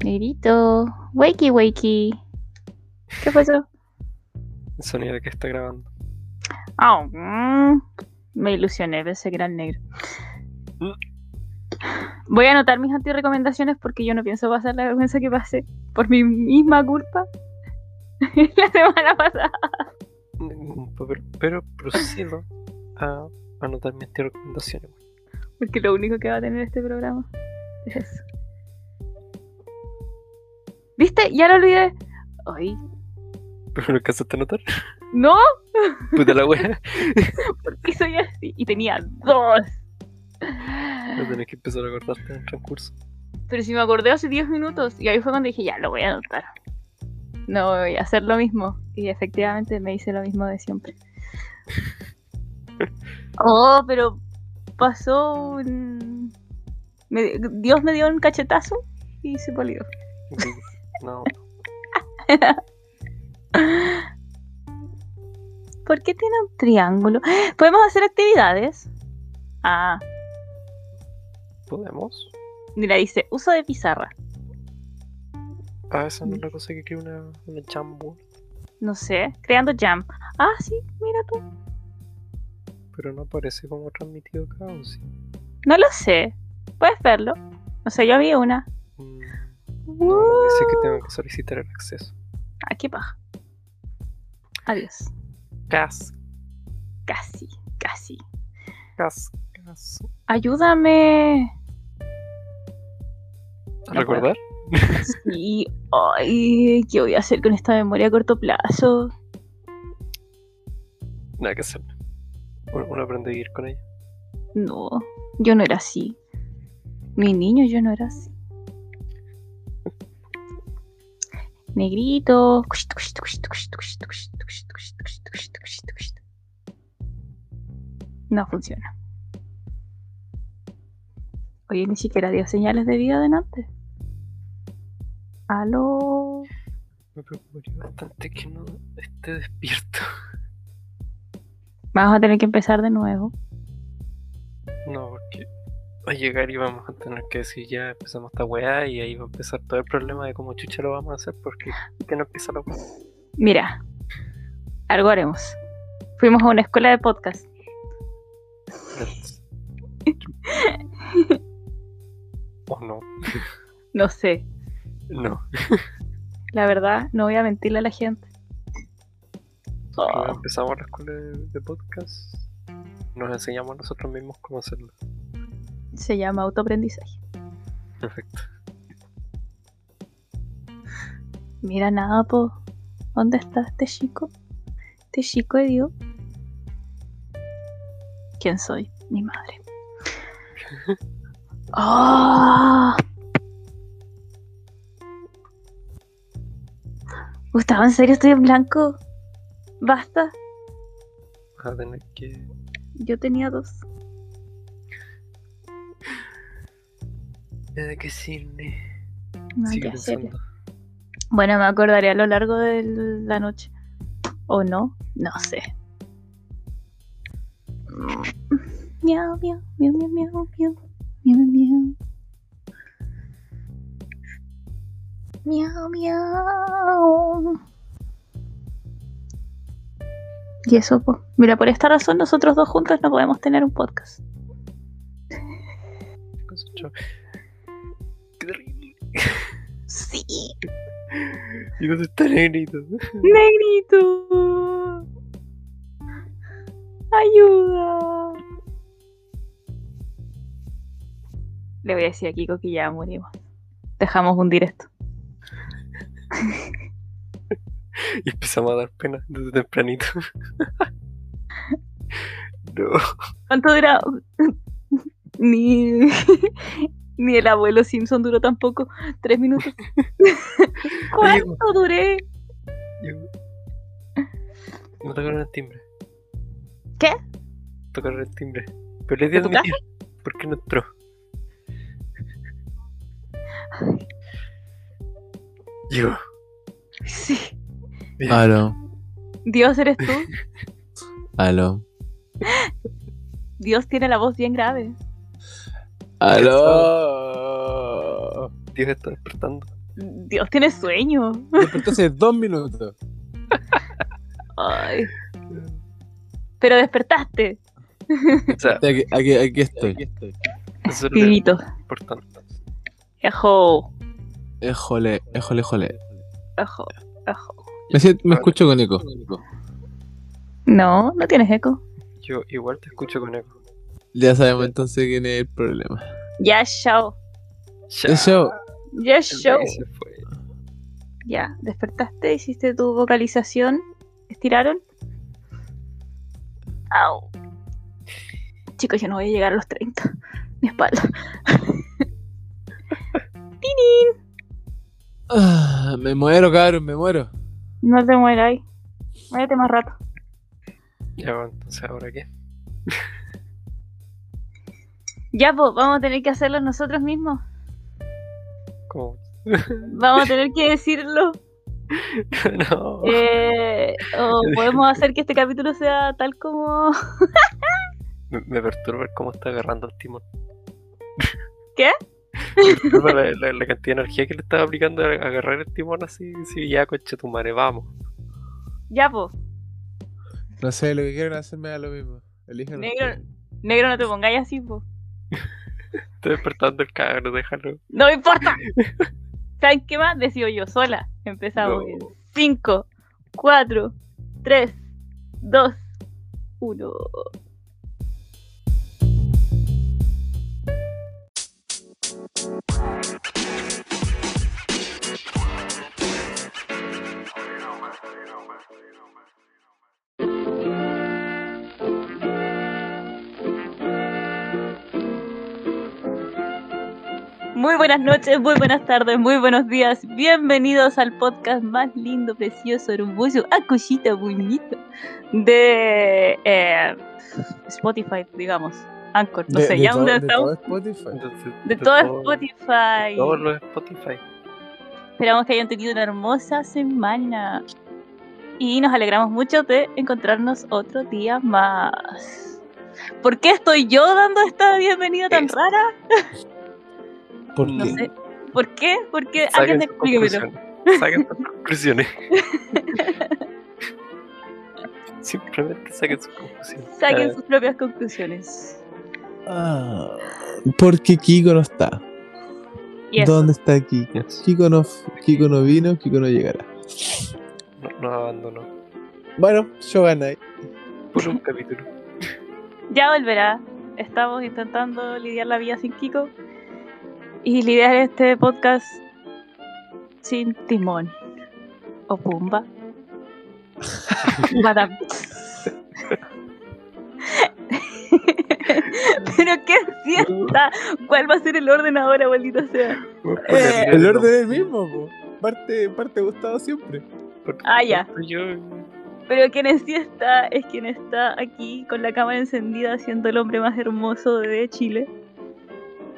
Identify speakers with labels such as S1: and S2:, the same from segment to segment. S1: Lucerito. Wakey, wakey. ¿Qué pasó?
S2: El sonido de que está grabando.
S1: Ah, mm, me ilusioné, pensé que era el negro.
S2: Mm.
S1: Voy a anotar mis antirecomendaciones porque yo no pienso pasar la vergüenza que pasé por mi misma culpa la semana pasada.
S2: Mm, Pero, pero procedo a anotar mis recomendaciones.
S1: Porque lo único que va a tener este programa es eso. ¿Viste? Ya lo olvidé. Ay,
S2: Pero no alcanzaste a anotar.
S1: no,
S2: Puta la wea.
S1: porque soy así. Y tenía dos.
S2: No tenés que empezar a acordarte en el transcurso.
S1: Pero si me acordé hace 10 minutos y ahí fue cuando dije, ya lo voy a anotar. No voy a hacer lo mismo. Y efectivamente me hice lo mismo de siempre. Oh, pero pasó un... me- Dios me dio un cachetazo y se polió.
S2: No,
S1: ¿Por qué tiene un triángulo? ¿Podemos hacer actividades? Ah,
S2: podemos.
S1: mira, dice, uso de pizarra.
S2: Ah, esa no es la cosa que quiere una, una chambu.
S1: No sé, creando jam. Ah, sí, mira tú.
S2: Pero no aparece como transmitido acá, ¿o sí?
S1: No lo sé. Puedes verlo. No sé, yo vi una.
S2: Mm, No, dice Eh, que tengo que solicitar el acceso.
S1: Ah, qué paja. Adiós.
S2: Cas,
S1: Casi, casi.
S2: cas, cas.
S1: Ayúdame.
S2: ¿A
S1: No
S2: recordar?
S1: Sí. Ay, ¿qué voy a hacer con esta memoria a corto plazo?
S2: Nada que hacer. Uno, uno aprende a vivir con ella.
S1: No, yo no era así. Mi niño, yo no era así. Negrito. No funciona. Oye, ni siquiera dio señales de vida delante. Aló.
S2: Me preocuparía bastante que no esté despierto.
S1: Vamos a tener que empezar de nuevo.
S2: No, porque va a llegar y vamos a tener que decir ya empezamos esta weá y ahí va a empezar todo el problema de cómo chucha lo vamos a hacer porque que no empieza la weá.
S1: Mira, algo haremos. Fuimos a una escuela de podcast.
S2: o no,
S1: No sé,
S2: no,
S1: La verdad, no voy a mentirle a la gente.
S2: Cuando
S1: Oh,
S2: empezamos la escuela de, de podcast, nos enseñamos nosotros mismos cómo hacerlo.
S1: se llama autoaprendizaje.
S2: Perfecto.
S1: Mira nada, po. ¿Dónde está este chico? Este chico de Dios. ¿Quién soy? Mi madre. ¡Oh! Gustavo, ¿en serio estoy en blanco? Basta.
S2: Vas a tener que.
S1: Yo tenía dos.
S2: Nada que decirle.
S1: No hay
S2: Sigue
S1: que hacerle.
S2: pensando.
S1: Bueno, me acordaré a lo largo de la noche. ¿O no? No sé. Miau, miau, miau, miau, miau, miau, miau, miau. Miau, miau. Y eso, po. mira, por esta razón nosotros dos juntos no podemos tener un podcast.
S2: Con su chavo. ¡Qué terrible!
S1: Sí,
S2: ¿Y dónde está negrito?
S1: negrito. Ayuda. Le voy a decir a Kiko que ya morimos. Dejamos hundir esto.
S2: Y empezamos a dar pena desde tempranito. no.
S1: ¿Cuánto dura? ni... Ni el abuelo Simpson duró tampoco. Tres minutos. ¿Cuánto duré?
S2: Yo... Me tocaron el timbre.
S1: ¿Qué?
S2: Tocaron el timbre. Pero le di a
S1: ¿De tu casa?
S2: admitir. ¿Por qué no entró? Yo.
S1: Sí.
S2: Bien.
S3: Aló,
S1: Dios eres tú.
S3: aló,
S1: Dios tiene la voz bien grave.
S3: aló.
S2: Dios está despertando.
S1: Dios, tiene sueño.
S3: Despertó hace dos minutos.
S1: Ay. Pero despertaste,
S2: O sea,
S3: Aquí, aquí- aquí estoy.
S2: eso es lo
S1: pibito.
S2: importante.
S1: Ejo,
S3: Eh, Éjole, éjole, éjole.
S1: ejo, ejo.
S3: Me, siento- me escucho con eco.
S1: No, no tienes eco.
S2: Yo igual te escucho con eco.
S3: Ya sabemos entonces quién es el problema.
S1: Ya, chao.
S2: Ya,
S3: Eso,
S1: Ya, chao.
S2: se fue.
S1: Ya, despertaste, hiciste tu vocalización, estiraron. Au. Chicos, yo no voy a llegar a los 30. Mi espalda.
S3: ah, me muero, cabrón, me muero.
S1: No te mueras ahí. Muérete más rato.
S2: Ya, bueno, entonces ahora qué.
S1: Ya, pues, vamos a tener que hacerlo nosotros mismos.
S2: Como,
S1: Vamos a tener que decirlo.
S2: no.
S1: Eh, o podemos hacer que este capítulo sea tal como.
S2: Me, me perturba el cómo está agarrando el timón.
S1: ¿Qué?
S2: Me perturba la, la- la cantidad de energía que le estaba aplicando a agarrar el timón así. Sí, ya, coche tu madre, vamos.
S1: Ya, pues.
S3: No sé, lo que quieren hacerme da lo mismo. Elijan
S1: Negro.
S3: ustedes.
S1: Negro, no te pongáis así, pues.
S2: Estoy despertando el cabrón, déjalo.
S1: ¡No me importa! ¿Saben qué más? Decido yo sola. Empezamos.
S2: No.
S1: 5, 4, 3, 2, 1. Muy buenas noches, muy buenas tardes, muy buenos días. Bienvenidos al podcast más lindo, precioso, hermoso, acuchita, bonito de eh, Spotify, digamos. Anchor, no
S3: De-
S1: sé,
S3: de
S1: ya
S3: todo-
S1: dónde
S3: de
S1: estamos.
S3: todo Spotify.
S2: Entonces,
S1: De todo
S2: de
S1: Spotify.
S2: Todos los Spotify.
S1: Esperamos que hayan tenido una hermosa semana. Y nos alegramos mucho de encontrarnos otro día más. ¿Por qué estoy yo dando esta bienvenida tan
S2: Es-
S1: rara?
S3: ¿Por
S1: No
S3: qué?
S1: sé. ¿Por qué? ¿Por qué?
S2: Saquen
S1: Alguien
S2: sus
S1: explíquemelo.
S2: conclusiones. Saquen sus conclusiones. Simplemente saquen sus conclusiones.
S1: Saquen
S2: Eh,
S1: sus propias conclusiones.
S3: Ah, porque Kiko no está.
S1: Y eso.
S3: ¿Dónde está Kiko?
S2: yes.
S3: Kiko no, Kiko no vino, Kiko no llegará.
S2: no, no abandonó.
S3: Bueno, yo gané.
S2: Por un capítulo.
S1: Eh, Ya volverá. Estamos intentando lidiar la vida sin Kiko. Y lidiar este podcast sin Timón. O Pumba. Badam. Pero qué fiesta. ¿Cuál va a ser el orden ahora, abuelito sea? Eh,
S3: El orden es el mismo, po. Parte, parte Gustavo siempre.
S2: Porque
S1: Ah, ya.
S2: Yo,
S1: Pero quien en sí está es quien está aquí con la cámara encendida siendo el hombre más hermoso de Chile.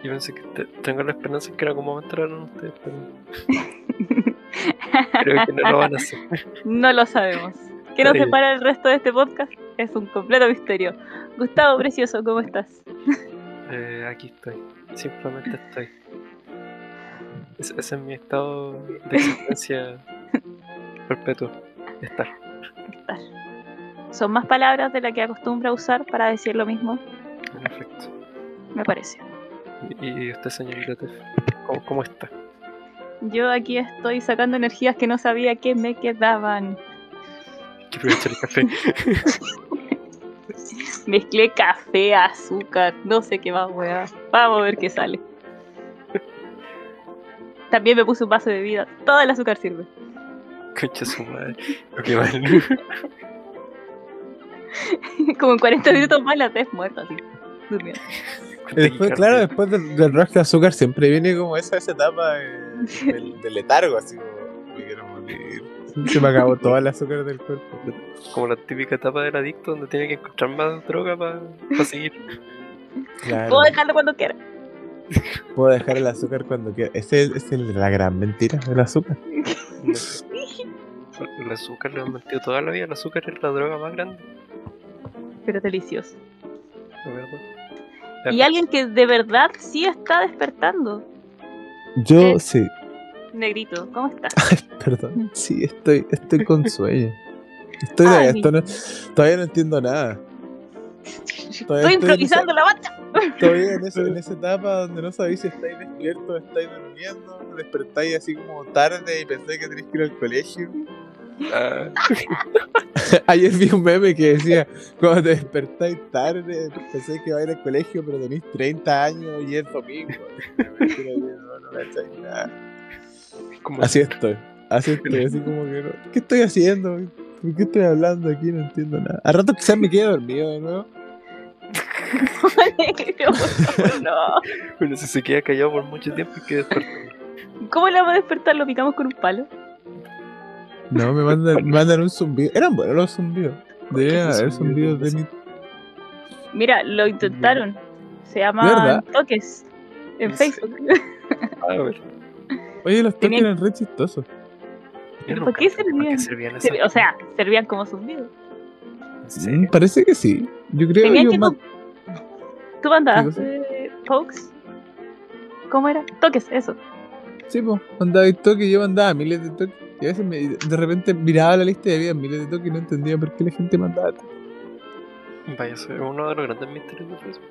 S2: yo pensé que te- tengo la esperanza en que en algún momento lo harán ustedes, pero creo que no lo van a hacer.
S1: No lo sabemos. ¿Qué nos
S2: Terrible.
S1: separa del resto de este podcast? Es un completo misterio. Gustavo, precioso, ¿cómo estás?
S2: Eh, aquí estoy. Simplemente estoy. Ese, ese es mi estado de existencia perpetuo. Estar.
S1: Estar. Son más palabras de las que acostumbra usar para decir lo mismo,
S2: En efecto.
S1: me parece.
S2: Y, y usted, señorita Tef, ¿cómo, cómo está?
S1: Yo aquí estoy sacando energías que no sabía que me quedaban.
S2: Hay que aprovechar el café.
S1: Mezclé café, azúcar, no sé qué más, weá. Vamos a ver qué sale. También me puse un vaso de bebida. Todo el azúcar sirve.
S2: Concha su madre. Lo que mal.
S1: Como en 40 minutos más la es muerta, así, durmiendo.
S3: Después, Eh, claro, después del, del rush de azúcar siempre viene como esa, esa etapa eh, del, del letargo, así como me quiero morir. Se me acabó todo el azúcar del cuerpo.
S2: Como la típica etapa del adicto donde tiene que encontrar más droga para seguir.
S3: Claro,
S1: Puedo dejarlo cuando quiera.
S3: puedo dejar el azúcar cuando quiera. Esa es, esa es la gran mentira, el azúcar.
S2: No sé. El azúcar lo han metido toda la vida. El azúcar es la droga más grande,
S1: Pero delicioso.
S2: la verdad.
S1: Y alguien que de verdad sí está despertando.
S3: Yo
S1: Eh.
S3: sí.
S1: Negrito, ¿cómo estás?
S3: Perdón. Sí, estoy, estoy con sueño. Estoy
S1: Ay,
S3: todavía,
S1: mi-
S3: esto no- todavía no entiendo nada.
S1: Estoy improvisando la banda.
S3: Todavía en, ese- en esa etapa donde no sabéis si estáis despiertos, estáis durmiendo, despertáis así como tarde y pensáis que tenéis que ir al colegio.
S2: Ah,
S3: Ayer vi un meme que decía, cuando te despertáis tarde, pensáis que va a ir al colegio, pero tenéis 30 años y es domingo. No, no cacháis nada.
S2: como
S3: Así estoy, así estoy, así como que no. ¿Qué estoy haciendo? ¿Por qué estoy hablando aquí? No entiendo nada. A rato quizás me quede dormido de nuevo.
S1: Negro, por favor, no.
S2: Bueno, si se queda callado por mucho tiempo, hay que despertar.
S1: ¿Cómo le vamos a despertar? ¿Lo picamos con un palo?
S3: No, me mandan, me mandan un zumbido. Eran buenos los zumbidos. Debería
S2: ¿Qué
S3: haber
S2: zumbido?
S3: zumbidos de mi.
S1: Mira, lo intentaron. Se llamaban
S3: ¿Verdad?
S1: toques en
S2: ¿En serio?
S1: Facebook.
S2: A ver.
S3: Oye, los toques
S1: Tenían-
S3: eran re chistosos.
S2: yo
S1: ¿Por qué
S2: cacho
S1: servían?
S2: servían esas
S1: Se- O sea, servían como zumbido.
S2: cosas,
S3: Mm,
S2: ¿en
S3: Parece que sí. Yo creo
S1: Tenían
S3: yo
S1: que
S3: más-
S1: tú, tú mandabas
S3: ¿Qué
S1: eh, pokes. ¿Cómo era? Toques, eso.
S3: Sí, pues, andaba y toque, yo mandaba miles de toques. Y a veces me- de repente miraba la lista y había miles de toques y no entendía por qué la gente mandaba toques. Mm.
S2: serio? Vaya, eso es uno de los grandes misterios de Facebook.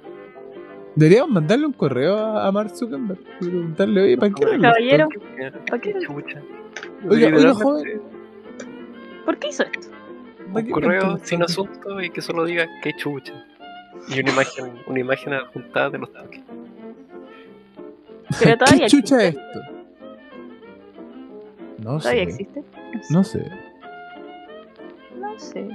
S3: Deberíamos mandarle un correo a, a Mark Zuckerberg y preguntarle, oye, ¿para qué eran los
S1: Caballero.
S3: toques?
S1: ¿Para qué?
S2: Chucha.
S3: Oiga, oiga,
S2: Literalmente,
S3: joven.
S1: ¿Por qué hizo esto?
S3: ¿Para
S2: Un
S3: qué
S2: correo
S3: mandan los
S2: sin
S3: toques?
S2: asunto y que solo diga qué chucha. Y una imagen, una imagen adjuntada de los toques.
S1: Pero todavía
S3: ¿Qué chucha
S1: existe.
S3: esto? No
S1: ¿Todavía
S3: sé.
S1: existe?
S3: No sé.
S1: No sé.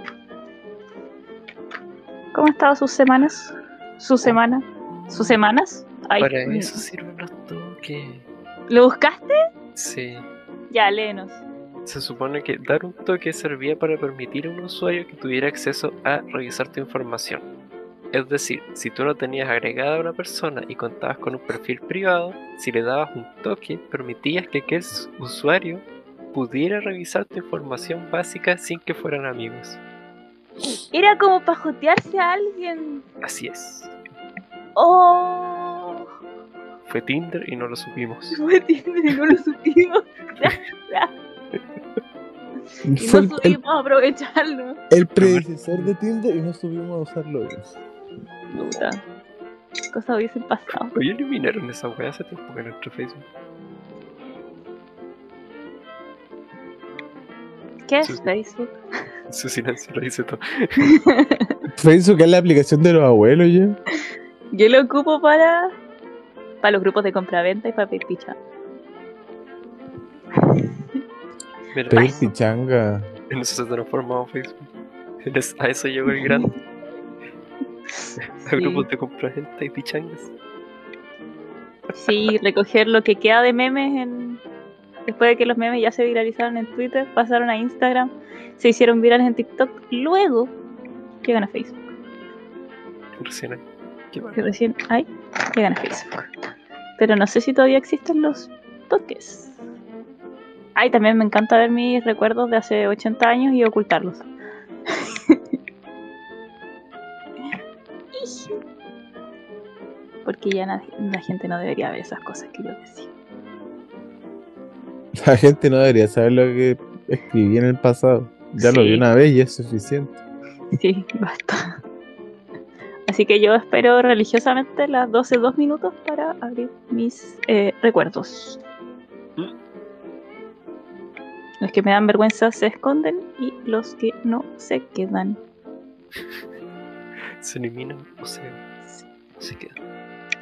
S1: ¿Cómo han estado sus semanas? ¿Su semana? ¿Sus semanas? Ay,
S2: Para
S1: mi-
S2: eso sirven los toques.
S1: ¿Lo buscaste?
S2: Sí.
S1: Ya, léenos.
S2: Se supone que dar un toque servía para permitir a un usuario que tuviera acceso a revisar tu información. Es decir, si tú no tenías agregada a una persona y contabas con un perfil privado, si le dabas un toque, permitías que aquel s- usuario pudiera revisar tu información básica sin que fueran amigos.
S1: Era como pajotearse a alguien.
S2: Así es.
S1: ¡Oh!
S2: Fue Tinder y no lo supimos.
S1: Fue Tinder y no lo supimos. Y
S3: Fue
S1: no
S3: el, el,
S1: supimos aprovecharlo.
S3: el predecesor de Tinder y no subimos a usarlo. bien.
S1: Puta. Cosas hubiesen pasado.
S2: Oye, eliminaron esa weá hace tiempo que no entró a Facebook.
S1: ¿Qué es
S2: Sí, sí.
S1: Facebook?
S2: Su silencio lo dice todo.
S3: Facebook es la aplicación de los abuelos, ya.
S1: Yo lo ocupo para. para los grupos de compraventa y para pedir picha.
S2: Mira,
S3: Pedir pichanga.
S2: en eso se transformó Facebook. En es- A eso llegó el gran A
S1: Sí.
S2: grupos de compraventa y pichangas.
S1: Sí, recoger lo que queda de memes en... después de que los memes ya se viralizaron en Twitter, pasaron a Instagram, se hicieron virales en TikTok, luego llegan a Facebook.
S2: Impresionante. Qué
S1: Y
S2: bueno.
S1: recién ahí llegan a Facebook. Pero no sé si todavía existen los toques. Ay, también me encanta ver mis recuerdos de hace 80 años y ocultarlos. Porque ya nadie- la gente no debería ver esas cosas que yo decía.
S3: La gente no debería saber lo que escribí en el pasado. Ya lo
S1: Sí.
S3: vi una vez y es suficiente.
S1: Sí, basta. Así que yo espero religiosamente las 12, 2 minutos para abrir mis eh, recuerdos. Los que me dan vergüenza se esconden y los que no se quedan.
S2: Se eliminan o se, o se quedan.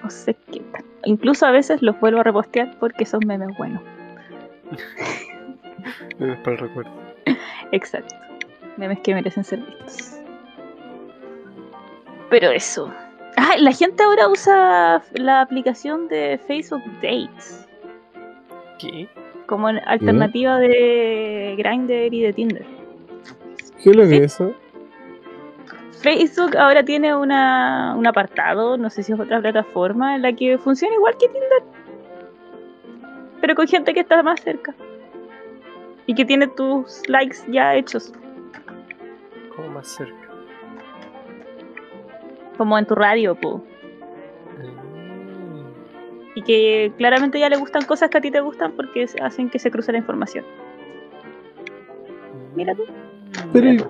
S1: O se quedan. Incluso a veces los vuelvo a repostear porque son memes buenos.
S2: Memes para el recuerdo.
S1: Exacto. Memes que merecen ser vistos. Pero eso. Ah, la gente ahora usa la aplicación de Facebook Dates.
S2: ¿Qué?
S1: como en- alternativa de Grindr y de Tinder.
S3: ¿Qué es lo que es eso?
S1: Facebook ahora tiene una, un apartado, no sé si es otra plataforma, en la que funciona igual que Tinder, pero con gente que está más cerca y que tiene tus likes ya hechos,
S2: ¿Cómo más cerca?
S1: como en tu radio. po.
S2: Mm.
S1: y que claramente ya le gustan cosas que a ti te gustan porque se- hacen que se cruce la información. Mira tú.
S2: Mm.
S3: Pero, ¿y-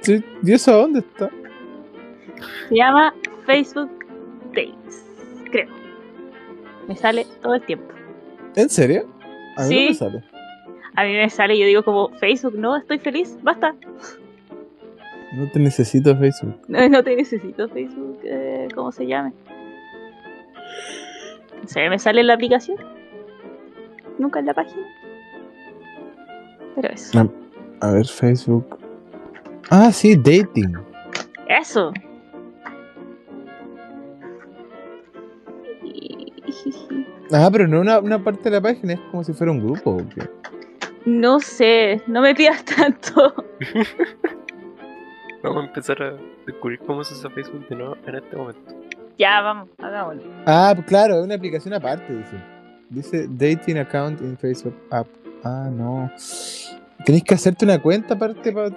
S3: sí, ¿y eso dónde está?
S1: Se llama Facebook Dates, creo. Me sale todo el tiempo.
S3: ¿En serio? A mí no
S1: Sí.
S3: me sale.
S1: A mí me sale y yo digo como Facebook, no, estoy feliz, basta.
S3: No te necesito Facebook.
S1: No, no te necesito Facebook, eh, ¿cómo se llame? Se me sale en la aplicación. Nunca en la página. Pero eso.
S3: Ah. A ver, Facebook. Ah, sí, dating. Ah.
S1: Eso. Y-
S3: Ah, pero no una, una parte de la página, es como si fuera un grupo. ¿o qué?
S1: No sé, no me pidas tanto.
S2: Vamos a empezar a descubrir cómo se usa Facebook de nuevo en este momento.
S1: Ya, vamos, hagámoslo.
S3: Ah, pues claro, es una aplicación aparte, dice. Dice Dating Account in Facebook App. Ah, no. Tenés que hacerte una cuenta aparte para.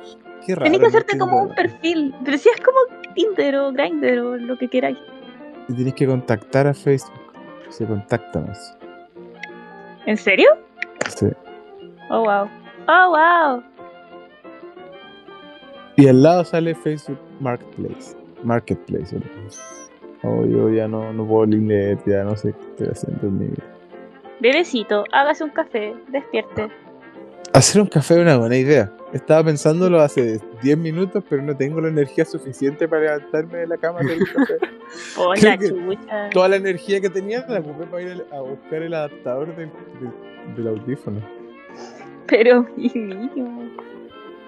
S3: Qué raro.
S1: Tenés que
S3: ¿no?
S1: hacerte
S3: Qué
S1: como un
S3: raro.
S1: perfil. Pero si es como Tinder o Grindr o lo que queráis.
S3: Y tenés que contactar a Facebook. Se contáctanos.
S1: ¿En serio?
S3: Sí.
S1: Oh, wow. Oh, wow.
S3: Y al lado sale Facebook Marketplace. Marketplace. ¿verdad? Oh, yo ya no, no puedo ni leer, ya no sé qué estoy haciendo en mi vida.
S1: Bebecito, hágase un café, despierte.
S3: Hacer un café es una buena idea. Estaba pensándolo hace 10 minutos, pero no tengo la energía suficiente para levantarme de la cama a hacer un café.
S1: Oh,
S3: Creo
S1: la
S3: que
S1: chucha.
S3: Toda la energía que tenía la ocupé para ir al- a buscar el adaptador del, del- del audífono.
S1: Pero, mi niño.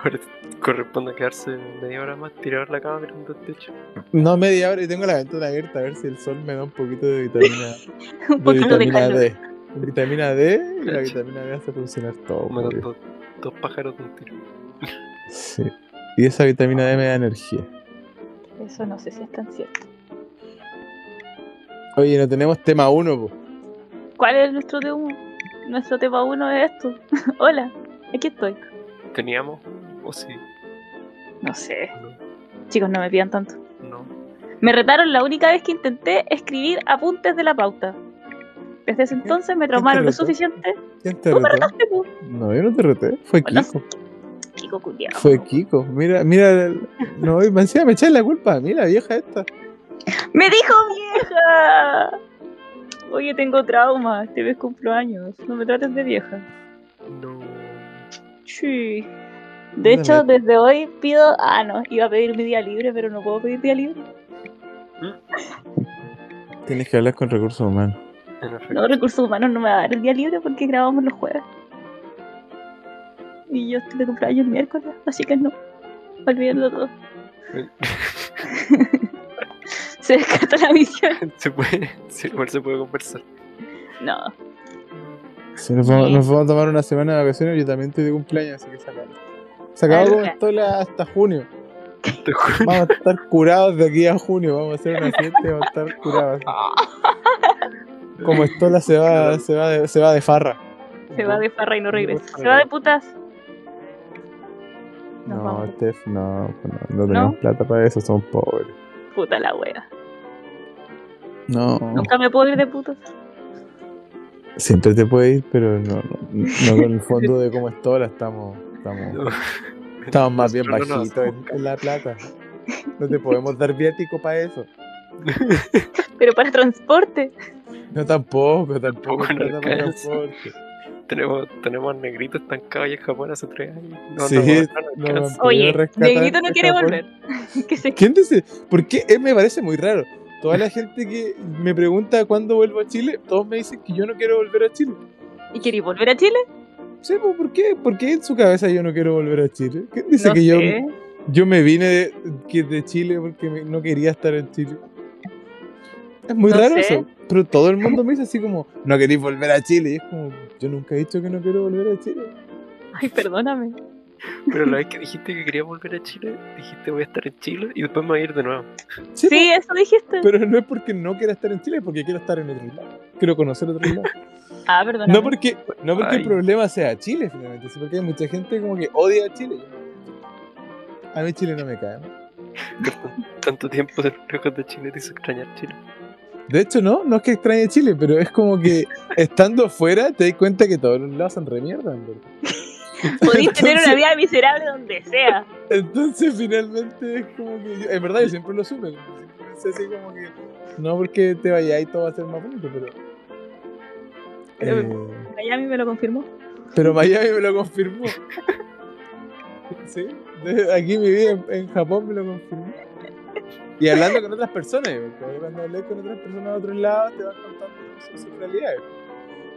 S2: Ahora corresponde quedarse media hora más tirado en la cama mirando el techo.
S3: No, media hora y tengo la ventana abierta a ver si el sol me da un poquito de vitamina,
S1: Un
S3: de
S1: poquito de
S3: vitamina
S1: calor.
S3: D. Vitamina D y la vitamina D hace funcionar todo.
S2: Como
S3: po,
S2: dos, dos pájaros de un tiro.
S3: Sí. Y esa vitamina D me da energía.
S1: Eso no sé si es tan cierto.
S3: Oye, no tenemos tema uno, po.
S1: ¿Cuál es nuestro tema uno? Nuestro tema uno es esto. Hola, aquí estoy.
S2: ¿Teníamos? ¿O sí?
S1: No sé.
S2: No.
S1: Chicos, no me pidan tanto.
S2: no.
S1: Me retaron la única vez que intenté escribir apuntes de la pauta. Desde ese entonces me traumaron lo
S3: retó?
S1: suficiente.
S3: ¿Quién te
S1: Tú me
S3: retó?
S1: retaste, pues. pu.
S3: No, yo no te reté. Fue
S1: Bueno,
S3: Kiko.
S1: Kiko culiao.
S3: Fue Kiko. Mira, mira. el- No, y me encima me echáis la culpa a mí, la vieja esta.
S1: ¡Me dijo vieja! Oye, tengo trauma. Este mes cumplo años. No me trates de vieja.
S2: No.
S1: Sí. De hecho, desde hoy pido. Ah, no, iba a pedir mi día libre, pero no puedo pedir día libre.
S3: Tienes que hablar con recursos humanos.
S2: En efecto.
S1: No, recursos humanos no me va a dar el día libre porque grabamos los jueves. Y yo estoy de cumpleaños el miércoles, así que no. Olvídenlo todo. Se descarta la misión.
S2: se puede, sí, igual se puede conversar.
S1: No.
S3: Si nos, vamos, nos vamos a tomar una semana de vacaciones, yo también estoy de cumpleaños, así que se acabó. Se acabó con esto la- hasta junio.
S2: Te juro.
S3: Vamos a estar curados de aquí a junio. Vamos a hacer una fiesta y vamos a estar curados. Como Estola se va, se va, de, se va de farra.
S1: Se va de farra y no regresa.
S2: Ojalá.
S1: Se va de putas. Nos
S3: No,
S1: vamos.
S3: Steph, no, no, no tenemos plata para eso, somos pobres.
S1: Puta la wea.
S3: No,
S1: Nunca me puedo ir de putas.
S3: siempre te puede ir, pero no, no, no con el fondo de cómo es Tola, estamos, estamos, estamos más bien
S2: Nosotros no nos
S3: bajitos en, en la plata. No te podemos dar viático para eso.
S1: Pero para transporte.
S3: No tampoco,
S2: Tampoco
S3: tampoco hay
S2: no
S3: plata para
S2: alcanza.
S3: transporte.
S2: tenemos, tenemos al negrito estancado allá en Japón hace tres años. No,
S3: Sí,
S2: no, no,
S3: no,
S2: alcanza.
S3: Pero
S1: Oye,
S3: rescatar
S1: Negrito no
S3: de
S1: quiere
S3: Japón.
S1: volver. que se
S3: ¿Quién dice? ¿Por qué? Eh, me parece muy raro. Toda la gente que me pregunta cuándo vuelvo a Chile, todos me dicen que yo no quiero volver a Chile.
S1: ¿Y queréis volver a Chile?
S3: Sí, pues, ¿por qué? ¿Por qué en su cabeza yo no quiero volver a Chile? ¿Quién dice
S1: no
S3: que
S1: sé.
S3: yo, yo me vine de, que de Chile porque me- no quería estar en Chile? Es muy
S1: No
S3: raro
S1: sé.
S3: eso. Pero todo el mundo me dice así como, no queréis volver a Chile. Y es como, yo nunca he dicho que no quiero volver a Chile.
S1: Ay, perdóname.
S2: Pero la vez que dijiste que querías volver a Chile, dijiste voy a estar en Chile y después me voy a ir de nuevo.
S3: Sí, pues,
S1: Sí, eso dijiste.
S3: pero no es porque no quiera estar en Chile, es porque quiero estar en otro lado. Quiero conocer otro lado.
S1: Ah, perdóname.
S3: No porque, no porque el
S2: Ay.
S3: problema sea Chile, finalmente, sino porque hay mucha gente como que odia a Chile. A mí Chile no me cae. ¿no?
S2: Tanto tiempo de lejos de Chile te hizo extrañar Chile.
S3: De hecho, no, no es que extrañe Chile, pero es como que estando fuera te das cuenta que todos los lados son re mierda, en verdad.
S1: Podéis tener una
S3: Entonces-
S1: vida miserable donde sea.
S3: Entonces finalmente es como que. yo- en verdad, yo siempre lo supe. yo siempre Pensé así como que. No porque te vayas y todo va a ser más bonito, pero.
S1: Pero-
S3: eh,
S1: Miami me lo confirmó.
S3: pero Miami me lo confirmó. Sí, de- aquí mi vida en, en Japón me lo confirmó. Y hablando con otras personas, yo, como yo cuando hablé con otras personas de otros lados, te van contando cómo son sus realidades.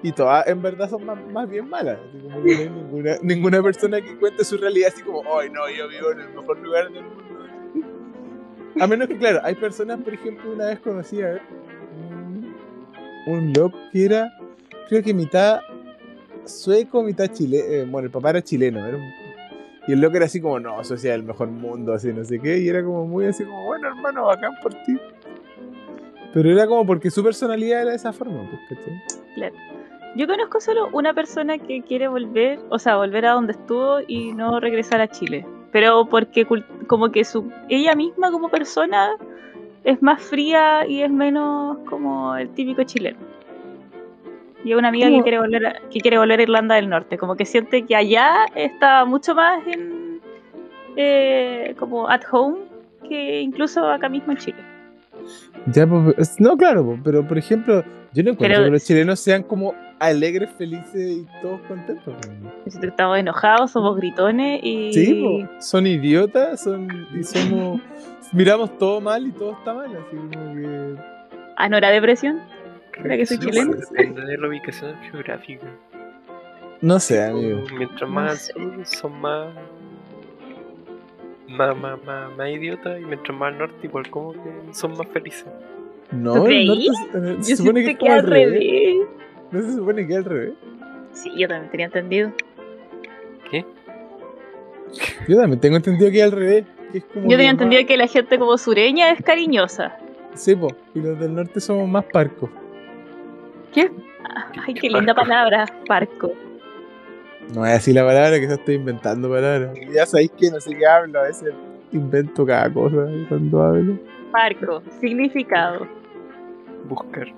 S3: Y todas en verdad son más, más bien malas. así como que no hay ninguna, ninguna persona que cuente su realidad así como, ay no, yo vivo en el mejor lugar del mundo. A menos que, claro, hay personas, por ejemplo, una vez conocí a ver, un, un loco que era, creo que mitad sueco, mitad chileno. bueno, el papá era chileno. Era un- y el loco era así como, no, Suecia es el mejor mundo, así, no sé qué. Y era como muy así como, bueno, hermano, bacán por ti. Pero era como porque su personalidad era de esa forma, pues, ¿cachai?
S1: Yo conozco solo una persona que quiere volver, o sea, volver a donde estuvo y no regresar a Chile. Pero porque cul- como que su ella misma como persona es más fría y es menos como el típico chileno. Y es una amiga que
S3: ¿Cómo?
S1: quiere volver a, que quiere volver a Irlanda del Norte, como que siente que allá está mucho más en eh, como at home que incluso acá mismo en Chile.
S3: Ya, pues, es- no, claro, pues, pero por ejemplo, yo no encuentro
S1: Pero-
S3: que los chilenos sean como alegres, felices y todos contentos. pues.
S1: Nosotros Estamos enojados, somos gritones y
S3: Sí, po, son idiotas, son, y somos, miramos todo mal y todo está mal, así como que...
S1: ah, no era depresión. ¿Será que soy
S2: Sí,
S1: chileno?
S2: bueno, Depende de la ubicación geográfica.
S3: No sé,
S1: pues.
S3: amigo.
S2: Mientras
S1: No
S2: más
S1: sé.
S2: al sur son más más, más, más, más idiotas y mientras más al norte igual como que son más felices.
S3: No,
S1: ¿Tú
S3: el
S1: creí?
S3: norte se- se
S1: Yo
S3: supone que
S1: siento
S3: es como al revés.
S1: revés.
S3: ¿No se supone que es al revés?
S1: Sí, yo también tenía entendido.
S3: Yo también tengo entendido que es al revés. Que es como
S1: Yo tenía entendido que la gente como sureña es cariñosa.
S3: que... Sí, po, y los del norte somos más parcos.
S1: Ah, Ay, qué linda palabra, parco.
S3: No es así la palabra, que yo estoy inventando palabras. Ya sabéis que no sé qué hablo, a veces invento cada cosa cuando hablo.
S1: Parco, significado.
S2: Buscar
S1: Que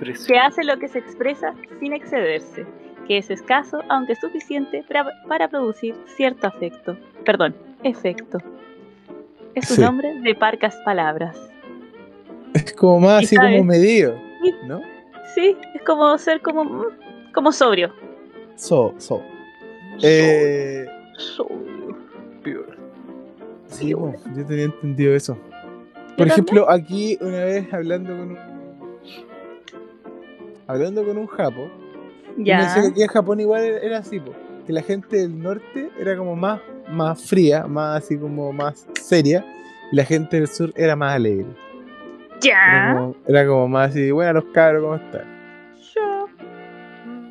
S2: presión.
S1: hace lo que se expresa sin excederse. Que es escaso, aunque suficiente, para, para producir cierto afecto. Perdón, efecto. Es un
S3: Sí.
S1: hombre de parcas palabras.
S3: Es como más
S1: ¿Y
S3: así
S1: sabes?
S3: como medido,
S1: Sí.
S3: ¿no?
S1: Sí, es como ser como, mm, como sobrio.
S3: So, so. Eh,
S1: Sobrio.
S2: Peor.
S3: sí, po, yo tenía entendido eso. Por ejemplo, aquí una vez hablando con un... Hablando con un japo, Y me
S1: ya.
S3: decía que aquí en Japón igual era- era así, po, que la gente del norte era como más, más fría, más así como más seria, y la gente del sur era más alegre. Era,
S1: Ya.
S3: como, era como más así, bueno, los cabros, ¿cómo están?
S1: Ya.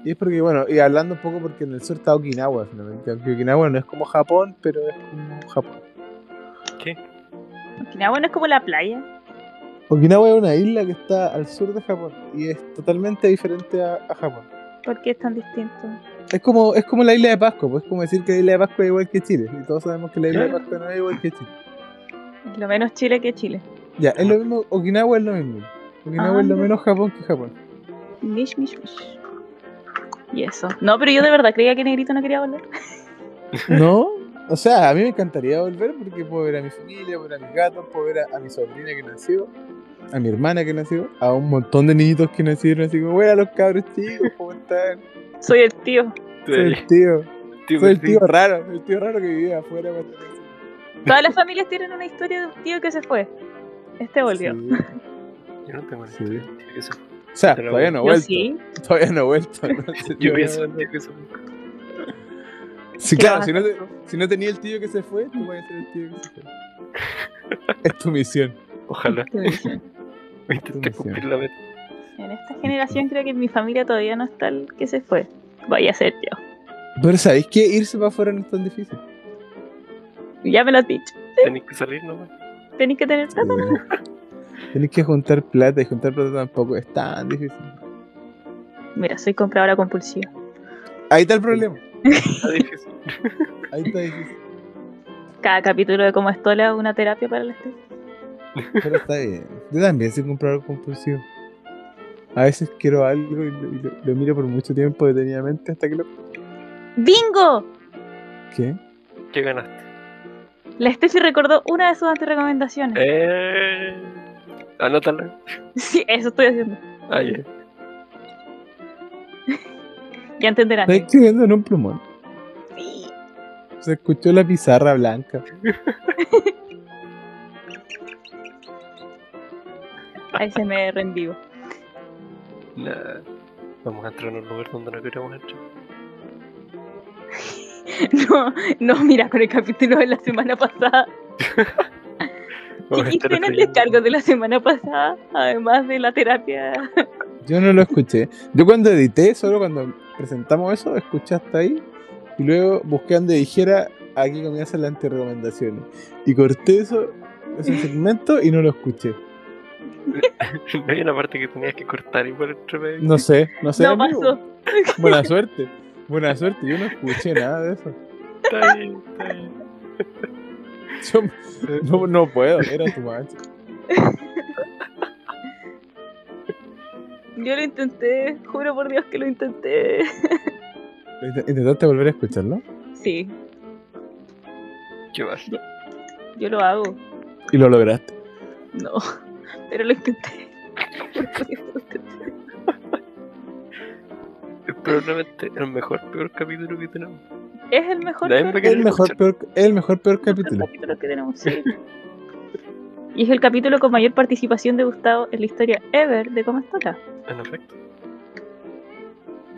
S3: Y es porque, bueno, y hablando un poco porque en el sur está Okinawa, finalmente, aunque Okinawa no es como Japón, pero es como Japón.
S1: Okinawa no es como la playa.
S3: Okinawa es una isla que está al sur de Japón y es totalmente diferente a, a Japón.
S1: ¿Por qué es tan distinto?
S3: Es como, es como la isla de Pascua, pues es como decir que la isla de Pascua es igual que Chile, y todos sabemos que la isla de Pascua no es igual que Chile.
S1: Es Lo menos Chile que Chile.
S3: Ya, es lo mismo, Okinawa es lo mismo. Okinawa
S1: Ah,
S3: es lo
S1: ya.
S3: menos Japón que Japón.
S1: Mish, mish, mish. Y eso. No, pero yo de verdad creía que Negrito no quería volver.
S3: ¿No? O sea, a mí me encantaría volver porque puedo ver a mi familia, puedo ver a mis gatos, puedo ver a, a mi sobrina que nació, a mi hermana que nació, a un montón de niñitos que nacieron así como, bueno, los cabros chicos, ¿cómo están?
S1: Soy el tío.
S3: Soy el tío,
S2: Tío,
S3: soy el
S2: sí.
S3: tío raro, el tío raro que vivía afuera. cuando nací.
S1: Todas las familias tienen una historia de un tío que se fue. Este volvió.
S3: Sí.
S2: Yo no tengo ni
S3: Sí.
S2: idea, tío, que se fue.
S3: O sea,
S2: Pero
S3: todavía no ha
S1: yo
S3: vuelto,
S1: sí.
S3: todavía no ha vuelto. ¿no? Sí, todavía
S2: Yo
S3: no
S2: pienso
S3: ha
S2: en tío
S3: vuelto.
S2: que se fue.
S3: Sí,
S1: ¿Qué
S3: claro,
S1: vas
S3: si
S1: a
S3: no, te-
S1: hacer tú?
S3: si no tenía el tío que se fue, tú vas a ser el tío que se fue. es tu misión.
S2: Ojalá.
S1: Qué bendición.
S2: Intenté
S3: Demasiado.
S2: cumplir la meta.
S1: En esta generación creo que en mi familia todavía no está el que se fue. Vaya a ser yo.
S3: Pero sabéis que irse para afuera no es tan difícil.
S1: Ya me lo has dicho.
S2: Tenéis que salir nomás.
S1: Tenéis que tener plata.
S3: Tenéis que juntar plata y juntar plata tampoco es tan difícil.
S1: Mira, soy compradora compulsiva.
S3: Ahí está el problema.
S2: Está difícil.
S3: Ahí está difícil.
S1: Cada capítulo de Como Estola, una terapia para el estrés.
S3: Pero está bien. Yo también soy comprador compulsivo. A veces quiero algo y lo, y lo- lo miro por mucho tiempo detenidamente hasta que lo.
S1: ¡Bingo!
S3: ¿Qué?
S2: ¿Qué ganaste?
S1: La Steffi recordó una de sus antirecomendaciones.
S2: Eh... Anótala.
S1: Sí, eso estoy haciendo.
S2: Ah, ya.
S1: Ya entenderán.
S3: Está escribiendo en un plumón.
S1: Sí.
S3: Se escuchó la pizarra blanca.
S1: Ahí se me rendió.
S2: Nah. Vamos a entrar en un lugar donde no queremos entrar.
S1: No, no, mira, con el capítulo de la semana pasada.
S2: Vamos a
S1: Y
S2: estar
S1: tiene el
S2: escribiendo.
S1: descargo de la semana pasada, además de la terapia.
S3: Yo no lo escuché. Yo cuando edité, solo cuando presentamos eso, escuché hasta ahí. Y luego busqué donde dijera, aquí comienzan las antirecomendaciones. Y corté eso, ese segmento y no lo escuché.
S2: No hay una parte que tenías que cortar y por entre medio.
S3: No sé, no sé.
S1: no
S3: amigo.
S1: pasó.
S3: Buena suerte. Buena suerte, yo no escuché nada de eso.
S2: Está bien, está bien.
S3: Yo no, no puedo, era tu macho.
S1: Yo lo intenté, juro por Dios que lo intenté.
S3: Int- ¿Intentaste volver a escucharlo?
S1: Sí,
S2: Qué mal.
S1: yo lo hago.
S3: Y lo lograste.
S1: No, pero lo intenté. Juro por Dios que lo intenté.
S2: Es probablemente el mejor, peor capítulo que tenemos.
S1: Es el mejor
S2: Nadie me
S1: capítulo-
S2: quería
S3: El mejor, peor, el mejor, peor capítulo.
S1: capítulo que tenemos. sí. Y es el capítulo con mayor participación de Gustavo en la historia ever de Comestota.
S2: En efecto.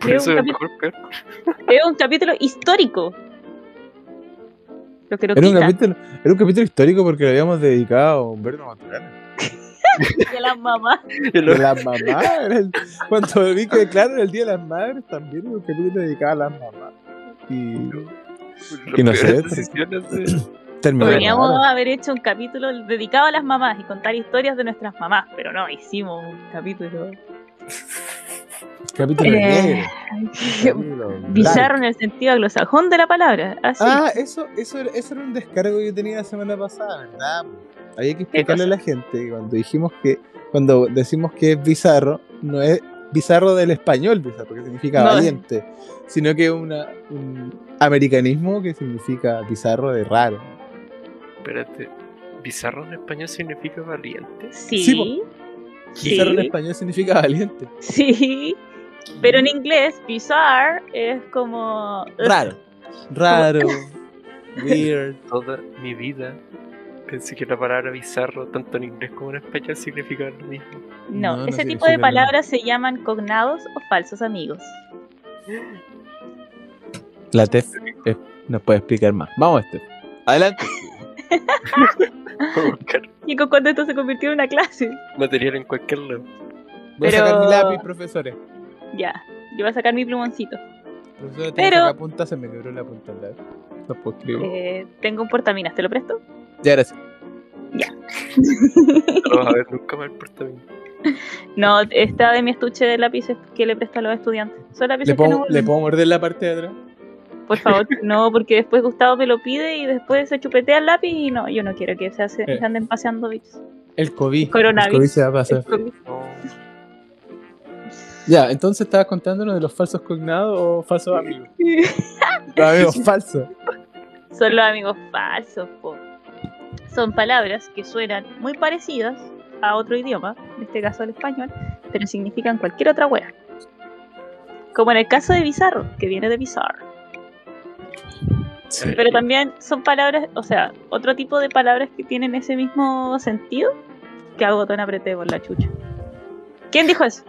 S2: Por
S1: Creo
S2: eso
S1: un
S2: es el
S1: capi-
S2: mejor, peor.
S1: Es un capítulo histórico. Lo que no
S3: Era un,
S1: quita
S3: capítulo, era un capítulo histórico porque lo habíamos dedicado a Humberto Maturana.
S1: que las mamás
S2: El
S3: De las mamás. era el- cuando vi que, claro, era el Día de las Madres también era un capítulo dedicado a las mamás. Y
S2: Las
S3: Y no sé,
S2: peores
S3: pero-
S2: decisiones de-
S3: terminó.
S1: Podríamos
S3: raro.
S1: haber hecho un capítulo dedicado a las mamás y contar historias de nuestras mamás, pero no, hicimos un capítulo
S3: Capítulo
S1: Eh,
S3: negro. capítulo
S1: bizarro
S3: blanco.
S1: en el sentido anglosajón de la palabra. Así.
S3: Ah, eso, eso, era- eso era un descargo que yo tenía la semana pasada, ¿verdad? Había que explicarle
S1: pues.
S3: a la gente que cuando dijimos que, cuando decimos que es bizarro, no es bizarro del español, bizarro, que significa
S1: No.
S3: valiente, sino que es una- un americanismo que significa bizarro de raro.
S2: Espérate. Bizarro en español significa valiente.
S1: sí.
S3: sí,
S1: Sí,
S3: Bizarro en español significa valiente.
S1: sí. Pero en inglés, bizarre es como.
S3: Raro. Raro. Weird.
S2: Toda mi vida pensé que la palabra bizarro, tanto en inglés como en español, significaba lo mismo.
S1: No,
S3: No, no
S1: ese tipo de
S3: significa nada.
S1: palabras se llaman cognados o falsos amigos.
S3: La Tef eh, nos puede explicar más. Vamos, Tef. Adelante.
S2: Voy a buscar
S1: Y con cuando esto se convirtió en una clase.
S2: material en cualquier lado.
S3: Voy
S1: Pero-
S3: a sacar mi lápiz, profesores.
S1: Ya, yo voy a sacar mi plumoncito.
S3: Profesora, tengo
S1: Pero-
S3: que sacar punta, se me quebró la punta al lado. No puedo escribir.
S1: Eh, tengo un portaminas, ¿te lo presto?
S3: Ya, gracias.
S2: No lo vas a ver nunca más el portamento.
S1: No, está de mi estuche de lápices que le presto a los estudiantes. Son lápices
S3: ¿Le
S1: que no
S3: puedo, ¿Le
S1: vuelven.
S3: puedo morder la parte de atrás?
S1: Por favor, no, porque después Gustavo me lo pide y después se chupetea el lápiz y no, yo no quiero que se, hace,
S3: Eh.
S1: se anden paseando bichos.
S3: El COVID.
S1: Coronavirus.
S3: El COVID se va a pasar.
S2: No.
S3: Ya, entonces estabas contándonos de los falsos cognados o falsos amigos. Ah, Los amigos falsos.
S1: Son los amigos falsos, po. Son palabras que suenan muy parecidas a otro idioma, en este caso al español, pero significan cualquier otra wea. Como en el caso de bizarro, que viene de bizarro.
S3: Sí.
S1: Pero también son palabras, o sea, otro tipo de palabras que tienen ese mismo sentido que hago tan apreté con la chucha. ¿Quién dijo eso?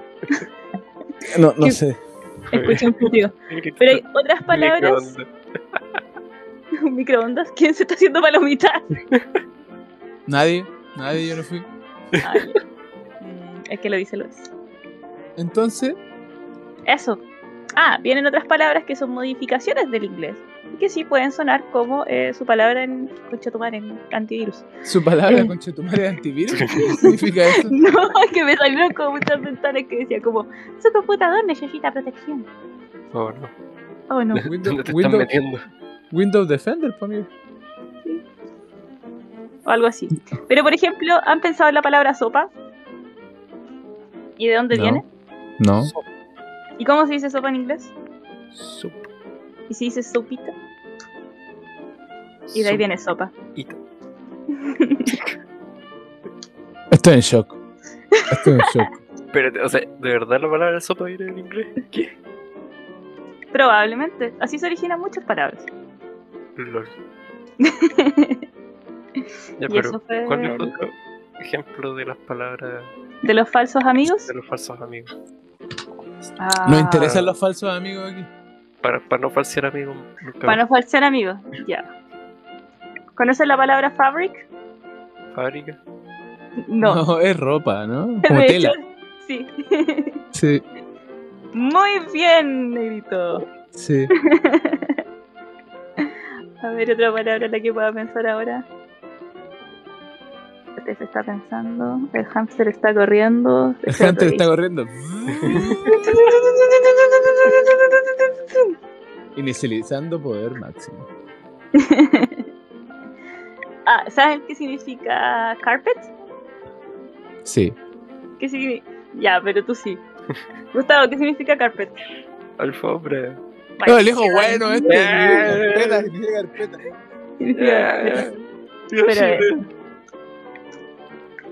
S3: No, no
S1: ¿Qué-
S3: sé.
S1: Escuché un putido. Pero hay
S2: Pero
S1: otras palabras, un microondas, ¿quién se está haciendo palomita?
S3: Nadie, nadie, yo no fui.
S1: Ay, mm, es que lo dice lo es.
S3: Entonces,
S1: Eso. Ah, vienen otras palabras que son modificaciones del inglés y que sí pueden sonar como eh, su palabra en conchetumar en antivirus.
S3: su palabra
S1: Eh.
S3: con de antivirus. ¿Qué significa eso?
S1: No, es que me salieron como muchas ventanas que decía como su computador necesita protección.
S2: Oh, no.
S1: Oh no.
S2: ¿Dónde
S3: Windows,
S2: te están
S3: Windows,
S2: metiendo?
S3: Windows Defender, pues, pa' mí.
S1: o algo así. Pero por ejemplo, ¿han pensado en la palabra sopa? ¿Y de dónde
S3: No.
S1: viene?
S4: No.
S2: Sop,
S1: ¿Y cómo se dice sopa en inglés?
S2: sup,
S1: ¿Y si dice sopita? Y de ahí
S2: sup.
S1: viene sopa.
S4: Estoy en shock. Estoy en shock.
S2: Espérate, o sea, ¿de verdad la palabra sopa viene del inglés? ¿Qué?
S1: Probablemente. Así se originan muchas palabras.
S2: Lol. Ya,
S1: y
S2: pero,
S1: eso fue
S2: ¿cuál es otro ejemplo de las palabras
S1: de los falsos amigos.
S2: de los falsos amigos?
S1: Ah,
S4: No interesa.
S3: Interesan los falsos amigos aquí.
S2: Para, para no falsear amigos nunca
S1: Para no falsear amigos. Ya. ¿Conocen la palabra fabric?
S2: más. fábrica.
S1: No.
S4: es ropa, ¿no?
S1: De
S4: Como
S1: hecho,
S4: tela.
S1: sí.
S4: Sí,
S1: Muy bien, negrito.
S4: sí.
S1: A ver, otra palabra en la que pueda pensar ahora. Este se está pensando. El hámster está corriendo.
S4: El Hunter está corriendo. Inicializando poder máximo.
S1: ah, ¿Saben qué significa carpet?
S4: Sí.
S1: ¿Qué significa? Ya, pero tú sí. Gustavo, ¿qué significa carpet?
S2: Alfombra.
S3: Oh,
S4: No, el hijo bueno eh. este.
S3: Carpeta, tiene carpeta.
S1: Significa-
S2: Dios
S1: Pero-
S2: mío.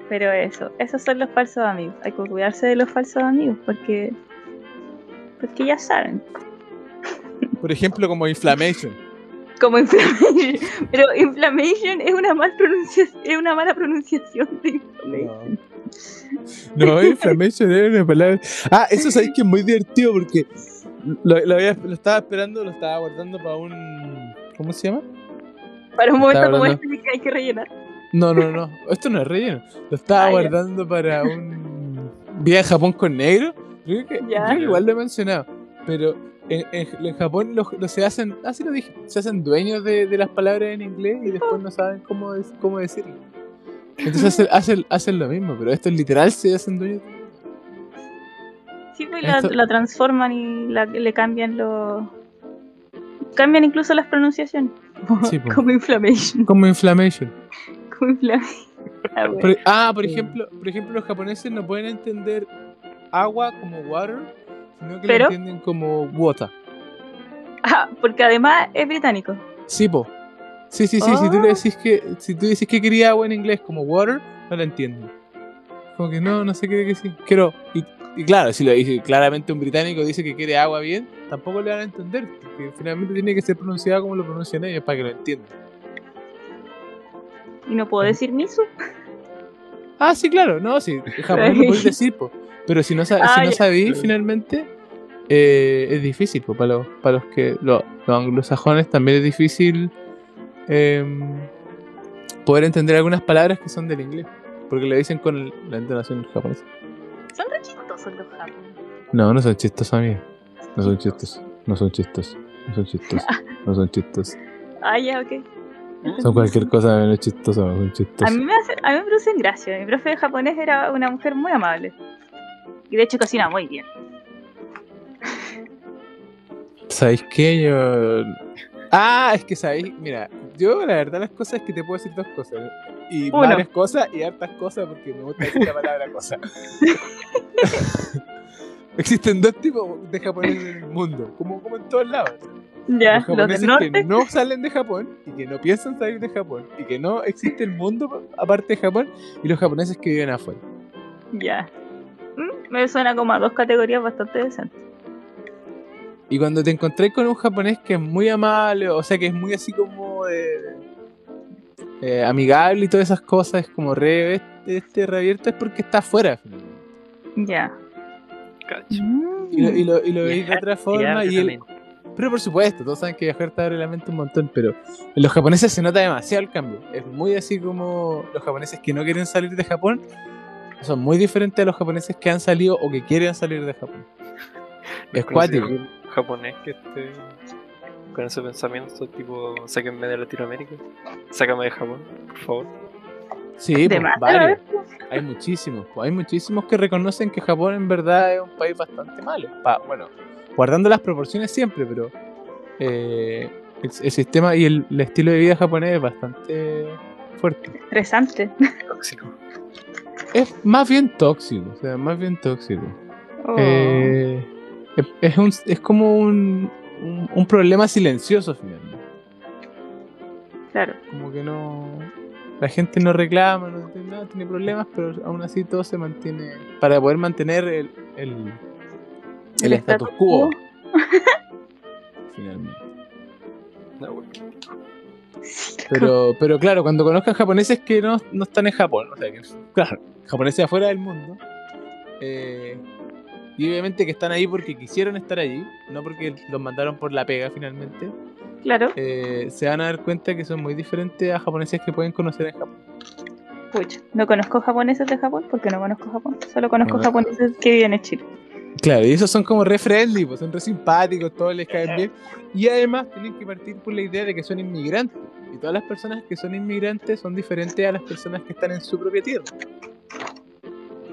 S1: Pero eso, esos son los falsos amigos. Hay que cuidarse de los falsos amigos porque. Porque ya saben.
S3: Por ejemplo, como inflammation.
S1: Como inflammation. Pero inflammation es una, mal pronuncia- es una mala pronunciación de inflammation.
S3: No. No, inflammation era una palabra. Ah, eso sabéis que es muy divertido porque lo, lo había- lo estaba esperando, lo estaba guardando para un. ¿Cómo se llama?
S1: Para un momento
S3: Estaba
S1: como
S3: hablando-
S1: este que hay que rellenar.
S3: No, no, no. Esto no es relleno. Lo estaba
S1: Ah, ya.
S3: guardando para un viaje a Japón con negro. Creo que,
S1: Ya.
S3: creo que igual lo he mencionado. Pero en, en- en Japón los, los se hacen, así lo dije, se hacen dueños de, de las palabras en inglés y después no saben cómo, dec- cómo decirlo. Entonces hacen, hacen, hacen lo mismo, pero esto literal se hacen dueños.
S1: Sí, pues la,
S3: Esto-
S1: la transforman y la- le cambian los. Cambian incluso las pronunciaciones.
S3: Sí,
S4: pues.
S3: po.
S1: como inflammation.
S3: Como inflammation.
S1: Como inflammation. Ah, bueno.
S3: Por- ah, por
S4: Sí.
S3: ejemplo, por ejemplo, los japoneses no pueden entender agua como water, sino que
S1: Pero-
S3: lo entienden como water.
S1: Ah, porque además es británico.
S3: Sí, po. Sí, sí, sí. Si tú le
S1: Ah.
S3: decís que, si tú dices que quería agua en inglés como water, no la entienden. Como que no, no sé qué decir. Quiero. Y, y claro, si lo dice claramente un británico dice que quiere agua bien, tampoco le van a entender. Porque finalmente tiene que ser pronunciada como lo pronuncian ellos para que lo entiendan.
S1: Y no puedo decir miso.
S3: Ah, sí, claro. No, sí. En japonés lo puedes decir, po. Pero si no, sa-
S1: Ah,
S3: si no
S1: ya.
S3: sabí, finalmente. eh, es difícil, po, para los, para los que lo- los anglosajones también es difícil em, poder entender algunas palabras que son del inglés, porque le dicen con el- la entonación japonesa.
S1: Son re chistosos los japoneses.
S4: No, no son chistos, amigo. No son chistos. No son chistos. No son chistos. No son chistos.
S1: Ah, ya, ok.
S4: Son cualquier cosa menos chistoso. No son chistos.
S1: A mí, me hace, a mí me producen gracia. Mi profe de japonés era una mujer muy amable. Y de hecho cocina muy bien.
S4: ¿Sabéis qué? Yo.
S3: Ah, es que sabéis, mira, yo la verdad las cosas es que te puedo decir dos cosas, y
S1: Uno.
S3: varias cosas y hartas cosas porque me gusta decir la palabra cosa. Existen dos tipos de japoneses en el mundo, como, como en todos lados.
S1: Ya,
S3: los
S1: los del
S3: japoneses
S1: norte.
S3: que no salen de Japón y que no piensan salir de Japón y que no existe el mundo pa- aparte de Japón y los japoneses que viven afuera.
S1: Ya. Mm, Me suena como a dos categorías bastante decentes.
S3: Y cuando te encontré con un japonés que es muy amable, o sea, que es muy así como de, eh, amigable y todas esas cosas, es como re, este, este reabierto es porque está afuera. finalmente.
S1: Ya.
S2: Cacho.
S3: Y lo, y lo- y lo veis de
S2: Viajar
S3: otra
S2: te
S3: forma.
S2: abre
S3: Y
S2: la
S3: él,
S2: mente.
S3: pero por supuesto, todos saben que viajar te abre la mente un montón, pero en los japoneses se nota demasiado el cambio. Es muy así como los japoneses que no quieren salir de Japón son muy diferentes a los japoneses que han salido o que quieren salir de Japón. Es
S2: Conocí
S3: cuático.
S2: un japonés que
S3: este-
S2: esté con ese pensamiento tipo, sáquenme de Latinoamérica, sácame de Japón, por favor.
S3: Sí,
S1: De
S3: pues,
S1: más,
S3: varios.
S1: ¿no?
S3: hay muchísimos, po, hay muchísimos que reconocen que Japón en verdad es un país bastante malo. Pa- bueno, guardando las proporciones siempre, pero eh, el, el sistema y el, el estilo de vida japonés es bastante fuerte.
S1: Interesante.
S2: Tóxico.
S3: Es más bien tóxico, o sea, más bien tóxico.
S1: Oh.
S3: Eh, es- es, un- es como un, un, un problema silencioso finalmente.
S1: Oh, Claro.
S3: Como que no. La gente no reclama, no tiene, nada, tiene problemas, pero aún así todo se mantiene. Para poder mantener el, el, el status quo. Finalmente.
S2: No, bueno.
S3: Pero, pero claro, cuando conozcan japoneses que no, no están en Japón, o sea, que, claro, japoneses de afuera del mundo, eh, y obviamente que están ahí porque quisieron estar allí, no porque los mandaron por la pega finalmente,
S1: Claro.
S3: eh, se van a dar cuenta que son muy diferentes a japoneses que pueden conocer en Japón.
S1: Pucha, no conozco japoneses de Japón porque no conozco Japón. Solo conozco
S3: No.
S1: japoneses que viven en Chile.
S3: Claro, y esos son como re friendly, pues, son re simpáticos, todos les caen bien, y además tienen que partir por la idea de que son inmigrantes, y todas las personas que son inmigrantes son diferentes a las personas que están en su propia tierra.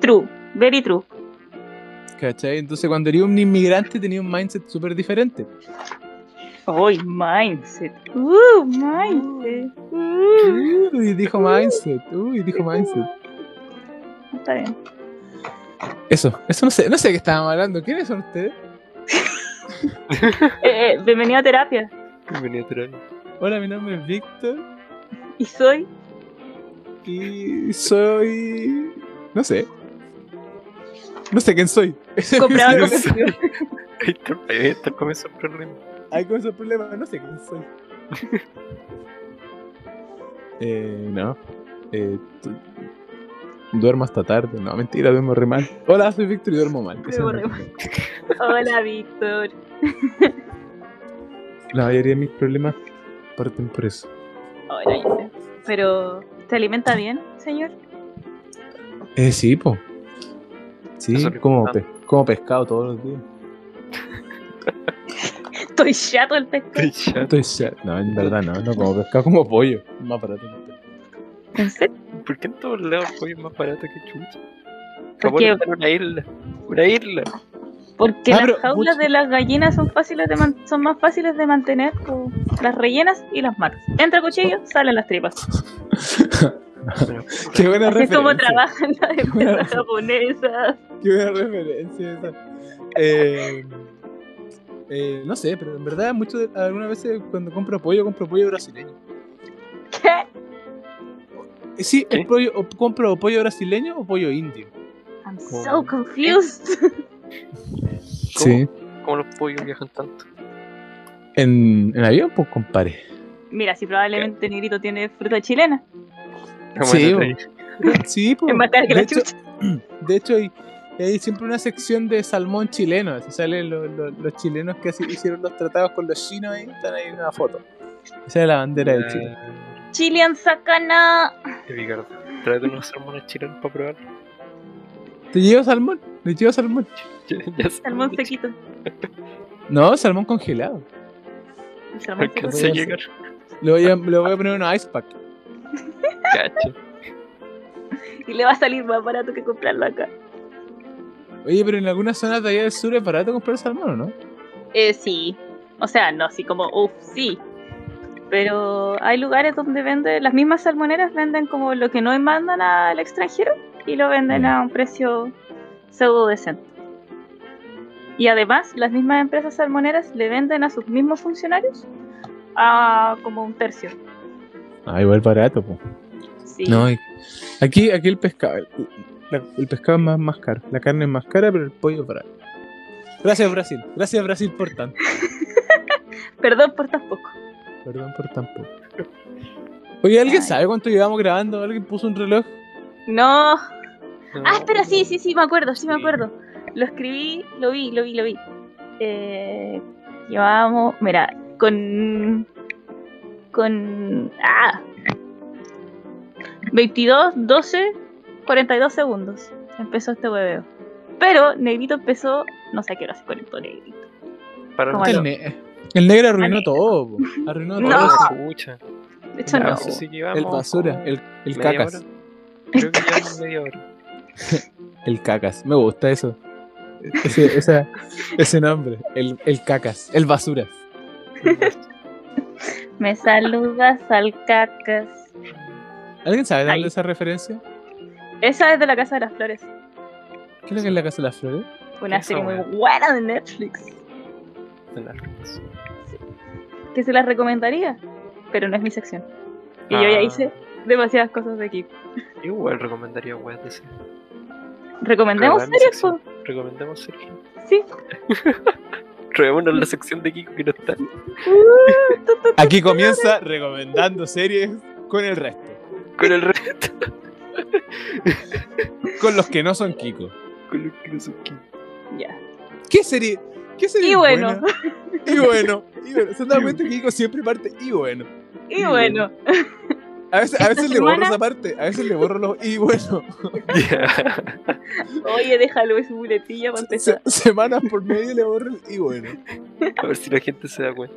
S1: True, very true.
S3: ¿Cachai? Entonces cuando eres un inmigrante tenía un mindset súper diferente.
S1: ¡Ay, mindset! ¡Uh, mindset! ¡Uh!
S3: Uy, dijo mindset. Uy, dijo mindset.
S1: Está bien.
S3: Eso, eso no sé, no sé de qué estábamos hablando. ¿Quiénes son ustedes?
S1: Eh, eh, bienvenido a terapia.
S2: Bienvenido a Terapia.
S3: Hola, mi nombre es Víctor
S1: Y soy.
S3: y soy... No sé. No sé quién soy.
S1: Compraba
S2: Sí, sí. Ahí está, ahí está, comienza el problema.
S3: Hay con esos problemas, no sé quién soy. eh, no. Eh, tu- Duermo hasta tarde. No, mentira, duermo re mal. Hola, soy Víctor y duermo mal. Ese
S1: Duermo
S3: es
S1: re
S3: mi-
S1: Hola, Víctor.
S3: La mayoría de mis problemas parten por eso.
S1: Hola, Isa. Pero, ¿se alimenta bien, señor?
S3: Eh, sí, po. Sí,
S2: Eso es lo
S3: como, pe- como pescado todos los días.
S1: Estoy chato el pescado.
S2: Estoy chato.
S3: Esto es ya- No, en verdad no, no como pescado, como pollo. Más barato.
S1: ¿En serio?
S2: ¿Por qué en todos lados el pollo es más barato que chucha?
S1: ¿Por
S2: Japón
S1: qué?
S2: está en una isla. Una isla.
S1: Porque
S3: Ah,
S1: las
S3: pero
S1: jaulas
S3: mucho-
S1: de las gallinas son fáciles de man- son más fáciles de mantener. po. Las rellenas y las matas. Entra
S3: Oh.
S1: cuchillo, salen las tripas.
S3: Qué buena
S1: Así es como
S3: referencia.
S1: trabajan las empresas japonesas.
S3: Qué buena referencia esa. Eh, eh, no sé, pero en verdad mucho de- algunas veces cuando compro pollo, compro pollo brasileño.
S1: ¿Qué?
S3: Eh, sí,
S2: ¿Qué?
S3: el pollo, o compro pollo brasileño o pollo indio.
S1: I'm so confused.
S2: Sí. ¿Cómo los pollos viajan tanto?
S3: En, en avión, pues compare.
S1: Mira, si probablemente Negrito tiene fruta chilena.
S3: Sí,
S2: Bueno,
S3: Sí, pues.
S1: Es más cara que
S3: de
S1: la
S3: hecho-
S1: chucha.
S3: De hecho, hay, hay siempre una sección de salmón chileno. así salen lo- lo- los chilenos que así hicieron los tratados con los chinos ahí. Están ahí en una foto. Esa es la bandera de Chile.
S2: eh,
S1: Chilean Sacana.
S2: Qué picardo. Tráete unos salmones chilenos para probar.
S3: ¿Te llevo salmón? ¿Te llevo salmón?
S2: Ya- ya sé.
S1: Salmón sequito.
S3: No, salmón congelado.
S1: El salmón seco.
S2: Alcancé a llegar.
S3: Lo voy a, lo voy a poner en un ice pack.
S2: Cacho.
S1: Y le va a salir más barato que comprarlo acá.
S3: Oye, pero en algunas zonas de allá del sur es barato comprar salmón, ¿o no?
S1: Eh, sí. O sea, no, así como, uff, sí. Pero hay lugares donde venden, las mismas salmoneras venden como lo que no mandan al extranjero y lo venden
S3: Ya.
S1: a un precio pseudo decente. Y además, las mismas empresas salmoneras le venden a sus mismos funcionarios a como un tercio.
S3: Ah, igual barato, pues.
S1: Sí.
S3: No, y- aquí, aquí el pescado. El, la- el pescado es más, más caro. La carne es más cara, pero el pollo es barato. Gracias, Brasil. Gracias, Brasil, por tanto.
S1: Perdón por tampoco.
S3: Perdón por tampoco. Oye, ¿alguien
S1: Ay.
S3: sabe cuánto llevamos grabando? ¿Alguien puso un reloj?
S1: No. Ah, espera,
S2: pero
S1: sí, sí, sí, me acuerdo, sí me
S2: Sí.
S1: acuerdo. Lo escribí, lo vi, lo vi, lo vi. Eh, llevábamos, mira, con... Con... Ah. 22, 12, 42 segundos. Empezó este hueveo. Pero Negrito empezó, no sé a qué hora se conectó Negrito.
S2: Para
S1: ¿Cómo
S3: El,
S2: no.
S3: Este ne- el negro arruinó
S1: Vale.
S3: todo. po. Arruinó
S1: No.
S3: todo.
S2: Escucha.
S1: De hecho,
S3: Ya,
S1: no.
S3: sí,
S2: sé si llevamos
S3: El basura,
S2: como
S3: el, el
S2: media
S3: cacas.
S2: hora. Creo que llevamos media hora.
S3: El cacas. Me gusta eso. Ese, esa- ese nombre. El, el cacas. El basura.
S1: Me saludas al cacas.
S3: ¿Alguien sabe de
S1: Ahí.
S3: dónde esa referencia?
S1: Esa es de la Casa de las Flores.
S3: ¿Qué es lo que es la Casa de las Flores?
S1: Una
S2: Esa
S1: serie muy
S2: wea.
S1: buena de Netflix.
S2: de Netflix.
S1: Que se las recomendaría. Pero no es mi sección. Y yo ya
S2: Ah,
S1: hice demasiadas cosas de aquí.
S2: yo Igual recomendaría weas de serie.
S1: ¿Recomendemos
S2: Revelar mi
S1: series?
S2: sección.
S1: po?
S2: Recomendemos serie.
S1: Sí.
S2: Probémonos la sección de Kiko que no está.
S1: Uh, tu, tu, tu.
S3: Aquí comienza recomendando series con el resto.
S2: Con el resto.
S3: Con los que no son Kiko.
S2: Con los que no son Kiko.
S1: ya.
S3: ¿Qué serie? ¿Qué serie?
S1: Y
S3: es
S1: bueno.
S3: buena? Y bueno. Y bueno. ¿Se han dado
S2: Y
S3: cuenta que Kiko siempre parte y bueno?
S1: Y bueno,
S3: A veces, a
S1: Esta
S3: veces le borro
S1: semana-
S3: esa parte. A veces le borro los y bueno.
S2: Ya.
S1: oye, déjalo, es buletilla para empezar.
S3: Se- semanas por medio le borro el y bueno.
S2: A ver si la gente se da cuenta.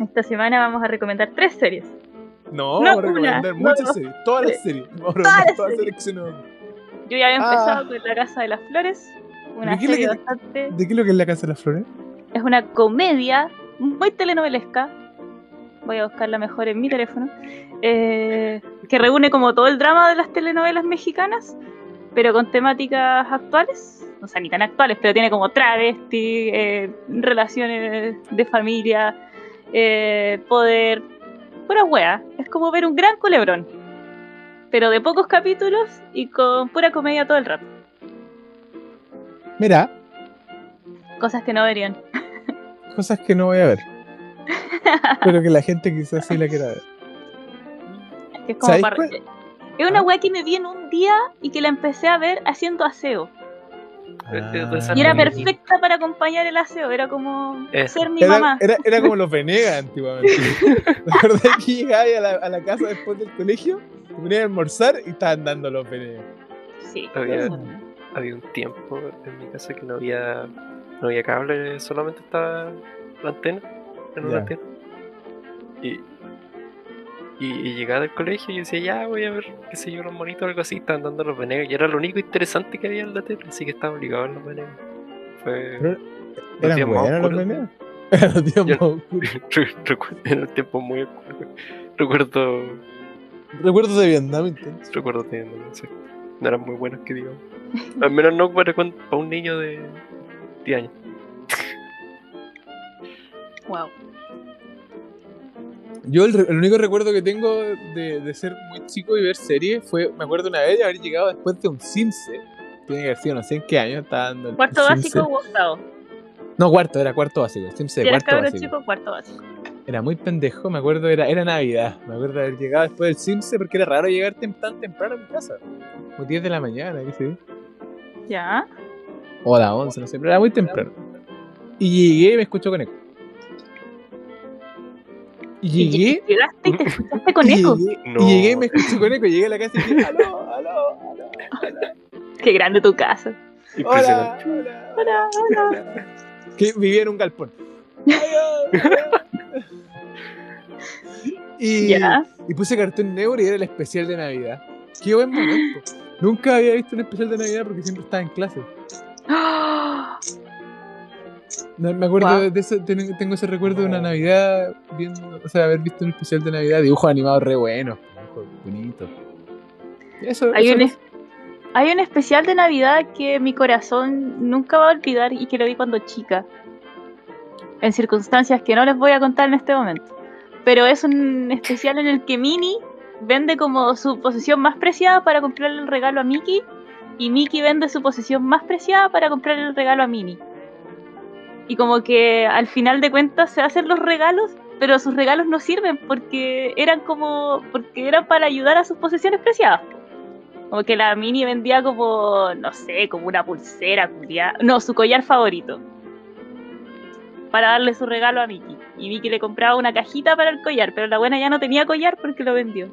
S1: Esta semana vamos a recomendar tres series.
S3: No,
S1: No,
S3: vamos a recomendar
S1: una,
S3: muchas
S1: no.
S3: series. Todas las
S1: Sí.
S3: series. Vamos a recomendar
S1: las
S3: todas las
S1: series.
S3: series que se nos-
S1: Yo ya había
S3: Ah.
S1: empezado con La Casa de las Flores, una
S3: ¿De qué le-
S1: serie bastante...
S3: ¿De qué es lo que es la Casa de las Flores?
S1: Es una comedia muy telenovelesca. Voy a buscarla mejor en mi teléfono. eh, que reúne como todo el drama de las telenovelas mexicanas, pero con temáticas actuales. O sea, ni tan actuales, pero tiene como travesti, eh, relaciones de familia, eh, poder. Pura wea. Es como ver un gran culebrón. Pero de pocos capítulos y con pura comedia todo el rato.
S3: Mira,
S1: Cosas que no verían.
S3: cosas que no voy a ver. Pero que la gente quizás sí la quiera ver.
S1: Que es como
S3: ¿Sabéis
S1: para-
S3: cuál?
S1: Es una
S3: Ah.
S1: weá que me vi en un día y que la empecé a ver haciendo aseo.
S2: Ah,
S1: Y era
S2: ya.
S1: perfecta para acompañar el aseo, era como
S3: Eh,
S2: Eso.
S1: ser mi
S3: Era,
S1: mamá.
S3: era, era como los Venegas antiguamente. La verdad es que llegabas a la, a la casa después del colegio, te ponías a almorzar y estaban dando los Venegas.
S1: Sí.
S2: Había, había un tiempo en mi casa que no había, no había cable, solamente estaba la antena en una
S3: Ya.
S2: antena. Y, y, y llegaba del colegio y decía, ya voy a ver, qué sé yo, los monitos o algo así, estaban dando los venegas. Y era lo único interesante que había en la tele, así que estaba obligado a ver los venegas. Fue
S3: Pero
S2: los
S3: ¿Eran
S2: días más
S3: buenos los
S2: oscuros.
S3: Venegas? Eran los días
S2: Yo-
S3: más oscuros.
S2: Re- recuerdo- Era un tiempo muy oscuro. Recuerdo,
S3: Recuerdos de Vietnam intensos.
S2: recuerdo teniendo, no sé, no eran muy buenos que digamos. Al menos no para, cuan- para un niño de 10 años.
S1: Wow.
S3: Yo el, re- el único recuerdo que tengo de, de ser muy chico y ver series fue, me acuerdo una vez de haber llegado después de un CIMSE. Tiene que haber sido no sé en qué año, estaba dando el
S1: Cuarto
S3: CIMSE.
S1: básico u octavo.
S3: No, cuarto, era cuarto básico. CIMSE,
S1: Si eras
S3: cuarto
S1: cabro
S3: básico.
S1: chico, cuarto básico.
S3: Era muy pendejo, me acuerdo, era, era Navidad. Me acuerdo de haber llegado después del CIMSE porque era raro llegar tem- tan temprano a mi casa. Como 10 de la mañana, qué sé yo.
S1: Ya.
S3: O a las 11, no sé, pero era muy temprano. Y llegué y me escuchó con eco. Y
S1: Y
S3: llegué
S1: lleg- Llegaste y te escuchaste con eco.
S3: Y llegué,
S2: No.
S3: y llegué y me escuché con eco, llegué a la casa y dije, aló, aló, aló,
S1: Qué grande tu casa.
S2: Impresionante.
S3: hola, hola,
S1: Hola, hola.
S3: Que vivía en un galpón. Aló, aló. y,
S1: Ya.
S3: y puse cartón negro y era el especial de Navidad. Qué buen momento. Nunca había visto un especial de Navidad porque siempre estaba en clase.
S1: ¡Ah!
S3: No, Me acuerdo
S1: Guau.
S3: de eso, ten- tengo ese recuerdo de una
S2: No.
S3: Navidad, viendo, o sea, haber visto un especial de Navidad, dibujos animados re buenos, dibujos bonitos. Eso,
S1: Hay
S3: eso-
S1: un, es- hay un especial de Navidad que mi corazón nunca va a olvidar y que lo vi cuando chica. En circunstancias que no les voy a contar en este momento. Pero es un especial en el que Minnie vende como su posesión más preciada para comprarle el regalo a Mickey. Y Mickey vende su posesión más preciada para comprarle el regalo a Minnie. Y como que al final de cuentas se hacen los regalos, pero sus regalos no sirven porque eran como. porque eran para ayudar a sus posesiones preciadas. Como que la mini vendía como, no sé, como una pulsera, culiá- no, su collar favorito. Para darle su regalo a Mickey. Y Mickey le compraba una cajita para el collar, pero la buena ya no tenía collar porque lo vendió.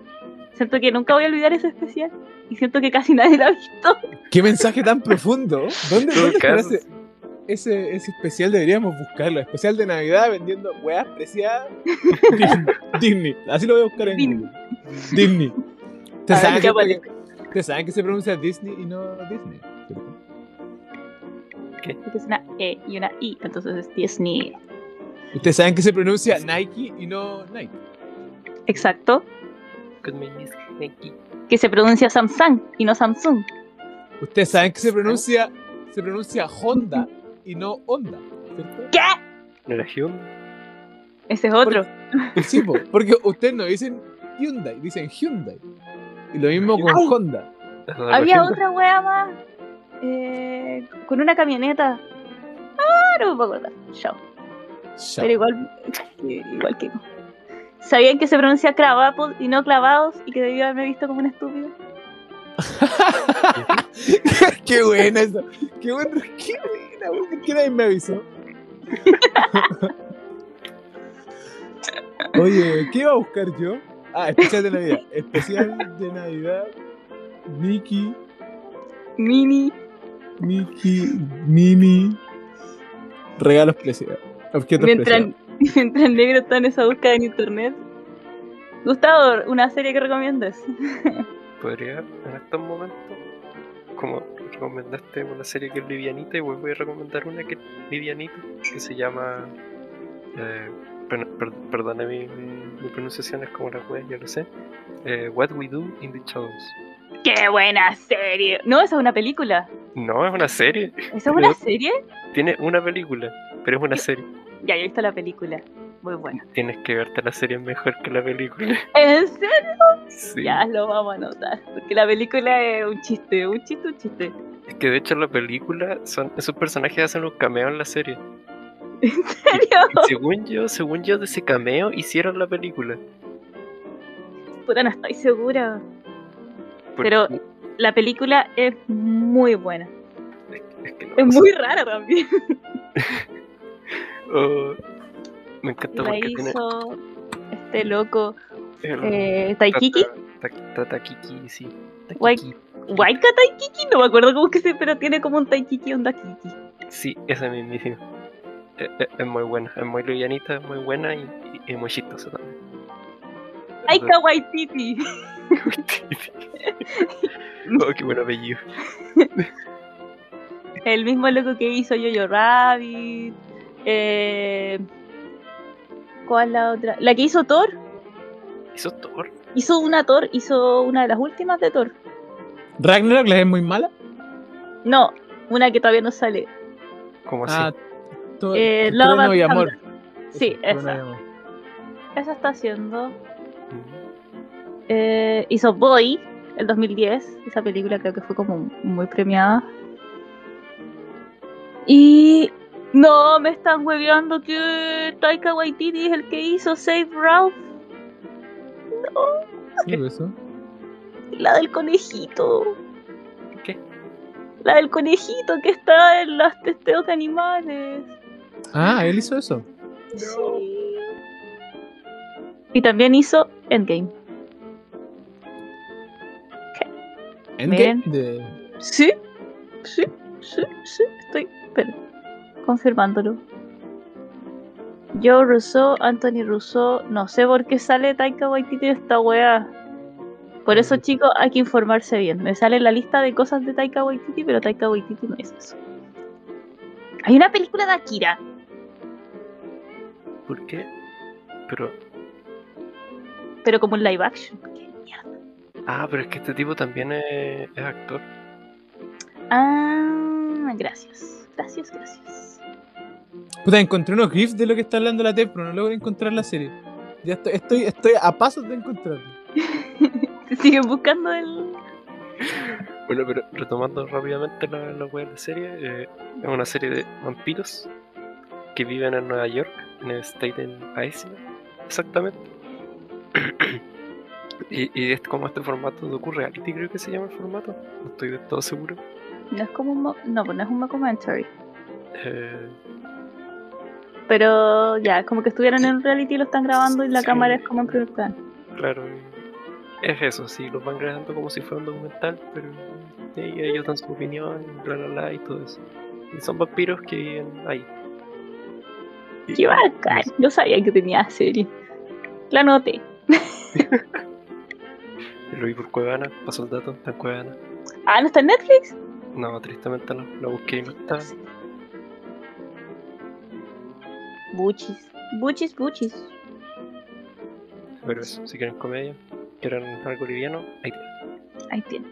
S1: Siento que nunca voy a olvidar ese especial. Y siento que casi nadie lo ha visto.
S3: Qué mensaje tan profundo. ¿Dónde,
S2: Todo
S3: dónde estará
S2: caso,
S3: ese, ese, ese especial? Deberíamos buscarlo. Especial de Navidad vendiendo weas preciadas. Disney. Disney. Así lo voy a buscar en
S1: Disney.
S3: Google. Disney.
S1: A
S3: ¿Te
S1: ver
S3: saben,
S1: qué
S3: que,
S1: aparece.
S3: te saben que se pronuncia Disney y no Disney. ¿cierto?
S1: Porque es una E y una I, entonces es Disney.
S3: Ustedes saben que se pronuncia Nike y no Nike.
S1: Exacto.
S2: Con mi mis- aquí.
S1: Que se pronuncia Samsung y no Samsung.
S3: Ustedes saben que se pronuncia se pronuncia Honda y no Honda, ¿cierto?
S1: ¿Qué?
S2: ¿No era Hyundai?
S1: Ese es otro.
S3: Sí, po, porque ustedes no dicen Hyundai, dicen Hyundai. Y lo mismo con Honda.
S2: Ah,
S1: Había
S2: Hyundai.
S1: otra wea más. eh, con una camioneta. Ah, no me puedo acordar. Chao.
S3: Ya.
S1: Pero igual, igual que no. ¿Sabían que se pronuncia cravapos y no clavados y que debió haberme visto como una estúpida?
S3: qué buena esa. Qué buena, qué buena, weón. ¿Por qué nadie me avisó? Oye, ¿qué iba a buscar yo? Ah, especial de Navidad. Especial de Navidad. Mickey,
S1: Mini.
S3: Mickey, Mini. Regalos preciados. Objetos
S1: Mientras,
S3: preciados.
S1: mientras el negro está en esa búsqueda en internet. Gustavo, una serie que recomiendas.
S2: podría en estos momentos, como recomendaste una serie que es livianita, igual voy a recomendar una que es livianita, que se llama. Eh, per- per- perdone mi, mi- mi pronunciación, es como la wea, ya lo sé. eh, What We Do in the Shadows.
S1: ¡Qué buena serie! No, esa es una película.
S2: No, es una serie,
S1: ¿Esa es una serie?
S2: tiene una película, pero es una serie.
S1: Ya, yo he visto la película. Muy buena.
S2: Tienes que verte la serie mejor que la película.
S1: ¿En serio?
S2: Sí.
S1: Ya lo vamos a anotar. Porque la película es un chiste, un chiste, un chiste.
S2: Es que de hecho en la película son esos personajes hacen un cameo en la serie.
S1: ¿En serio?
S2: Y según yo, según yo de ese cameo hicieron la película.
S1: Puta, no estoy segura.
S2: Porque-
S1: Pero- La película es muy buena.
S2: es que no,
S1: Es
S2: o sea,
S1: muy rara también.
S2: oh, me encanta
S1: La
S2: porque tiene
S1: hizo este loco
S2: el-
S1: eh, Taikiki.
S2: Ta- ta- Takiki, sí.
S1: Guay.
S2: Takiki.
S1: Waika Taikiki, no me acuerdo cómo es que se, pero tiene como un Taikiki onda Kiki.
S2: Sí, esa mismísima. Eh, eh, Es muy buena, es muy livianita, es muy buena y, y- y muy chistosa también.
S1: Taika Waititi.
S2: oh, qué buen apellido.
S1: El mismo loco que hizo Yoyo Rabbit. Eh, ¿Cuál la otra? La que hizo Thor.
S2: Hizo Thor.
S1: Hizo una Thor, hizo una de las últimas de Thor.
S3: ¿Ragnarok les es muy mala?
S1: No, una que todavía no sale.
S2: ¿Cómo así?
S3: Ah, to-
S1: Eh,
S3: Trueno
S1: Love
S3: y
S1: and
S3: amor.
S1: Sí,
S3: Trueno y
S1: esa.
S3: amor.
S1: Esa está haciendo.
S2: Mm.
S1: Eh, hizo Boy, el 2010. Esa película creo que fue como muy premiada. Y. No, me están hueveando que Taika Waititi es el que hizo Save Ralph,
S3: Sí, eso.
S1: la del conejito.
S2: ¿Qué?
S1: La del conejito que está en los testeos de animales.
S3: Ah, él hizo eso.
S1: Sí. Y también hizo Endgame.
S3: Endgame. De...
S1: Sí, sí, sí, sí, estoy. Espera, confirmándolo. Joe Rousseau, Anthony Rousseau, no sé por qué sale Taika Waititi en esta wea. Por eso, chicos, hay que informarse bien. Me sale la lista de cosas de Taika Waititi, pero Taika Waititi no es eso. Hay una película de Akira.
S2: ¿Por qué? Pero.
S1: pero como en live action. Qué mierda.
S2: Ah, pero es que este tipo también es, es actor.
S1: Ah, gracias. Gracias, gracias.
S3: Puta, encontré unos gifs de lo que está hablando la Tep, pero no logro encontrar la serie. Ya estoy, estoy, estoy a pasos de encontrarlo.
S1: Siguen buscando el.
S2: Bueno, pero retomando rápidamente la, la wea de la serie, eh, es una serie de vampiros que viven en Nueva York, en el Staten Island, exactamente. y, y es como este formato de reality creo que se llama el formato, no estoy de todo seguro.
S1: No es como un. mo- No, pues no es un documentary.
S2: Eh,
S1: Pero ya, como que estuvieron en un reality y lo están grabando y la
S2: Sí.
S1: cámara es como en primer plano.
S2: claro, es eso, sí, los van grabando como si fuera un documental, pero y ellos dan su opinión, bla bla bla y todo eso. Y son vampiros que viven ahí. Y-
S1: ¡Qué bacán! Yo sabía que tenía serie. La noté.
S2: Lo vi por Cuevana, pasó el dato, está en Cuevana.
S1: Ah, ¿no está en Netflix?
S2: No, tristemente no, lo busqué y no está.
S1: Buchis. Buchis, buchis.
S2: Pero eso, si quieren comedia, quieren algo liviano, ahí tienen.
S1: Ahí tiene.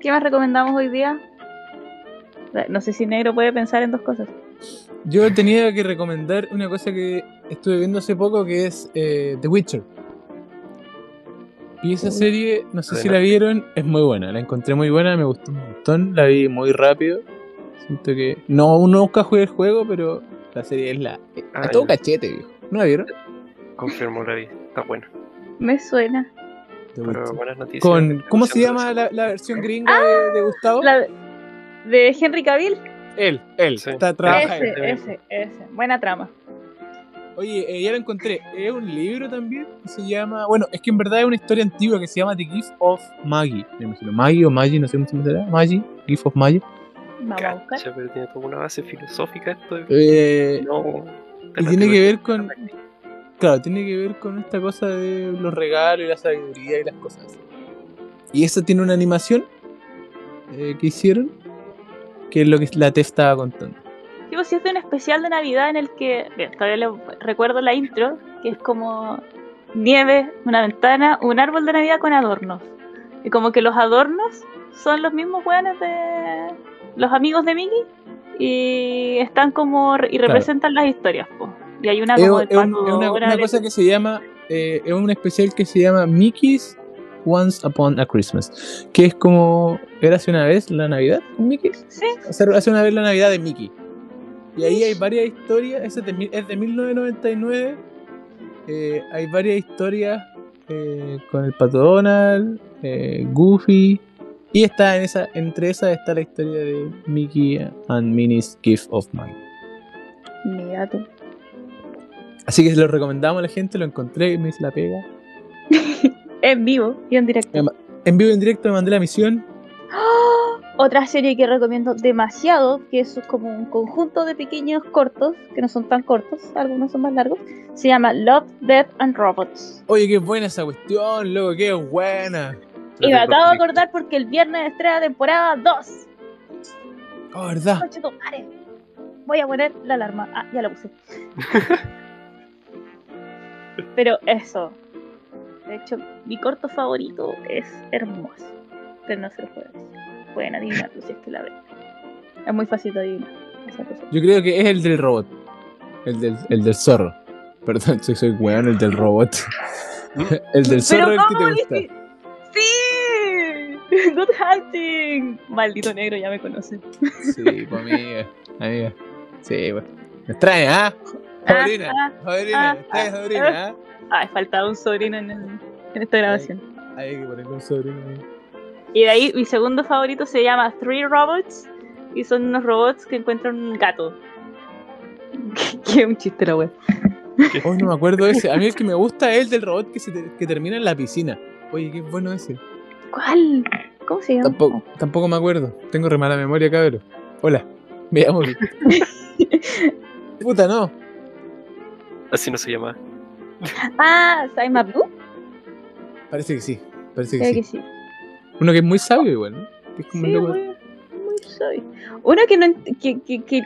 S1: ¿Qué más recomendamos hoy día? No sé si negro puede pensar en dos cosas.
S3: Yo tenía que recomendar una cosa que estuve viendo hace poco que es eh, The Witcher. Y esa serie, no sé si
S2: Buena.
S3: la vieron, es muy buena. La encontré muy buena, me gustó un montón, la vi muy rápido. Siento que. No, uno nunca jugué el juego, pero la serie es la. eh,
S2: Ah,
S3: a todo
S2: ya.
S3: cachete, viejo. ¿No la vieron?
S2: Confirmo la vida. Está buena.
S1: Me suena.
S3: The
S2: Pero
S3: Witcher.
S2: buenas noticias.
S3: Con, ¿Cómo se
S2: Empezando
S3: llama
S2: el
S3: la, la versión gringa de, de Gustavo?
S1: Ah, La de Henry Cavill.
S3: Él, él.
S2: Sí.
S3: Está trabaja
S1: Ese,
S3: él.
S1: ese, ese. Buena trama.
S3: Oye, eh, ya la encontré. Es un libro también que se llama. Bueno, es que en verdad es una historia antigua que se llama The Gift of Maggie. Me imagino. Maggie o Maggie, no sé cómo se será. Maggie, Gift of Maggie.
S1: Vamos a buscar.
S2: Cacha, pero tiene toda una base filosófica esto. de-
S3: Eh,
S2: No.
S3: y tiene que ver con. Claro, tiene que ver con esta cosa de los regalos y la sabiduría y las cosas así. Y eso tiene una animación eh, que hicieron, que es lo que la Tef estaba contando.
S1: Sí, pues, sí, es de un especial de Navidad en el que. Bien, todavía le recuerdo la intro, que es como nieve, una ventana, un árbol de Navidad con adornos. Y como que los adornos son los mismos weones de los amigos de Mickey y están como. y
S3: Claro.
S1: representan las historias, po. Y hay una
S3: es,
S1: como
S3: un- es un- es una, una cosa que se llama eh, es un especial que se llama Mickey's Once Upon a Christmas que es como era hace una vez la Navidad con Mickey
S1: Sí,
S3: hace, hace una vez la Navidad de Mickey y ahí hay varias historias ese es de, mil- es de 1999 eh, hay varias historias eh, con el pato Donald eh, Goofy y está en esa entre esas está la historia de Mickey and Minnie's Gift of Mine
S1: mira tú.
S3: Así que se lo recomendamos a la gente, lo encontré, me hice la pega.
S1: En vivo y en directo.
S3: En vivo y en directo me mandé la misión.
S1: ¡Ah! Otra serie que recomiendo demasiado, que es como un conjunto de pequeños cortos, que no son tan cortos, algunos son más largos, se llama Love, Death and Robots.
S3: Oye, qué buena esa cuestión, loco, qué buena.
S1: Y me acabo de acordar porque el viernes estrena temporada 2.
S3: Oh, verdad.
S1: Conchetumare. Voy a poner la alarma. Ah, ya la puse. Pero eso. De hecho, mi corto favorito es hermoso. Pero no se lo puedo decir. Pueden adivinarlo si es que la ven. Es muy fácil de adivinar. esa cosa.
S3: Yo creo que es el del robot. El del, el del zorro. Perdón, soy, soy weón, el del robot. el del zorro es el que te gusta.
S1: dices? ¡Sí! ¡Good hunting! Maldito negro, ya me conoce.
S3: Sí, pues amiga. Amiga. Sí, pues. Me trae, ¿ah? Sobrina,
S1: Ah,
S3: sobrina,
S1: ah,
S3: me trae
S1: ah,
S3: sobrina, ¿ah?
S1: ah, faltaba un sobrino en, el- en esta grabación.
S3: Hay que ponerle un sobrino ahí.
S1: Y de ahí, mi segundo favorito se llama Three Robots. Y son unos robots que encuentran un gato. Qué un chiste la wea.
S3: Oh, no me acuerdo ese. A mí el que me gusta es el del robot que, se te- que termina en la piscina. Oye, qué bueno ese.
S1: ¿Cuál? ¿Cómo se llama?
S3: Tampoco, tampoco me acuerdo. Tengo re mala memoria, cabrón. Hola, me llamo. Víctor. Puta, no.
S2: Así no se llama.
S1: Ah, Saima Blue.
S3: Parece que sí. Parece que
S1: Creo
S3: sí.
S1: que sí.
S3: Uno que es muy sabio igual, ¿no? Que es como
S1: Sí,
S3: el loco-
S1: muy, muy soy. Uno que, no ent- que, que, que,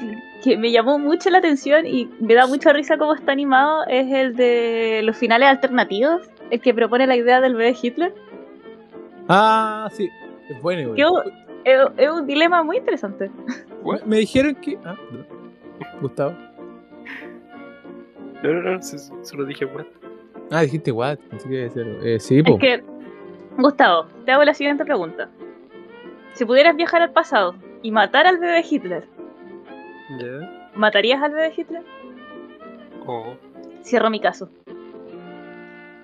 S1: que me llamó mucho la atención y me da mucha risa cómo está animado es el de los finales alternativos, el que propone la idea del bebé Hitler.
S3: Ah, sí. Es bueno igual.
S1: Que es un- es, es un dilema muy interesante.
S3: Me- Me dijeron que. Ah, perdón. Gustavo.
S2: No, no, no, se, se lo dije bueno.
S3: Ah, dijiste what. Así que iba a decir algo. Eh, sí, po.
S1: Es que, Gustavo, te hago la siguiente pregunta. Si pudieras viajar al pasado y matar al bebé Hitler,
S2: Ya.
S1: ¿matarías al bebé Hitler?
S2: Oh.
S1: Cierro mi caso.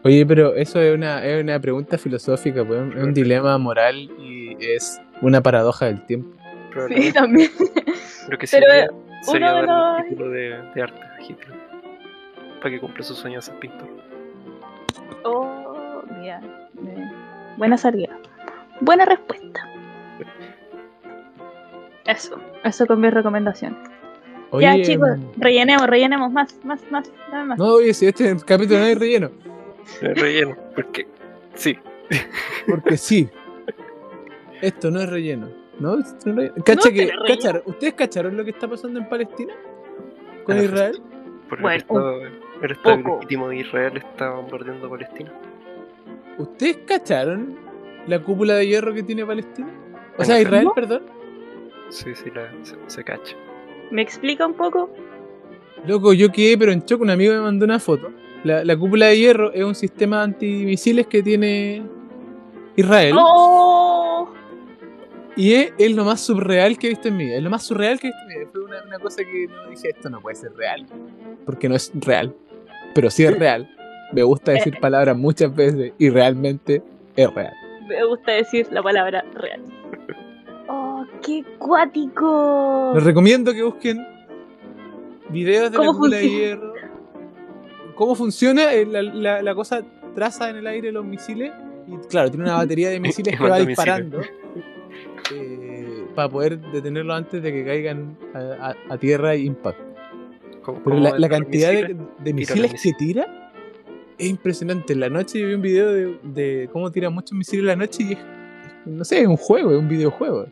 S3: Oye, pero eso es una, es una pregunta filosófica, pues, es un dilema moral y es una paradoja del tiempo.
S2: probablemente.
S1: Sí, también.
S2: Lo que
S1: Pero,
S2: sería,
S1: eh,
S2: sería
S1: uno
S2: darle
S1: de
S2: un
S1: los-
S2: título de, de arte a Hitler. Para que cumpla sus sueños de ser pintor.
S1: Oh, mira. eh, Buena salida. Buena respuesta. Eso, eso con mis recomendaciones. ya,
S3: Oye,
S1: chicos,
S3: em,
S1: rellenemos, rellenemos más, más, más, dame más.
S3: No, oye, si este capítulo no hay relleno.
S2: Me relleno. Porque. Sí.
S3: Porque sí. Esto no es relleno. ¿No? Esto no es relleno. Cacha
S1: No,
S3: que-
S1: pero relleno.
S3: cachar- ¿Ustedes cacharon lo que está pasando en Palestina? ¿Con
S2: Bueno,
S3: Israel?
S2: Por
S1: Bueno,
S2: el Estado, el estado
S1: poco.
S2: legítimo de Israel está bombardeando Palestina.
S3: ¿Ustedes cacharon la cúpula de hierro que tiene Palestina? O
S2: Bueno,
S3: sea, Israel,
S1: ¿no?
S3: perdón.
S2: Sí, sí, la, se, se cacha.
S1: ¿Me explica un poco?
S3: Loco, yo quedé, pero en shock, un amigo me mandó una foto. La, la cúpula de hierro es un sistema antimisiles que tiene Israel.
S1: ¡Oh!
S3: Y es, es lo más surreal que he visto en mi vida. Es lo más surreal que he visto en mi vida. Fue una, una cosa que no dije, esto no puede ser real. Porque no es real. Pero sí es real. Me gusta decir palabras muchas veces y realmente es real.
S1: Me gusta decir la palabra real. ¡Oh, qué cuático!
S3: Les recomiendo que busquen videos de la
S1: Oh. ¿Cómo
S3: cúpula de
S1: funciona?
S3: hierro. Cómo funciona eh, la, la- la cosa traza en el aire los misiles. Y claro, tiene una batería de misiles que va
S2: Manda misiles.
S3: disparando. eh, para poder detenerlo antes de que caigan a, a- a tierra y impacto.
S2: ¿Cómo-
S3: Pero
S2: cómo
S3: la, la
S2: entran
S3: cantidad de-
S2: misiles?
S3: de, misiles que
S2: misiles.
S3: tira es impresionante. En la noche yo vi un video de, de cómo tira muchos misiles en la noche y es, no sé, es un juego, es un videojuego.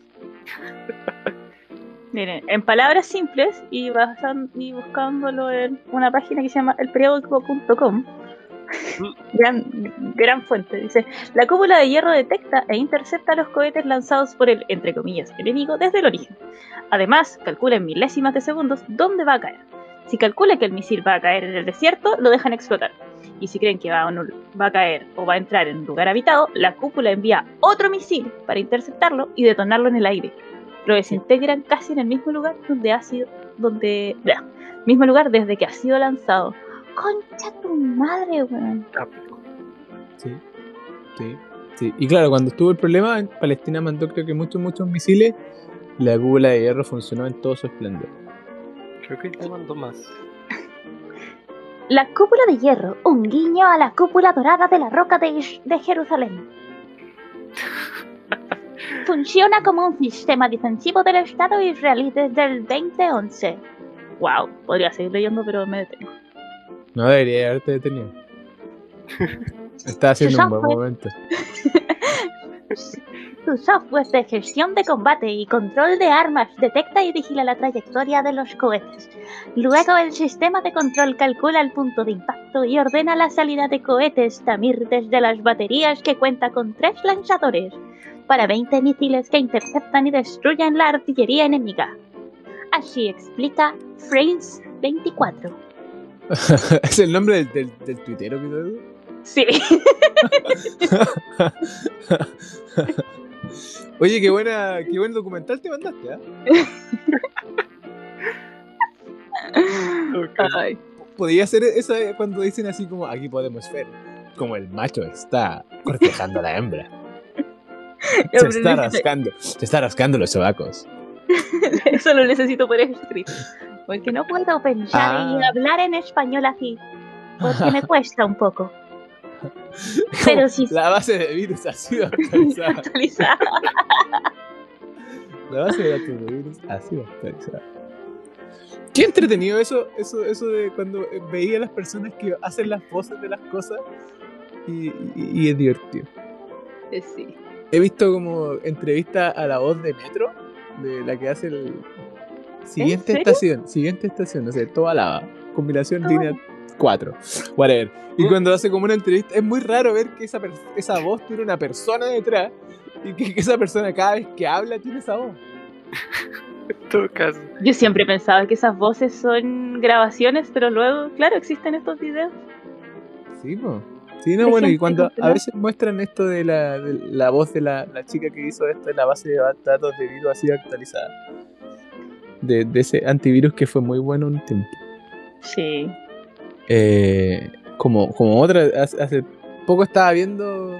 S1: Miren, en palabras simples y, basan- y buscándolo en una página que se llama elperiódico.com. Gran, gran fuente, dice, la cúpula de hierro detecta e intercepta los cohetes lanzados por el, entre comillas, enemigo desde el origen. Además, calcula en milésimas de segundos dónde va a caer. Si calcula que el misil va a caer en el desierto, lo dejan explotar. Y si creen que va a, un- va a caer o va a entrar en un lugar habitado, la cúpula envía otro misil para interceptarlo y detonarlo en el aire lo desintegran casi en el mismo lugar donde ha sido donde bla, mismo lugar desde que ha sido lanzado concha tu madre weón
S2: Ah, pico.
S3: Sí, sí, sí. Y claro, cuando estuvo el problema, en Palestina mandó creo que muchos, muchos misiles. La cúpula de hierro funcionó en todo su esplendor.
S2: Creo que te mando más.
S1: la cúpula de hierro un guiño a la cúpula dorada de la roca de, Ish- de Jerusalén funciona como un sistema defensivo del estado israelí desde el 2011 wow podría seguir leyendo pero me detengo
S3: No debería haberte detenido. Está haciendo un buen momento.
S1: Su software de gestión de combate y control de armas detecta y vigila la trayectoria de los cohetes. Luego el sistema de control calcula el punto de impacto y ordena la salida de cohetes Tamir desde las baterías que cuenta con tres lanzadores para 20 misiles que interceptan y destruyen la artillería enemiga. Así explica Frames 24.
S3: ¿Es el nombre del, del, del tuitero que te digo?
S1: Sí.
S3: Oye, qué buena, qué buen documental te mandaste, ¿ah?
S1: Ah. Ay.
S3: Podría ser eso de cuando dicen así como aquí podemos ver como el macho está cortejando a la hembra. Se está rascando, se está rascando los sobacos.
S1: Eso lo necesito por escrito. Porque no puedo pensar y
S3: Ah.
S1: hablar en español así. Porque me cuesta un poco. Pero si
S3: La base de virus ha sido
S1: estoy
S3: actualizada.
S1: actualizada.
S3: La base de datos de virus ha sido actualizada. Qué entretenido eso, eso, eso de cuando eh, veía a las personas que hacen las voces de las cosas y, y- y es divertido.
S1: Eh, Sí.
S3: He visto como entrevista a la voz de Metro, de la que hace el siguiente
S1: serio?
S3: estación, siguiente estación, no sé, toda la combinación
S1: Toda
S3: línea 4, whatever. Y cuando hace como una entrevista, es muy raro ver que esa, per- esa voz tiene una persona detrás y que, que esa persona cada vez que habla tiene esa voz.
S2: En todo caso.
S1: Yo siempre pensaba que esas voces son grabaciones, pero luego, claro, existen estos videos.
S3: Sí, po. Sí, no,
S1: De
S3: bueno, y
S1: gente
S3: cuando a
S1: cultural.
S3: veces muestran esto de la, de la voz de la, la chica que hizo esto en la base de datos de virus así actualizada. De, de ese antivirus que fue muy bueno un tiempo.
S1: Sí.
S3: Eh, como, como otra, hace, hace poco estaba viendo.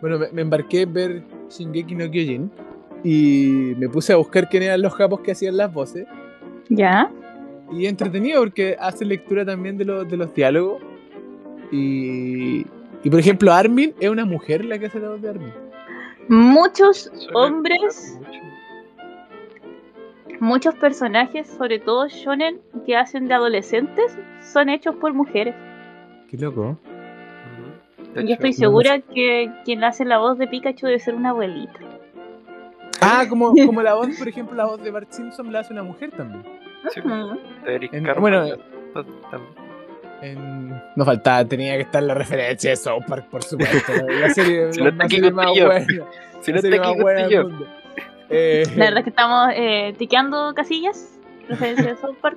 S3: Bueno, me, me embarqué en ver Shingeki no Kyojin y me puse a buscar quién eran los capos que hacían las voces.
S1: ¿Ya?
S3: Y entretenido porque hace lectura también de, los de los diálogos. Y, y por ejemplo, Armin es una mujer la que hace la voz de Armin.
S1: Muchos
S2: suele
S1: hombres,
S2: pasar mucho.
S1: muchos personajes, sobre todo shonen, que hacen de adolescentes, son hechos por mujeres.
S3: Qué loco.
S2: Ujú. De
S1: Yo
S2: hecho,
S1: estoy segura que quien hace la voz de Pikachu debe ser una abuelita.
S3: Ah, como, como la voz, por ejemplo, la voz de Bart Simpson la hace una mujer también.
S2: Sí.
S1: Ujú.
S2: de Eric
S3: En-
S2: Cartman,
S3: bueno,
S2: la-
S3: eh,
S2: la- también.
S3: En- No faltaba, tenía que estar la referencia de South Park, por supuesto. La serie,
S2: Si no
S3: la
S2: está
S3: más,
S2: aquí
S3: serie más
S2: Cotillo.
S3: buena.
S2: Si
S3: la
S2: no
S3: serie
S2: está
S3: más
S2: aquí
S3: buena del
S2: Costillo.
S3: mundo.
S5: Eh,
S1: La verdad es que estamos eh, tiqueando casillas. Referencia de South Park.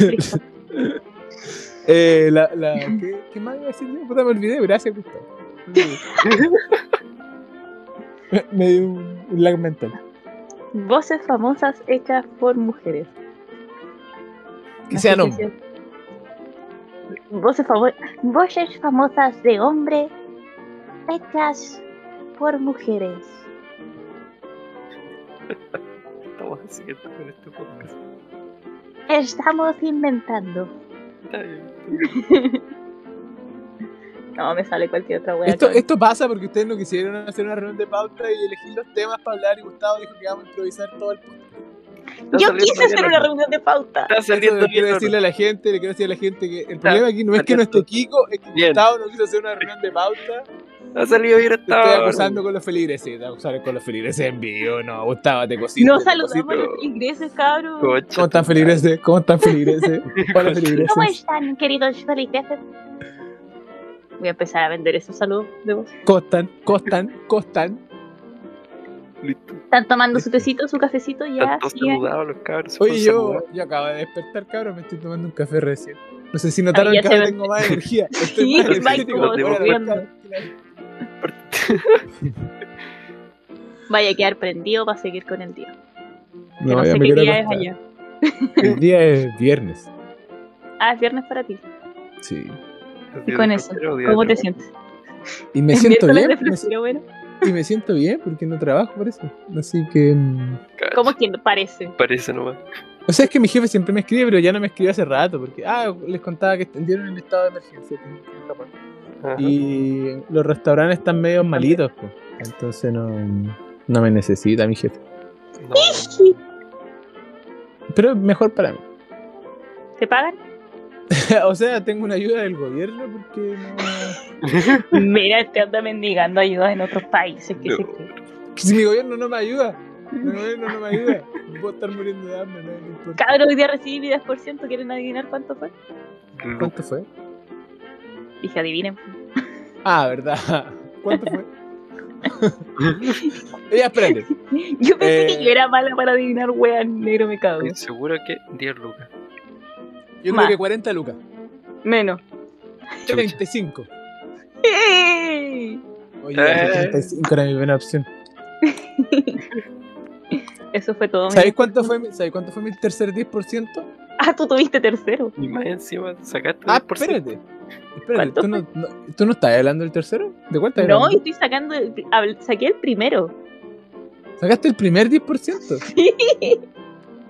S1: Listo.
S5: eh, la-
S3: La, la, ¿qué, ¿Qué más iba a decir yo? Puta, me olvidé. Gracias, Gustavo.
S5: me- me dio un, un lag mental.
S1: Voces famosas hechas por mujeres.
S3: Que
S1: Así
S3: sean hombres.
S1: sí. Voces, famo- voces famosas de hombre hechas por mujeres.
S2: Estamos haciendo con este podcast.
S1: Estamos inventando.
S2: Está bien.
S1: No, me sale cualquier otra wea.
S3: Esto,
S1: cabrón.
S3: esto pasa porque ustedes no quisieron hacer una reunión de pauta y elegir los temas para hablar y Gustavo dijo que vamos a improvisar todo el
S2: Está
S1: Yo
S2: saliendo
S1: quise
S2: bien,
S1: hacer
S2: ¿o
S1: una
S2: no?
S1: reunión de pauta.
S2: Está
S3: Eso
S2: saliendo
S3: le quiero
S2: bien. ¿o no?
S3: decirle a la gente, le quiero decir a la gente que el problema aquí no es que no esté Kiko, es que
S2: Bien.
S3: Gustavo no quiso hacer una reunión de pauta.
S2: Ha salido bien
S3: Te estoy
S2: esta hora.
S3: acusando con los feligreses, te acusar con los feligreses en vivo, no, Gustavo, te cosito.
S1: No
S3: te
S1: saludamos a
S3: cosito.
S1: los ingleses, cabrón.
S2: Concha
S3: ¿Cómo están
S2: tu madre.
S3: feligreses? ¿Cómo están feligreses? Hola feligreses.
S1: ¿Cómo están, queridos feligreses? Voy a empezar a vender esos saludos de voz.
S3: Costan, costan, costan.
S2: Listo.
S1: Están tomando su tecito, su cafecito, ya.
S2: Tanto
S1: sigan.
S2: saludados los cabros.
S3: Oye,
S2: por
S3: yo,
S2: saludar.
S3: yo acabo de despertar, cabrón, me estoy tomando un café recién. No sé si notaron
S1: Ay, ya
S3: que
S1: se
S3: ahora
S1: ve.
S3: tengo más energía. Estoy
S1: Sí,
S3: más
S2: Mike,
S3: energético.
S2: como
S3: Ahora
S1: corriendo.
S3: arranca-
S1: Vaya a quedar prendido para seguir con el día. Que
S3: No,
S1: no
S3: ya
S1: sé qué
S3: me quiero
S1: día es
S3: acostar.
S1: allá.
S3: El día es viernes.
S1: Ah, es viernes para ti.
S3: Sí.
S2: Día
S1: Y
S2: de
S1: con eso,
S2: soltero, día de
S1: ¿cómo te
S2: trabajo.
S1: sientes?
S3: Y me
S1: Es
S3: siento
S1: miércoles
S3: bien.
S1: de
S3: me-
S1: flojera, bueno.
S3: y me siento bien porque no trabajo por eso. Así que. mm,
S2: Cacha,
S1: ¿Cómo que no parece?
S2: Parece nomás.
S3: O sea, es que mi jefe siempre me escribe, pero ya no me escribe hace rato. Porque, ah, les contaba que extendieron el estado de emergencia aquí en Japón.
S2: Ajá.
S3: Y los restaurantes están medio malitos, pues. Entonces no, no me necesita mi jefe.
S2: No.
S3: Pero es mejor para mí.
S1: ¿Te pagan?
S3: o sea, tengo una ayuda del gobierno porque no.
S1: Mira, te anda mendigando ayudas en otros países. ¿qué
S2: No.
S1: se cree?
S3: Si mi gobierno no me ayuda, mi gobierno no me ayuda. Puedo estar muriendo de hambre, no me importa.
S1: Cabrón, hoy día recibí vidas por ciento. ¿Quieren adivinar cuánto fue?
S2: Lu-
S3: ¿Cuánto fue?
S1: Dije, adivinen.
S3: Ah, verdad. ¿Cuánto fue? Ya, espérate.
S1: Yo pensé
S3: Eh.
S1: que yo era mala para adivinar, weón. Negro me cago.
S2: Estoy seguro que 10 lucas.
S3: Yo
S1: Más.
S3: creo que 40 lucas.
S1: Menos.
S3: 35.
S1: ¡Ey!
S3: Oye,
S2: Eh.
S3: 35 era mi buena opción.
S1: Eso fue todo.
S3: ¿Sabéis cuánto fue, mi- ¿sabéis cuánto fue mi tercer 10%?
S1: Ah, tú tuviste tercero.
S2: Y más encima sacaste
S3: Ah,
S2: 10%.
S3: espérate. Espérate,
S1: ¿Cuánto
S3: ¿tú no, no- ¿tú no estás hablando del tercero? ¿De cuánto estás
S1: No,
S3: hablando?
S1: estoy sacando. el- habl- Saqué el primero.
S3: ¿Sacaste el primer 10%?
S1: Sí.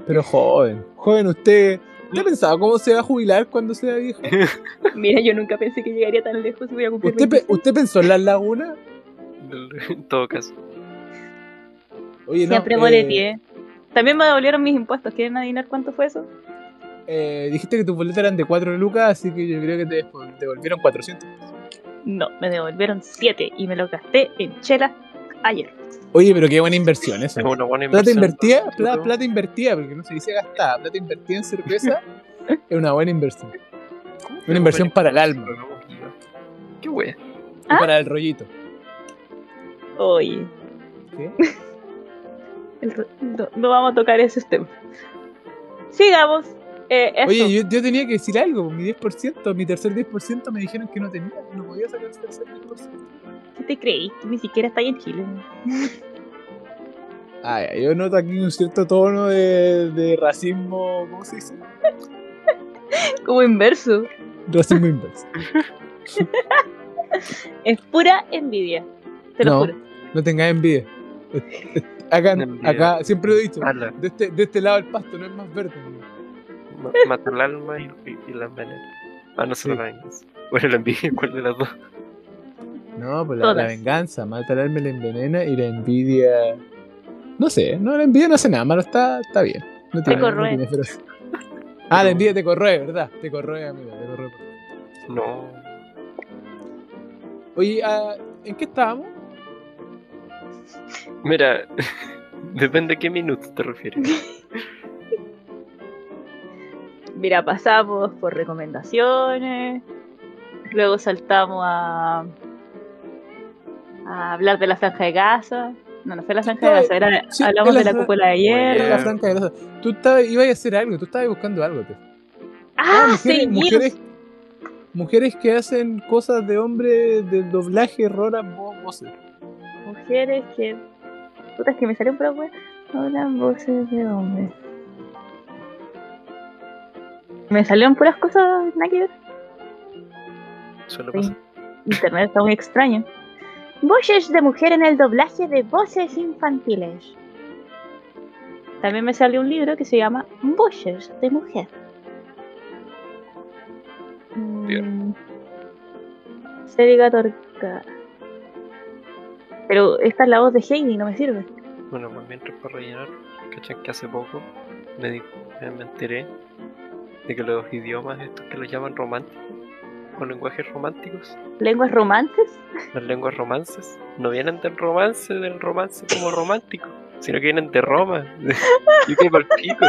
S3: Pero joven, joven usted, ¿usted ha pensado cómo se va a jubilar cuando sea viejo?
S1: Mira, yo nunca pensé que llegaría tan lejos y voy a cumplir.
S3: ¿Usted, pe-
S1: 26.
S3: usted pensó en las lagunas?
S2: En todo caso.
S3: Oye, no,
S1: Siempre
S3: eh,
S1: boleteé. También me devolvieron mis impuestos. ¿Quieren adivinar cuánto fue eso?
S3: eh, dijiste que tus boletas eran de 4 lucas, así que yo creo que te despo- devolvieron 400.
S1: No, me devolvieron 7 y me lo gasté en chelas ayer.
S3: Oye, pero qué buena inversión eso.
S2: Es una buena
S3: Plata
S2: inversión.
S3: invertida,
S2: ¿no?
S3: plata, plata invertida, porque no se dice gastada, plata invertida en cerveza es una buena inversión.
S2: ¿Cómo que
S3: Una inversión para el alma
S2: Qué wea.
S3: y
S1: ¿Ah?
S3: para el rollito.
S1: Oye,
S3: ¿sí?
S1: el re- no, no vamos a tocar ese tema. Sigamos. Eh, eso.
S3: Oye, yo, yo tenía que decir algo, mi 10%, mi tercer 10% me dijeron que no tenía, no podía sacar el tercer 10%.
S1: ¿Qué te creí? Tú Ni siquiera estás en Chile.
S3: Ah, ya, yo noto aquí un cierto tono de, de racismo, ¿cómo se dice?
S1: Como inverso.
S3: Racismo inverso.
S1: Es pura envidia. Te lo
S3: No.
S1: juro.
S3: No tengas envidia. Acá,
S2: Envidia.
S3: acá, siempre lo he dicho,
S2: Ala,
S3: de este, de este lado el pasto no es más verde. amigo.
S2: ma- Mata el alma y, y, y la envenena. Ah, no se
S3: Sí.
S2: la vengas. Bueno, la envidia, ¿cuál de las dos?
S3: No, pues la, la
S1: Todas.
S3: venganza, matar al alma la envenena y la envidia... No sé, no, la envidia no hace nada malo, está, está bien. No tiene, no
S1: corroe.
S3: tiene feroz. Ah, la envidia te corroe, ¿verdad? Te corroe, amigo, te corroe.
S2: No.
S3: Oye, ah, ¿en qué estábamos?
S2: Mira, depende a qué minuto te refieres.
S1: Mira, pasamos por recomendaciones. Luego saltamos a, a hablar de la franja de Gaza. No, no fue la franja de grasa. era-
S3: Sí,
S1: hablamos
S3: es la
S1: de la
S3: fra-
S1: cúpula de ayer.
S3: Era la franca de grasa. Tú estabas, ibas a hacer algo, tú estabas buscando algo. Te.
S1: ¡Ah,
S3: mujeres,
S1: Fake News!
S3: mujeres, mujeres que hacen cosas de hombre de doblaje, rolas, vo- voces.
S1: Mujeres que. Putas que me salió por wea. Hablan voces de hombres. Me salieron puras cosas, nada que ver.
S2: Suele
S1: Sí.
S2: pasar.
S1: Internet está muy extraño. Voces de mujer en el doblaje de voces infantiles. También me salió un libro que se llama Voces de mujer.
S2: Bien.
S1: Mm. Sérica Torca. Pero esta es la voz de Heidi, no me sirve.
S2: Bueno, por mientras para rellenar, cachan que hace poco me, di- me- me enteré de que los idiomas estos que los llaman románticos o lenguajes románticos,
S1: ¿Lenguas romances?
S2: las lenguas romances, no vienen del romance, del romance como romántico, sino que vienen de Roma. Yo que pa'l pico.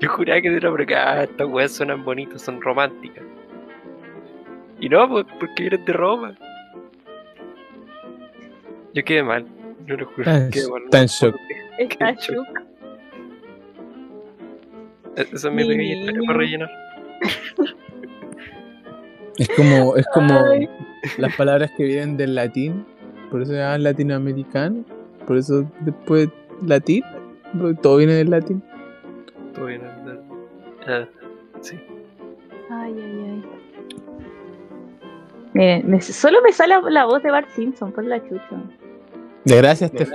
S2: Yo juraba que era porque ah, estas weas suenan bonitas, son románticas. Y no, pues, porque vienen de Roma. Yo quedé mal, yo lo juro.
S3: Tan-
S2: quedé mal, no puedo
S3: tan shock.
S1: Está
S2: hecho.
S1: shook.
S2: E- Esa es mi pequeña
S1: Ni-
S2: historia para rellenar.
S3: Es como, es como
S1: Ay.
S3: las palabras que vienen del latín, por eso se llaman latinoamericano, por eso después latín, todo viene del latín.
S2: Todo bien, anda. Ah, sí.
S1: Ay, ay, ay. Miren, me- solo me sale la voz de Bart Simpson por la chucha.
S3: De gracias, Steph.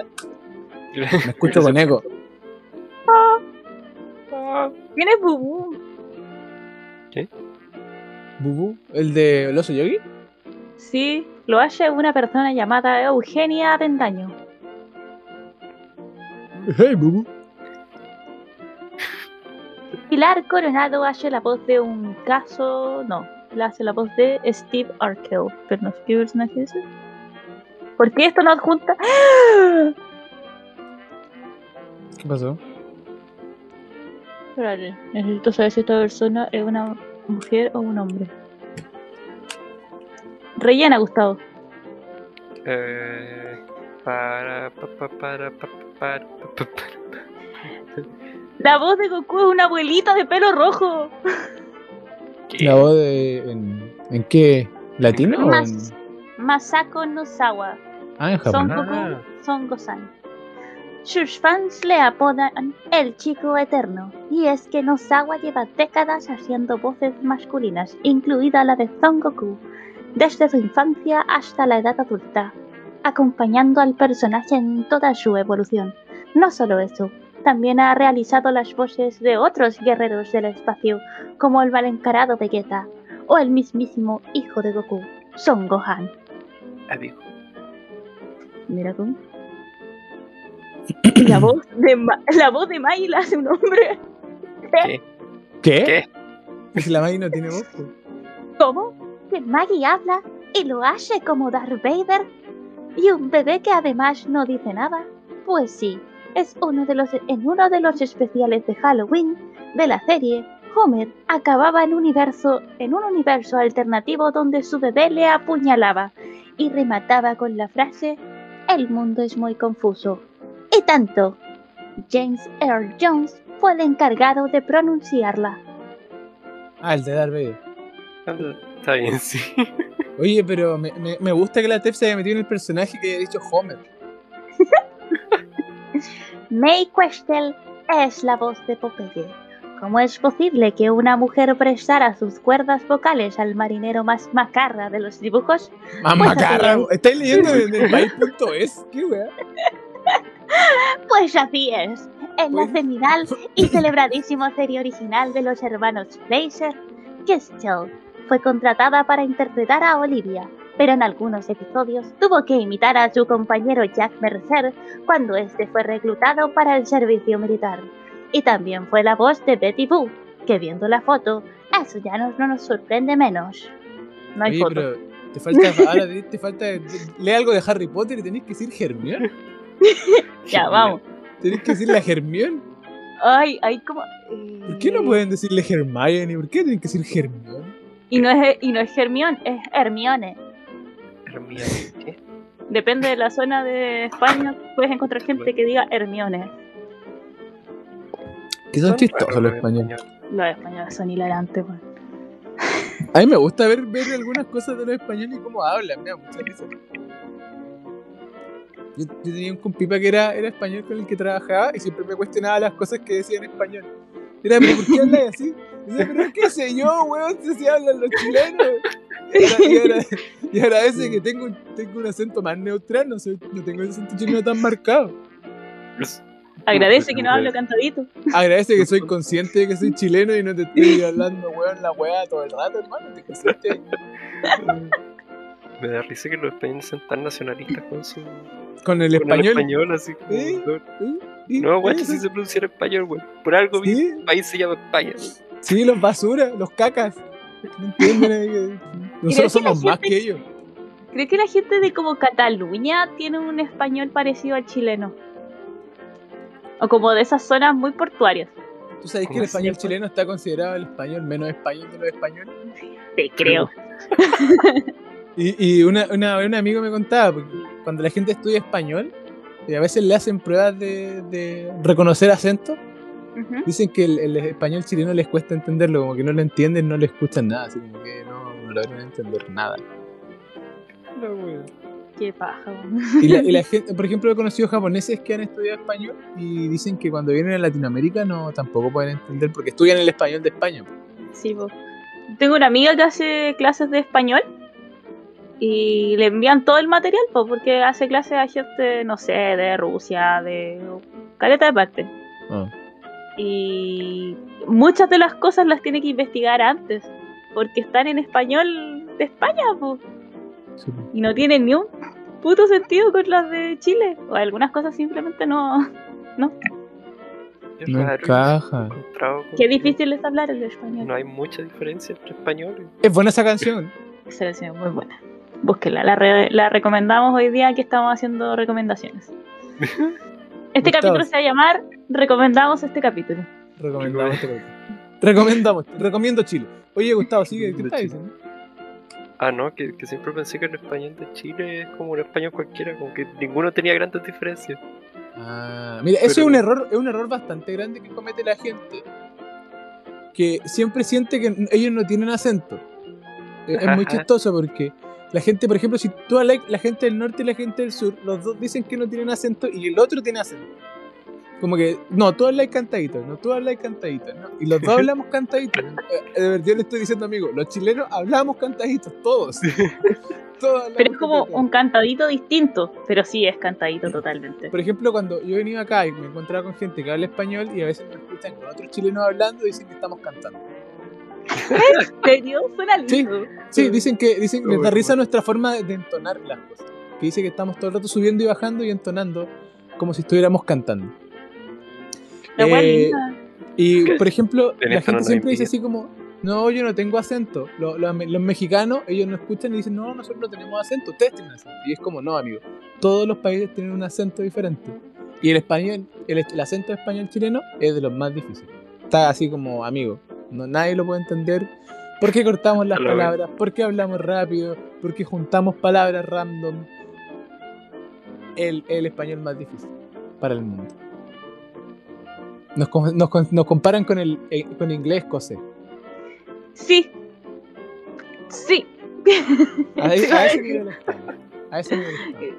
S3: Me escucho con eco.
S1: ¿Quién es Bubú?
S3: ¿Bubú? ¿El de el oso yogi?
S1: Sí, lo hace una persona llamada Eugenia Tendaño.
S3: Hey, Bubú.
S1: Pilar Coronado hace la voz de un caso. No, la hace la voz de Steve Arkell. Pero no sé qué personaje es ese. ¿Por qué esto no adjunta?
S3: ¿Qué pasó?
S1: Espérate, necesito saber si esta persona es una mujer o un hombre. Rellena, Gustavo.
S2: Eh, para, pa, pa, para, pa, pa, para, pa, pa, para.
S1: La voz de Goku es una abuelita de pelo rojo.
S2: ¿Qué?
S3: ¿La
S2: Eh,
S3: voz de. en, ¿en qué? ¿Latino? o en-
S1: Mas- Masako Nozawa.
S3: Ah, en
S1: Son
S3: japonés.
S2: Ah.
S1: Goku, Son Gozan. Sus fans le apodan el chico eterno, y es que Nozawa lleva décadas haciendo voces masculinas, incluida la de Son Goku, desde su infancia hasta la edad adulta, acompañando al personaje en toda su evolución. No solo eso, también ha realizado las voces de otros guerreros del espacio, como el malencarado Vegeta, o el mismísimo hijo de Goku, Son Gohan.
S2: Amigo.
S1: Mira tú. La voz de Ma- la voz de Mai la hace un hombre.
S3: ¿Qué?
S2: ¿Qué?
S3: Si la Maggie no tiene voz. pues.
S1: ¿Cómo? Que Maggie habla y lo hace como Darth Vader. Y un bebé que además no dice nada. Pues sí, es uno de los en uno de los especiales de Halloween de la serie. Homer acababa en, universo, en un universo alternativo donde su bebé le apuñalaba y remataba con la frase El mundo es muy confuso. Y tanto. James Earl Jones fue el encargado de pronunciarla.
S3: Ah, el de Darth Vader.
S2: Anda, Está bien, sí.
S3: Oye, pero me, me- me gusta que la Steph se haya metido en el personaje que haya dicho Homer.
S1: May Questel es la voz de Popeye. ¿Cómo es posible que una mujer prestara sus cuerdas vocales al marinero más macarra de los dibujos?
S3: Mamá
S1: Pues,
S3: carra,
S1: así
S3: ¿Estáis leyendo en el país.es? ¿Qué weá?
S1: Pues así es. En la
S3: Pues-
S1: seminal y celebradísima serie original de los hermanos Fraser, Questel fue contratada para interpretar a Olivia, pero en algunos episodios tuvo que imitar a su compañero Jack Mercer cuando este fue reclutado para el servicio militar. Y también fue la voz de Betty Boo, que viendo la foto, eso ya no, no nos sorprende menos. No hay
S3: Oye,
S1: foto.
S3: pero te falta. Ahora te, te falta. te- lee algo de Harry Potter y tenés que decir Hermione.
S1: Ya, vamos.
S3: Tenés que decir la Hermione.
S1: Ay, ay, como...
S3: ¿Por qué no pueden decirle Hermione? ¿Por qué tienen que decir Hermione?
S1: Y no es, y no es Hermione, es Hermione.
S2: Hermione, ¿qué?
S6: Depende de la zona de España, puedes encontrar gente que diga Hermione.
S3: Que son chistosos
S2: raros
S3: los españoles.
S6: Los españoles son hilarantes, weón.
S3: A mí me gusta ver, ver algunas cosas de los españoles y cómo hablan, me da mucha risa. Yo, yo tenía un compipa que era, era español con el que trabajaba y siempre me cuestionaba las cosas que decía en español. Era, ¿pero por qué hablas así? Y decía, pero qué sé yo, weón, si así hablan los chilenos. Y ahora- Y ahora- y agradece que tengo, un- tengo un acento más neutral, no, soy- no tengo el acento chileno tan marcado.
S6: Agradece que no hablo cantadito.
S3: Agradece que soy consciente de que soy chileno y no te estoy hablando, weón, la weá todo el rato, hermano. Te consciente.
S2: Me da risa que los españoles sean tan nacionalistas con su.
S3: Con el
S2: Con el
S3: español.
S2: español, así como.
S3: Sí. Sí,
S2: No, guacho,
S3: sí,
S2: si se pronunciara español, güey. Por algo mi
S3: sí,
S2: país se llama España.
S3: sí, los basuras, los cacas. No entienden, eh, que
S6: Creo que
S3: Nosotros somos
S6: la
S3: más que ellos.
S6: Creo que la gente de como Cataluña tiene un español parecido al chileno. O como de esas zonas muy portuarias.
S3: ¿Tú sabes que
S2: ¿Cómo
S3: el
S2: así,
S3: español
S2: weón?
S3: chileno está considerado el español menos español de los españoles?
S6: Te creo.
S3: Y, y una, una, un amigo me contaba, porque cuando la gente estudia español, y a veces le hacen pruebas de, de reconocer acento,
S6: Ujú.
S3: dicen que el, el español chileno les cuesta entenderlo, como que no lo entienden, no le escuchan nada, así como que no, no logran entender nada.
S2: No, güey.
S6: Qué paja.
S3: Y la, y la gente, por ejemplo, he conocido japoneses que han estudiado español y dicen que cuando vienen a Latinoamérica no tampoco pueden entender porque estudian el español de España.
S6: Sí, po. Tengo una amiga que hace clases de español y le envían todo el material, po, porque hace clases a gente, no sé, de Rusia, de caleta de parte.
S7: Ah.
S6: Y muchas de las cosas las tiene que investigar antes, porque están en español de España, po,
S7: Sí, po.
S6: y no tienen ni un puto sentido con las de Chile. O algunas cosas simplemente no.
S2: Es
S7: No
S2: raro,
S7: encaja.
S2: yo he encontrado con
S6: Qué
S2: que
S6: difícil es hablar el español.
S2: No hay mucha diferencia entre españoles.
S3: Es buena esa canción.
S6: Se ve muy buena. Búsquela, la, re- la recomendamos hoy día que estamos haciendo recomendaciones. Este
S3: Gustavo.
S6: capítulo se va a llamar Recomendamos este capítulo.
S3: Recomendamos. este capítulo. Recomendamos. Recomiendo Chile. Oye, Gustavo, sigue. ¿Qué
S2: Recomiendo
S3: estás
S2: Chile.
S3: diciendo?
S2: Ah, no, que, que siempre pensé que el español de Chile es como un español cualquiera, como que ninguno tenía grandes diferencias.
S3: Ah, mira, eso es
S2: Pero-
S3: un error, es un error bastante grande que comete la gente. Que siempre siente que n- ellos no tienen acento. Es, es muy
S2: Ajá.
S3: chistoso porque la gente, por ejemplo, si tú a la, la gente del norte y la gente del sur, los dos dicen que no tienen acento y el otro tiene acento. Como que, no, tú hablas cantadito, no, tú hablas cantadito, ¿no? Y los dos hablamos cantadito. Eh, de verdad, yo le estoy diciendo, amigo, los chilenos hablamos cantaditos, todos. Todos hablamos
S6: Pero es como
S3: cantaditos.
S6: un cantadito distinto, pero sí es cantadito totalmente.
S3: Por ejemplo, cuando yo venía acá y me encontraba con gente que habla español y a veces me escuchan con otros chilenos hablando y dicen que estamos cantando.
S6: ¿En serio? Suena lindo.
S3: Sí, dicen que dicen, les da
S2: Uy,
S3: risa
S2: bueno.
S3: nuestra forma de entonar las cosas. Que dice que estamos todo el rato subiendo y bajando y entonando como si estuviéramos cantando.
S6: La wea
S3: Eh,
S6: linda.
S3: Y por ejemplo,
S2: En
S3: la
S2: esto no
S3: gente
S2: nos
S3: siempre dice
S2: envidia.
S3: así como, no, yo no tengo acento. Lo- lo- Los, mexicanos, ellos no escuchan y dicen, no, nosotros no tenemos acento, ustedes tienen acento. Y es como, no, amigo, todos los países tienen un acento diferente. Y el español, el, el acento español chileno es de los más difíciles. Está así como, amigo, no, nadie lo puede entender. ¿Por qué cortamos las
S2: A la vez.
S3: palabras? ¿Por qué hablamos rápido? ¿Por qué juntamos palabras random? El, el español más difícil para el mundo. Nos, con- nos con- nos comparan con el eh, con inglés escocés.
S6: Sí. Sí.
S3: A, e- a ese nivel estamos. A ese nivel estamos.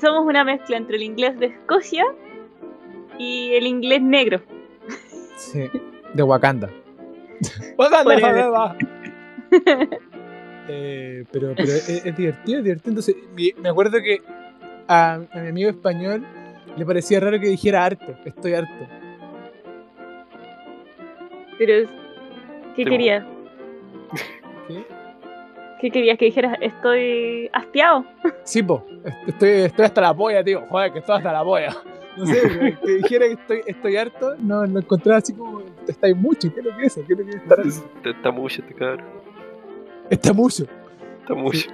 S6: Somos una mezcla entre el inglés de Escocia y el inglés negro.
S3: Sí. De Wakanda. Wakanda
S6: Whatever.
S3: forever. Eh, pero pero es, es divertido, es divertido. Entonces, mi- me acuerdo que a, a mi amigo español le parecía raro que dijera harto. Estoy harto.
S6: Pero, es- ¿qué
S2: Te-
S6: querías?
S3: ¿Sí?
S6: ¿Qué querías que dijeras? Estoy hastiado.
S3: Sí, po. est- Estoy, estoy hasta la polla, tío. Joder, que estoy hasta la polla. No sé, pero que dijera que estoy, estoy harto, no lo encontraba así como. Estáis mucho. ¿Qué es lo que es eso? ¿Qué es lo que es estar harto?
S2: Está, está mucho este cabrón,
S3: Está mucho.
S2: está mucho.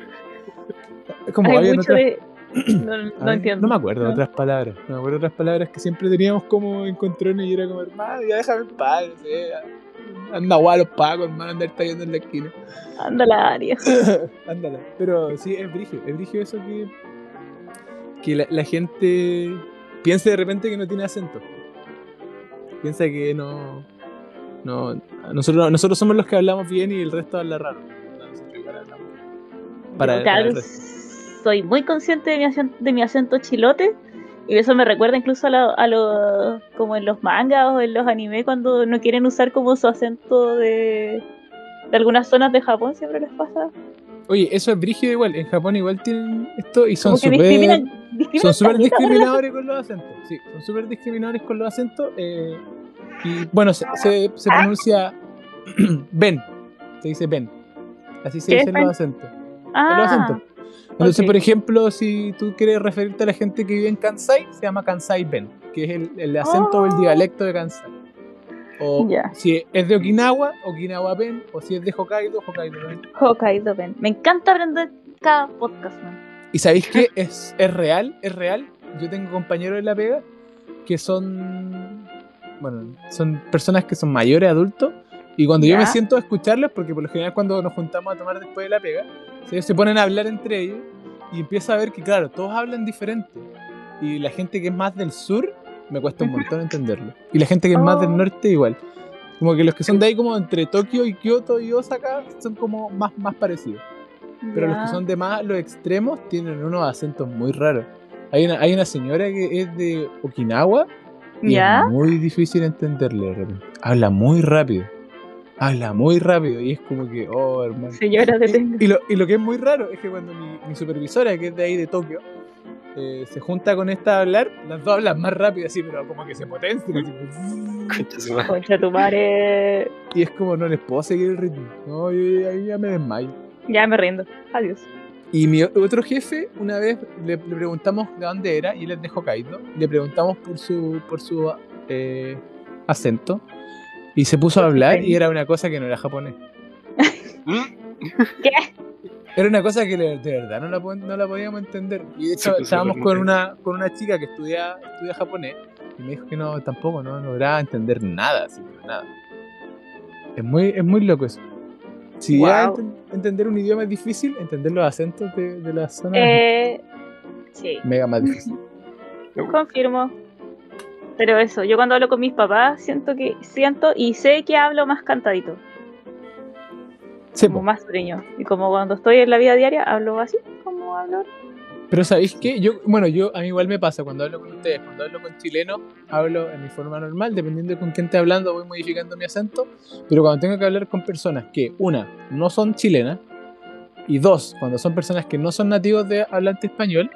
S3: Es como
S6: Hay
S3: había en
S6: mucho
S3: otras-
S6: de... No, no
S3: Ay,
S6: entiendo.
S3: No me acuerdo de
S6: No.
S3: otras palabras. No me acuerdo de otras palabras que siempre teníamos como encontrones y era como, hermano, ya déjame en paz. no sé, Anda guau los pagos, hermano, andar tallando en la esquina.
S6: Ándala, Aries.
S3: Ándala. Pero sí, es brigio. Es brigio eso que. que la, la gente piensa de repente que no tiene acento. Piensa que no. no nosotros, nosotros somos los que hablamos bien y el resto habla raro. Para, para
S6: Yo, claro,
S3: el resto.
S6: soy muy consciente de mi, acento, de mi acento chilote y eso me recuerda incluso a los como en los mangas o en los animes cuando no quieren usar como su acento de, de algunas zonas de Japón siempre les pasa
S3: Oye, eso es brígido igual. En Japón igual tienen esto y son
S6: como que
S3: súper.
S6: discriminan, discriminan
S3: Son súper
S6: caleta, weón.
S3: discriminadores con los acentos. Sí, son súper discriminadores con los acentos. eh, y bueno, se, se-
S6: Ah.
S3: se pronuncia Ben. Se dice Ben. Así se
S6: ¿Qué es
S3: dicen
S6: ben?
S3: los acentos. Los
S6: ah,
S3: acentos. Entonces,
S6: ok.
S3: por ejemplo, si tú quieres referirte a la gente que vive en Kansai, se llama Kansai Ben, que es el, el acento o el
S6: Oh.
S3: dialecto de Kansai. O
S6: Ya.
S3: si es de Okinawa, Okinawa Ben. O si es de Hokkaido, Hokkaido Ben.
S6: Hokkaido, ven. me encanta aprender cada podcast man.
S3: ¿Y sabéis qué? Es, es real, es real. Yo tengo compañeros de la pega que son. Bueno, son personas que son mayores, adultos. Y cuando yo
S6: Ya.
S3: me siento a escucharlos, porque por lo general cuando nos juntamos a tomar después de la pega, se, se ponen a hablar entre ellos y empiezo a ver que, claro, todos hablan diferente. Y la gente que es más del sur me cuesta un
S6: Ujú.
S3: montón entenderlo. Y la gente que es más del
S6: Oh.
S3: norte, igual. Como que los que son de ahí, como entre Tokio y Kioto y Osaka, son como más, más parecidos. Pero los
S6: Ya.
S3: que son de más los extremos tienen unos acentos muy raros. Hay una, hay una señora que es de Okinawa y
S6: ¿Ya?
S3: es muy difícil entenderle de repente. Habla muy rápido. Habla muy rápido y es como que, oh, hermano.
S6: señora detenga
S3: Y, y lo, y lo que es muy raro es que cuando mi, mi supervisora, que es de ahí de Tokio, eh, se junta con esta a hablar, las dos hablan más rápido así, pero como que se potencian. así, como-
S2: Concha su madre.
S6: concha tu madre
S3: y es como, no les puedo seguir el ritmo. No, yo- ahí ya me desmayo.
S6: ya me rindo adiós
S3: Y mi otro jefe, una vez le, le preguntamos de dónde era, y él es de Hokkaido, le preguntamos por su, por su eh, acento, y se puso a hablar y era una cosa que no era japonés.
S2: ¿Mm?
S6: ¿qué?
S3: Era una cosa que le- de verdad no la, po- no la podíamos entender. Y de
S2: Se
S3: hecho
S2: puso
S3: estábamos
S2: como
S3: con
S2: que-
S3: una, con una chica que estudia, estudia japonés, y me dijo que no, tampoco, no lograba entender nada, así, pero nada. Es muy, es muy loco eso. Si ya
S6: Guau.
S3: enten- entender un idioma es difícil, entender los acentos de, de las zonas
S6: eh, sí
S3: es mega más difícil.
S6: Confirmo. Pero eso, yo cuando hablo con mis papás siento que siento y sé que hablo más cantadito,
S3: Sí,
S6: como
S3: po.
S6: más sureño. Y como cuando estoy en la vida diaria hablo así, como hablo.
S3: pero ¿sabéis qué? Yo, bueno, yo a mí igual me pasa cuando hablo con ustedes, cuando hablo con chilenos, hablo en mi forma normal, dependiendo de con quién esté hablando, voy modificando mi acento, pero cuando tengo que hablar con personas que, una, no son chilenas, y dos, cuando son personas que no son nativos de hablante español,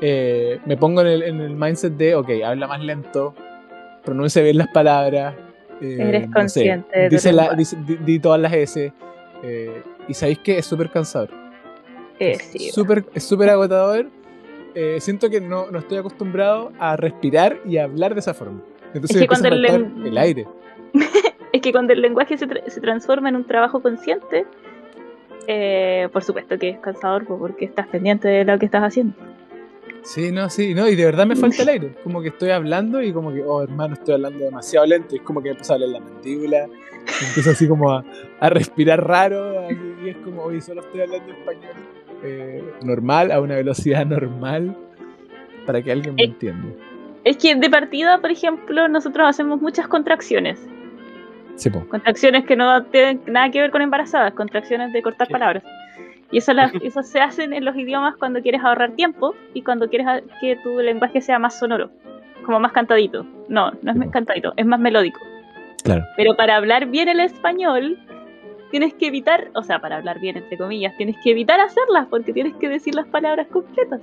S3: eh, me pongo en el, en el mindset de, ok, habla más lento, pronuncia bien las palabras, eh,
S6: Eres
S3: no sé,
S6: consciente de tu
S3: dice, la-
S6: lenguaje.
S3: dice- di, di todas las S, eh, y sabéis que es súper cansador.
S6: Eh,
S3: Es
S6: sí.
S3: súper- es súper agotador. Eh, siento que no, no estoy acostumbrado a respirar y a hablar de esa forma. Entonces
S6: que
S3: me empieza a
S6: cuando el
S3: faltar
S6: len-
S3: el aire.
S6: Es que cuando el lenguaje se, tra- se transforma en un trabajo consciente, eh, por supuesto que es cansador po, porque estás pendiente de lo que estás haciendo.
S3: Sí, no, sí, no, y de verdad me falta el aire. Como que estoy hablando y como que, oh hermano, estoy hablando demasiado lento. Y es como que me empiezo a hablar la mandíbula. y Empiezo así como a, a respirar raro. así, y es como, oye, solo estoy hablando español eh, normal, a una velocidad normal, para que alguien me
S6: Eh,
S3: entienda.
S6: Es que de partida, por ejemplo, nosotros hacemos muchas contracciones.
S3: Sí, po.
S6: Contracciones que no tienen nada que ver con embarazadas, contracciones de cortar
S2: Sí.
S6: palabras. Y eso, las- eso se hacen en los idiomas cuando quieres ahorrar tiempo y cuando quieres a- que tu lenguaje sea más sonoro, como más cantadito. No, no es me- cantadito, es más melódico.
S3: Claro.
S6: Pero para hablar bien el español, tienes que evitar, o sea, para hablar bien entre comillas, tienes que evitar hacerlas porque tienes que decir las palabras completas.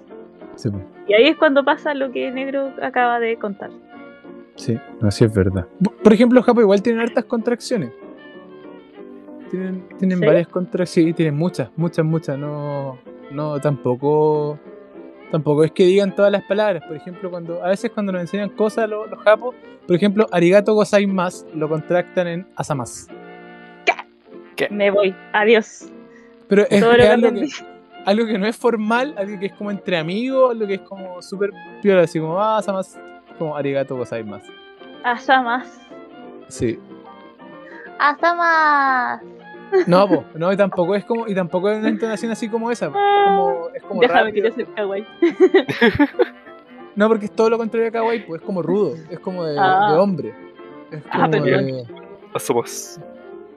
S3: Sí, po.
S6: Y ahí es cuando pasa lo que Negro acaba de contar.
S3: Sí, no, sí es verdad. P- Por ejemplo, Japón igual tienen hartas contracciones. Tienen, tienen
S6: ¿Sí?
S3: varias contracciones, sí, tienen muchas, muchas, muchas. No, no, tampoco, tampoco es que digan todas las palabras. Por ejemplo, cuando a veces cuando nos enseñan cosas lo- los japos, por ejemplo, arigato gozaimasu lo contractan en asamas.
S6: Me voy, adiós.
S3: Pero es,
S6: Todo lo
S3: es
S6: que
S3: algo, que,
S6: aprendí.
S3: algo que no es formal, algo que es como entre amigos, algo que es como súper piola, así como ah, asamas, como arigato gozaimasu.
S6: Hasta más.
S3: Sí,
S6: Hasta más.
S3: No, po, no, y tampoco es como, y tampoco es una entonación así como esa. po, Es como, es como
S6: Déjame que
S3: rápido.
S6: yo soy kawaii.
S3: No, porque es todo lo contrario a Kawaii, pues es como rudo, es como de,
S6: Ah.
S3: de hombre. Es
S6: Ah,
S3: como
S6: perdón.
S3: de-
S2: Asumos.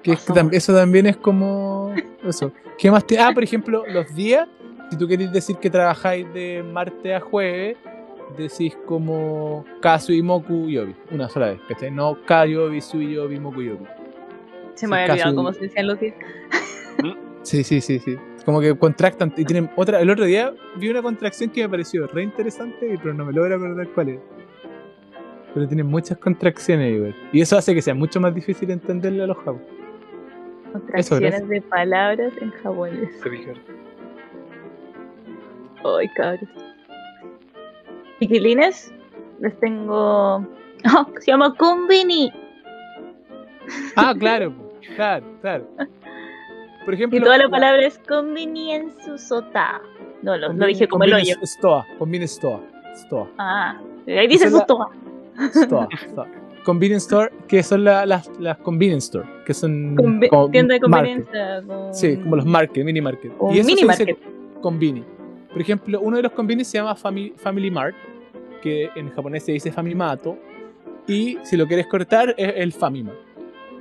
S3: que es que tam- eso también es como. Eso. ¿Qué más te- Ah, por ejemplo, los días. Si tú querés decir que trabajáis de martes a jueves, decís como Kazu y Moku Yobi. Una sola vez, ¿cachai? No Ka Yobi, Sui Yobi, Moku Yobi.
S6: Se me
S3: Sí,
S6: había olvidado
S3: casi.
S6: cómo se decían los días.
S3: Sí, sí, sí, sí. Como que contractan y tienen otra. El otro día vi una contracción que me pareció re interesante, pero no me logro acordar cuál es. Pero tienen muchas contracciones, igual. Y eso hace que sea mucho más difícil entenderle a los japoneses.
S6: Contracciones de palabras en japonés. Ay, cabros. Chiquilines, les tengo. oh, se llama Kumbini.
S3: Ah, claro, po. claro, claro. Por ejemplo.
S6: Y toda la palabra es conveniencia sota. No, lo, lo dije como el
S3: combine
S6: hoyo.
S3: Stoa, combine stoa, stoa,
S6: Ah, ahí
S3: Esa
S6: dice
S3: es la-
S6: sota.
S3: stoa, stoa. Convenience store, que son la- las, las convenience store, que son
S6: Conve-
S3: como
S6: tienda de
S3: market.
S6: conveniencia. con-
S3: Sí, como los market, mini market.
S6: Un
S3: eso se
S6: mini
S3: dice
S6: market.
S3: Combini. Por ejemplo, uno de los combini se llama Fami- Family Mart, que en japonés se dice Famimato. Y si lo quieres cortar, es el Famima.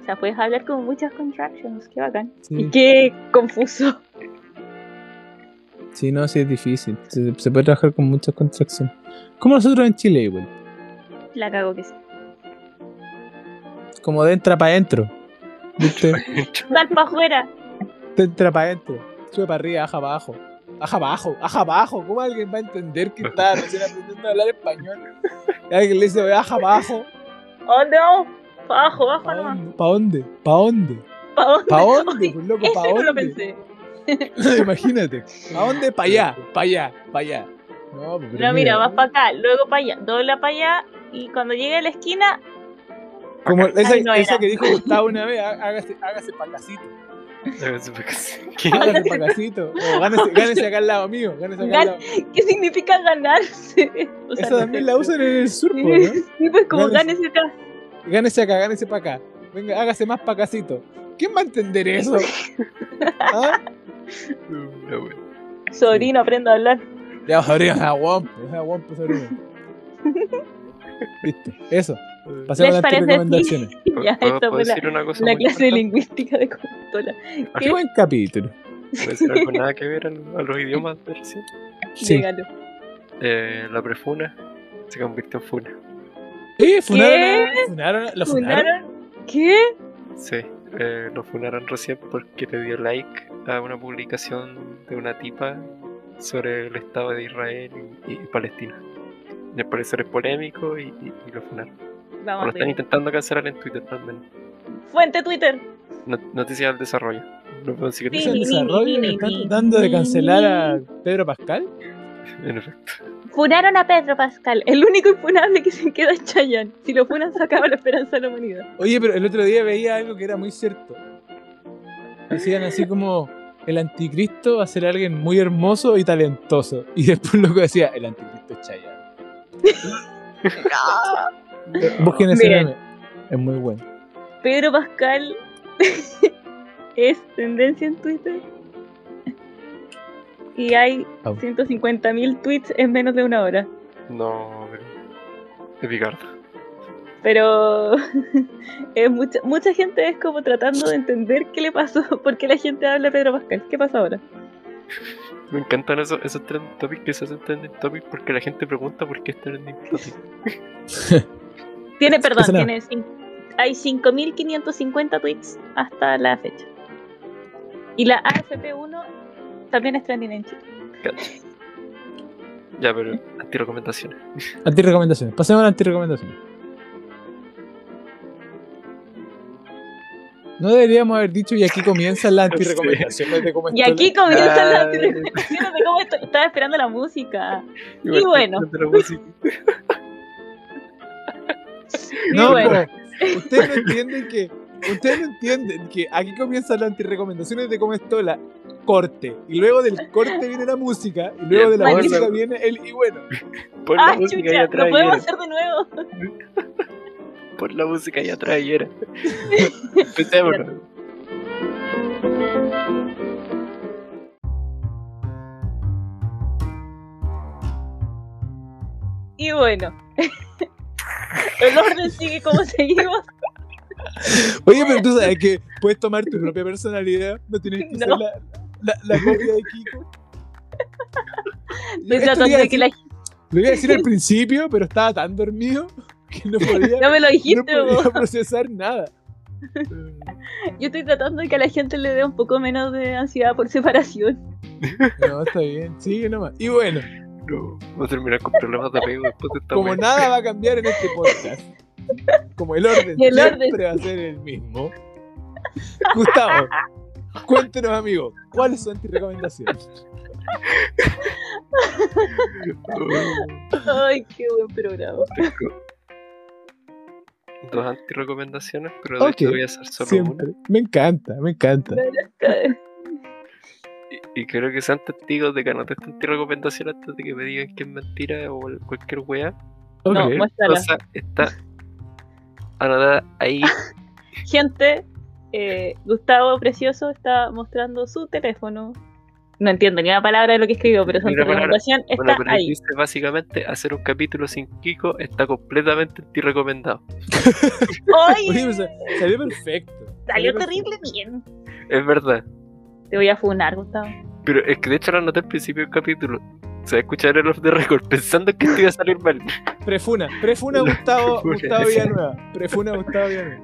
S6: O sea, puedes hablar con muchas contractions. Qué bacán.
S3: Sí.
S6: Y qué confuso.
S3: Sí, no, sí es difícil. Se, se puede trabajar con muchas contracciones. Como nosotros en Chile, igual.
S6: La cago que sí.
S3: Como de entra para adentro. ¿Viste?
S6: Sal para afuera.
S3: De entra para adentro. Sube para arriba, baja para abajo. Baja para abajo, baja para abajo. ¿Cómo alguien va a entender que está recién aprendiendo a hablar español? Y alguien le dice, baja para abajo.
S6: Oh no. Pa' abajo, bajo
S3: ¿Para
S6: nomás.
S3: dónde? ¿Para dónde? ¿Para dónde?
S6: Pa' abajo.
S3: ¿Para dónde? Pues loco, ¿para
S6: Ese no
S3: dónde?
S6: lo pensé.
S3: Imagínate. ¿A dónde? Para allá, para allá, para allá. No, pues, pero
S6: No, mira, vas para acá, luego para allá, dobla para allá y cuando llegue a la esquina,
S3: Como esa,
S6: Ahí no
S3: esa
S6: era.
S3: que dijo Gustavo una vez, há- hágase, hágase pa' casito.
S2: ¿Qué?
S3: Hágase pa' casito. O gánese, gánese acá al lado mío. Gánese acá
S6: Gan-
S3: al lado.
S6: ¿qué significa ganarse? O sea,
S3: Esa
S6: no
S3: también
S6: sé.
S3: la usan en el sur, po,
S6: Sí,
S3: ¿no?
S6: sí, pues como
S3: Gánese.
S6: ganes acá.
S3: Gánese acá, gánese para acá. Venga, hágase más pa' casito. ¿Quién va a entender eso? ¿Ah?
S2: No, bueno.
S6: Sobrino, aprendo a hablar.
S3: Ya, sobrino, es aguampo, es aguampo, sobrino. Listo, eso. Pasemos
S6: ¿Les
S3: a las
S6: parece así?
S3: recomendaciones.
S6: ya,
S2: ¿Puedo,
S6: esta
S2: puedo
S6: fue la,
S2: decir una cosa
S6: la
S2: muy
S6: clase de
S2: importante?
S6: lingüística de Costola.
S3: Qué buen capítulo.
S2: ¿Puedo decir algo nada que ver al- a, los idiomas de recién?
S3: Sí.
S6: Llegalo.
S2: Eh, la prefuna se convirtió en funa.
S3: Eh, funaron, a- funaron a- ¿Lo funaron?
S6: ¿Funaron? ¿Qué?
S2: Sí, eh, lo funaron recién porque le dio like a una publicación de una tipa sobre el Estado de Israel y, y Palestina. Y al parecer es polémico y, y- y lo funaron. O lo
S6: Vamos,
S2: están
S6: Twitter.
S2: intentando cancelar en Twitter también.
S6: Fuente Twitter.
S2: Noticias del desarrollo. No puedo seguir
S6: Sí,
S3: ¿Eso en
S6: ni, ni,
S3: desarrollo?
S6: ni, ni,
S3: ¿Están
S6: ni,
S3: tratando de
S6: ni,
S3: cancelar a
S6: ni.
S3: Pedro Pascal?
S2: En efecto.
S6: Funaron a Pedro Pascal, el único infunable que se queda es Chayanne. Si lo funan, se acaba la esperanza de la humanidad.
S3: Oye, pero el otro día veía algo que era muy cierto. Decían así como, el anticristo va a ser alguien muy hermoso y talentoso. Y después loco decía, el anticristo es Chayanne.
S6: Oh,
S3: Busquen ese
S6: Miren.
S3: meme. Es muy bueno.
S6: Pedro Pascal es tendencia en Twitter. Y hay
S3: Au.
S6: 150.000 tweets en menos de una hora.
S2: No, pero. Es Picardo.
S6: Pero es mucha, mucha gente es como tratando de entender qué le pasó, por qué la gente habla de Pedro Pascal. ¿Qué pasa ahora?
S2: Me encantan esos, esos trending topics que se hacen trending topics porque la gente pregunta por qué es trending topic.
S6: Tiene, perdón,
S3: Pasa nada.
S6: tiene cin- hay 5.550 tweets hasta la fecha. Y la AFP1 también es trending en Chile.
S2: Cacha. Ya, pero antirecomendaciones.
S3: Antirrecomendaciones. Pasemos a las antirrecomendaciones. No deberíamos haber dicho y aquí comienzan las
S2: Sí.
S3: antirrecomendaciones de cómo
S6: Y
S3: está la-
S6: aquí comienzan las
S2: Ay.
S6: recomendaciones de cómo esto- estaba esperando la música. Y bueno.
S2: De la música.
S6: Y
S3: No,
S6: bueno.
S3: como, ustedes no entienden que. Ustedes no entienden que aquí comienzan las antirrecomendaciones de cómo esto la corte. Y luego del corte viene la música. Y luego de la
S6: Bueno.
S3: música viene el. Y bueno.
S2: Pon la
S6: Ah,
S2: música ahí
S6: chucha,
S2: atrás
S6: lo
S2: y era.
S6: podemos hacer de nuevo.
S2: Pon la música ahí atrás y era. Pensémoslo.
S6: bueno. El orden sigue como seguimos.
S3: Oye, pero tú sabes que puedes tomar tu propia personalidad, no tienes que ser
S6: No.
S3: la, la, la copia de Kiko.
S6: Estoy
S3: Esto
S6: tratando
S3: iba a
S6: de que
S3: decir-
S6: la
S3: Lo iba a decir al principio, pero estaba tan dormido que no podía,
S6: No me lo
S3: no
S6: dijiste, vos.
S3: podía procesar nada.
S6: Yo estoy tratando de que a la gente le dé un poco menos de ansiedad por separación.
S3: No, está bien, sigue nomás. Y bueno,
S2: No, voy a terminar con problemas de apego después de esta
S3: como
S2: wea.
S3: nada va a cambiar en este podcast, como el orden
S6: Y el orden.
S3: siempre va a ser el mismo. Gustavo, cuéntenos, amigos, ¿cuáles son tus recomendaciones?
S2: Oh.
S6: Ay, qué buen programa.
S2: Tengo Dos antirecomendaciones, pero de
S3: Ok,
S2: hecho voy a hacer solo
S3: Siempre. Me encanta, me encanta.
S2: una. Y, y creo que sean testigos de que anoté esta antirecomendación antes de que me digan que es mentira o cualquier wea.
S3: Ok.
S6: No, muéstrala.
S2: cosa está anotada ahí.
S6: Gente, eh, Gustavo Precioso está mostrando su teléfono. No entiendo ni una palabra de lo que escribió, pero su
S2: Ni una palabra.
S6: recomendación
S2: Bueno,
S6: está
S2: pero
S6: ahí.
S2: dice básicamente hacer un capítulo sin Kiko está completamente antirecomendado.
S3: Oye,
S6: ¡Oye!
S3: pues, salió perfecto.
S6: Salió
S3: perfecto.
S6: terrible bien.
S2: Es verdad.
S6: Te voy a funar, Gustavo.
S2: Pero es que de hecho la anoté al principio del capítulo. Se va a escuchar el off the record pensando que esto iba a salir mal.
S3: Prefuna, prefuna Gustavo,
S2: Prefuna.
S3: Gustavo Villanueva. Prefuna Gustavo Villanueva.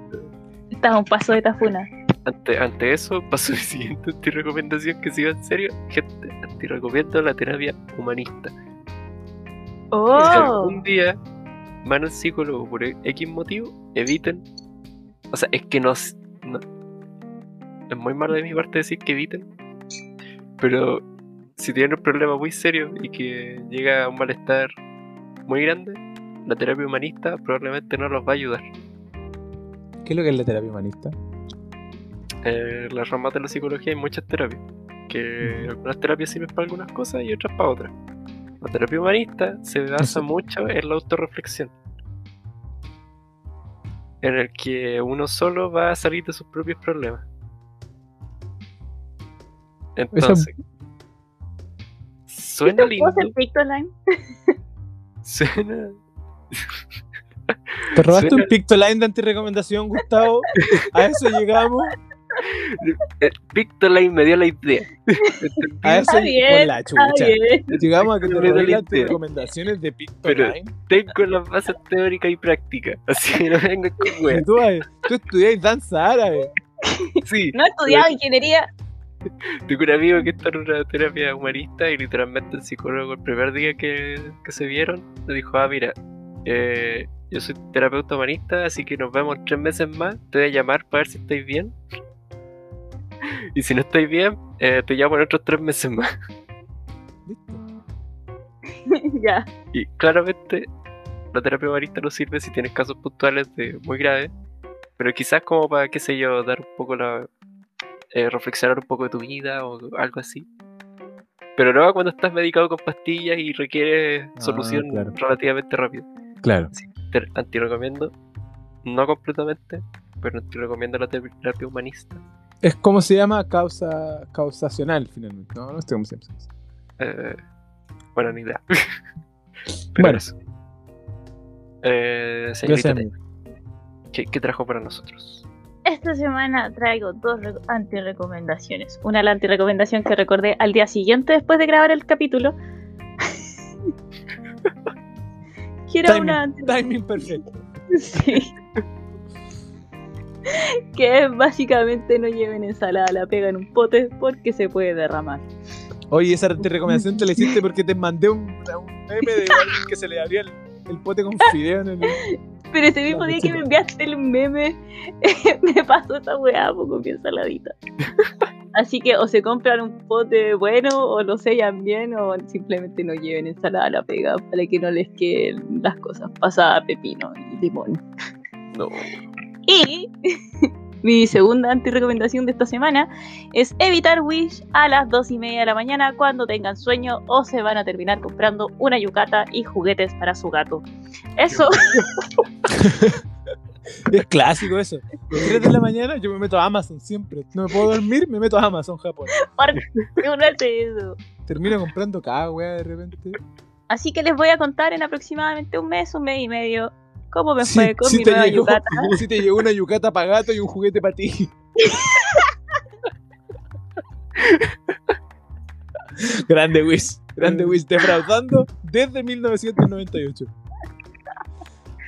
S6: Estás a un paso de esta funa.
S2: Ante, ante eso, paso a mi siguiente antirecomendación que sigo en serio. Gente, antirecomiendo la terapia humanista. Si
S6: ¡Oh!
S2: algún día van al psicólogo por X motivo, eviten. O sea, es que no, s- no- Es muy malo de mi parte decir que eviten. Pero si tienen un problema muy serio y que llega a un malestar muy grande, la terapia humanista probablemente no los va a ayudar.
S3: ¿Qué es lo que es la terapia humanista?
S2: eh, las ramas de la psicología hay muchas terapias. Que algunas terapias sirven para algunas cosas y otras para otras. La terapia humanista se basa mucho en la autorreflexión. En el que uno solo va a salir de sus propios problemas. Entonces. Suena
S6: ¿Viste un
S2: lindo.
S6: post en TikTok Line?
S2: Suena.
S3: ¿Te robaste
S2: Suena-
S3: un Pictoline de antirecomendación, Gustavo? A eso llegamos.
S2: Eh, Víctor Lain me dio la idea.
S3: A eso
S6: Está
S3: lleg-
S6: bien,
S3: Por la
S6: Ah,
S3: chucha.
S6: bien.
S3: Llegamos a que te
S2: Me
S3: robé
S2: doliste.
S3: las antirecomendaciones de Pictoline.
S2: Tengo las bases teóricas y prácticas. Así que no vengan con
S3: Y
S2: weas.
S3: Tú, eh, tú estudias danza árabe.
S2: Sí.
S6: No he estudiado ingeniería.
S2: Tengo un amigo que está en una terapia humanista y literalmente el psicólogo el primer día que, que se vieron le dijo, ah, mira, eh, yo soy terapeuta humanista, así que nos vemos tres meses más, te voy a llamar para ver si estáis bien. Y si no estáis bien, eh, te llamo en otros tres meses más.
S6: ya.
S2: Y claramente la terapia humanista no sirve si tienes casos puntuales de muy graves, pero quizás como para, qué sé yo, dar un poco la... eh, reflexionar un poco de tu vida o algo así. Pero no cuando estás medicado con pastillas y requiere
S8: Ah,
S2: solución
S8: claro.
S2: relativamente rápida.
S8: Claro.
S2: Te antirecomiendo, no completamente, pero antirecomiendo la terapia humanista.
S3: Es como se llama causa causacional, finalmente. No, no estoy muy seguro.
S2: Eh, bueno, ni idea. Pero
S3: Bueno,
S2: eso. Eh,
S3: gracias,
S2: señorita,
S3: amigo.
S2: ¿qué, qué trajo para nosotros?
S6: Esta semana traigo dos re- antirecomendaciones. Una la antirecomendación que recordé al día siguiente después de grabar el capítulo. que era una
S3: Timing, timing perfecto.
S6: Sí. que es básicamente no lleven ensalada, la pega en un pote porque se puede derramar.
S3: Oye, esa recomendación te la hiciste porque te mandé un, un meme de alguien que se le abría el, el pote con fideo en el.
S6: Pero ese mismo
S3: La
S6: día que
S3: cuchara.
S6: me enviaste el meme, me pasó esa weá po, con mi ensaladita. Así que o se compran un pote bueno o lo sellan bien o simplemente no lleven ensalada a la pega para que no les queden las cosas pasadas a pepino y limón.
S2: No.
S6: Y mi segunda antirecomendación de esta semana es evitar Wish a las 2 y media de la mañana cuando tengan sueño o se van a terminar comprando una yucata y juguetes para su gato. Eso,
S3: Es clásico eso. De 3 de la mañana yo me meto a Amazon siempre. No me puedo dormir, me meto a Amazon Japón.
S6: ¿por qué uno hace eso?
S3: Termino comprando cada weá de repente.
S1: Así que les voy a contar en aproximadamente un mes, un mes y medio, cómo me
S3: Sí,
S1: fue con
S3: sí
S1: mi
S3: te
S1: nueva
S3: llegó,
S1: yucata.
S3: sí te llegó una yucata para gato y un juguete para ti. grande Wiz, grande Wiz, defraudando desde 1998.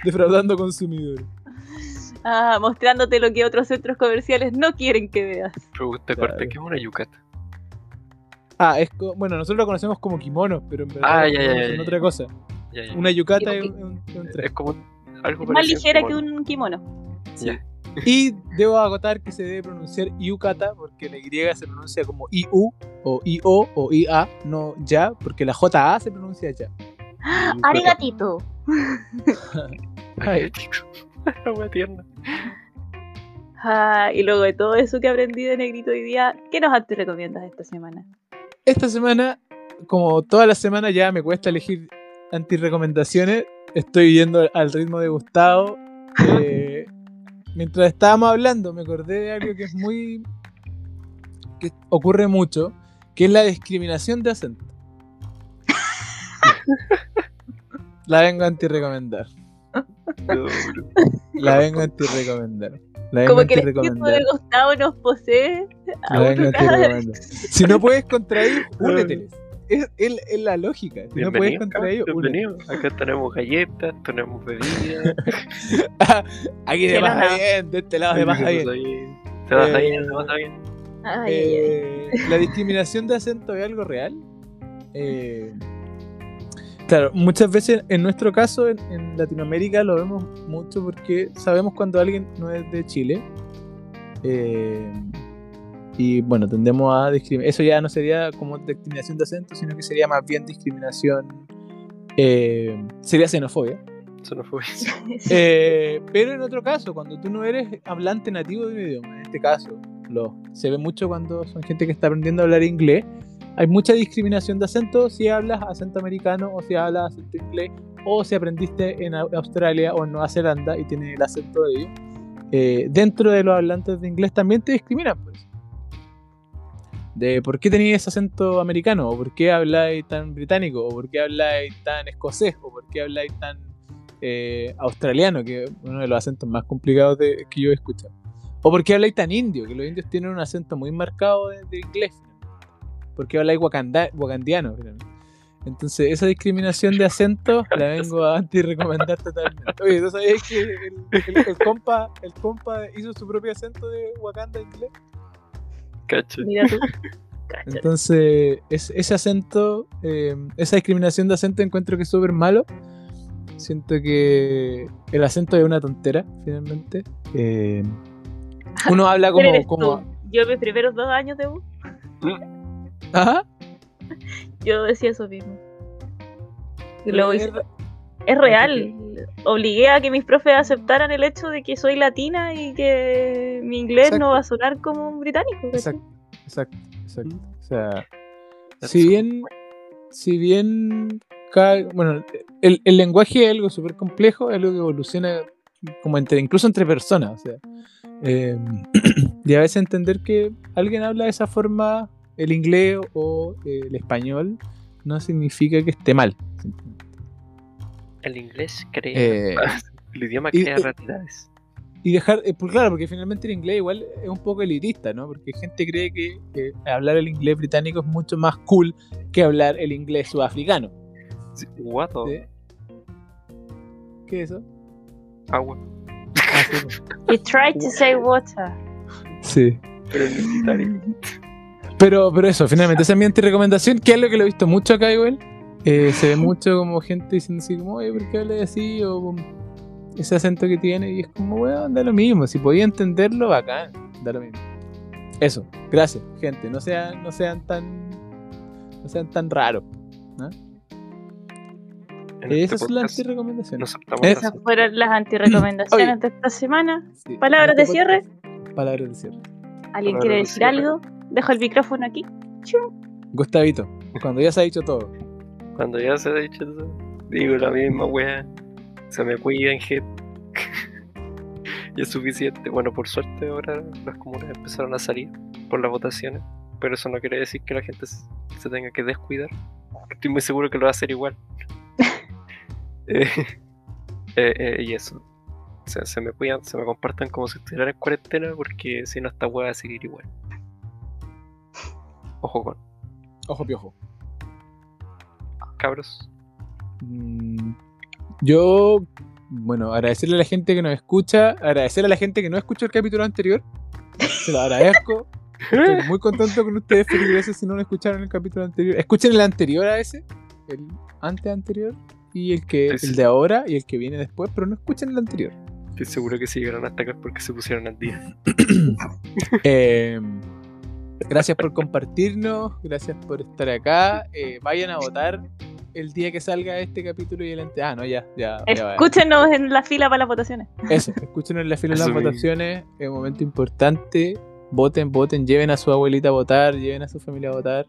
S3: Defraudando consumidores.
S1: Ah, mostrándote lo que otros centros comerciales no quieren que veas.
S2: Pregunta
S3: Claro.
S2: corta, ¿qué es una yucata?
S3: Ah, es co- bueno, nosotros lo conocemos como kimono, pero en verdad
S2: Ah,
S3: lo
S2: ya, ya,
S3: conocemos
S2: ya,
S3: en
S2: ya.
S3: otra cosa.
S2: Ya, ya.
S3: Una yucata
S1: Sí,
S3: es
S1: ok.
S3: un, es un traje.
S2: Es como algo
S1: Es más ligera que un kimono.
S3: Y debo agotar que se debe pronunciar yucata porque la Y se pronuncia como IU o IO o IA, no ya, porque la JA se pronuncia ya.
S1: Arigatito.
S3: Ay.
S2: Una wea tierna.
S1: Ah, y luego de todo eso que aprendí de Negrito hoy día, ¿qué nos te recomiendas esta semana?
S3: Esta semana, como toda la semana ya me cuesta elegir antirecomendaciones, estoy yendo al ritmo de Gustavo. Eh, mientras estábamos hablando me acordé de algo que es muy... que ocurre mucho, que es la discriminación de acento. La vengo a antirecomendar. La vengo a antirecomendar. La vengo a
S1: Como que el equipo
S3: antirecomendar.
S1: de Gustavo nos posee. a
S3: La
S1: uno
S3: vengo a
S1: cada vez.
S3: antirecomendar. Si no puedes contra ellos, úneteles. Es, es- es la lógica. Si no puedes
S2: Bienvenido,
S3: contra
S2: acá,
S3: ellos, únete.
S2: bienvenido. Acá tenemos galletas, tenemos bebidas.
S3: Aquí
S1: Que
S3: de
S1: no,
S3: pasa
S1: no.
S3: bien, de este lado se pasa bien.
S2: bien. Te vas
S3: Eh,
S2: bien, te vas bien.
S1: Ay, ay, ay.
S3: Eh, la discriminación de acento es algo real. Eh, claro, muchas veces en nuestro caso en, en Latinoamérica lo vemos mucho porque sabemos cuando alguien no es de Chile. Eh, y bueno, tendemos a discriminar. Eso ya no sería como discriminación de acento, sino que sería más bien discriminación. eh, sería xenofobia.
S2: Eso no fue eso.
S3: Eh, pero en otro caso, cuando tú no eres hablante nativo de un idioma, en este caso, lo, se ve mucho cuando son gente que está aprendiendo a hablar inglés, hay mucha discriminación de acento si hablas acento americano o si hablas acento inglés o si aprendiste en Au- Australia o en Nueva Zelanda y tienes el acento de ellos. Eh, dentro de los hablantes de inglés también te discriminan por eso. De por qué tenías acento americano, o por qué habláis tan británico, o por qué habláis tan escocés, o por qué habláis tan eh, australiano, que es uno de los acentos más complicados de- que yo he escuchado. O por qué habláis tan indio, que los indios tienen un acento muy marcado de, de inglés. Porque habláis wakanda- wakandiano. finalmente. Entonces, esa discriminación de acentos la vengo a anti-recomendar totalmente. Oye, ¿tú sabías que el, el- el compa, el compa hizo su propio acento de Wakanda inglés?
S2: Cacho.
S1: Mira tú. Cacha.
S3: Entonces, es- ese acento, eh, esa discriminación de acento encuentro que es súper malo. Siento que el acento es una tontera, finalmente. Eh, uno habla
S1: ¿Quién
S3: como...
S1: eres
S3: como
S1: tú? Yo mis primeros dos años de U,
S3: Ajá.
S1: yo decía eso mismo. Y
S3: Pero
S1: luego
S3: es
S1: hice-
S3: re-
S1: Es real. Obligué a que mis profes aceptaran el hecho de que soy latina y que mi inglés
S3: Exacto.
S1: no va a sonar como un británico. ¿cachai?
S3: Exacto, exacto, exacto. O sea,
S2: That's
S3: si
S2: so
S3: bien, si bien, cada- bueno, el, el lenguaje es algo súper complejo, es algo que evoluciona como entre, incluso entre personas, o sea, eh, y a veces entender que alguien habla de esa forma el inglés o eh, el español no significa que esté mal.
S2: El inglés crea.
S3: Eh,
S2: el idioma
S3: y-
S2: crea
S3: y-
S2: realidades.
S3: Y dejar, eh, pues claro, porque finalmente el inglés igual es un poco elitista, ¿no? Porque gente cree que eh, hablar el inglés británico es mucho más cool que hablar el inglés sudafricano.
S2: Sí, Guato,
S3: ¿sí? ¿Qué es eso?
S2: agua.
S3: Ah, sí, no.
S1: You tried to say ah. water.
S3: sí.
S2: Pero universitario.
S3: Pero, pero eso, finalmente, esa es mi antirecomendación, que es algo que lo he visto mucho acá igual. Eh, se ve mucho como gente diciendo así como, oye, ¿por qué hablas así? O um, ese acento que tiene. Y es como, weón, da lo mismo. Si podía entenderlo, bacán. Da lo mismo. Eso, gracias, gente. No sean, no sean tan. No sean tan raros.
S2: En este
S3: Esa es la Eh,
S2: podcast
S3: antirecomendación.
S2: No aceptamos
S3: Esa-
S2: razón.
S1: Esas fueron las antirecomendaciones de esta semana.
S3: Sí,
S1: ¿Palabras
S3: en
S1: de
S3: este
S1: cierre?
S3: podcast, Palabras de cierre.
S1: ¿Alguien
S2: Palabras
S1: quiere
S2: de
S1: decir
S2: cierre.
S1: algo? Dejo el micrófono aquí.
S3: Gustavito, cuando ya se ha dicho todo.
S2: Cuando ya se ha dicho eso, digo la misma wea. Se me cuidan, gente. y es suficiente. Bueno, por suerte ahora las comunas empezaron a salir por las votaciones. Pero eso no quiere decir que la gente se se tenga que descuidar. Estoy muy seguro que lo va a hacer igual. Eh, eh, eh, y eso. O sea, se me cuidan, se me comportan como si estuvieran en cuarentena porque si no esta hueá va a seguir igual. Ojo con.
S3: Ojo piojo.
S2: Cabros.
S3: Mm, Yo, bueno, agradecerle a la gente que nos escucha, agradecerle a la gente que no escuchó el capítulo anterior. Se lo agradezco. Estoy muy contento con ustedes, gracias si no lo escucharon el capítulo anterior. Escuchen el anterior a ese, el antes anterior, y el que
S2: Sí, sí.
S3: el de ahora y el que viene después, pero no escuchen el anterior.
S2: Estoy seguro que se llegaron hasta acá porque se pusieron al día.
S3: Eh, gracias por compartirnos, gracias por estar acá. eh, vayan a votar el día que salga este capítulo y el ante- Ah, no, ya, ya. ya va.
S6: Escúchenos en la fila para las votaciones.
S3: Eso, escuchen en la fila de las
S2: Eso mismo.
S3: votaciones, es un momento importante. Voten, voten, lleven a su abuelita a votar, lleven a su familia a votar.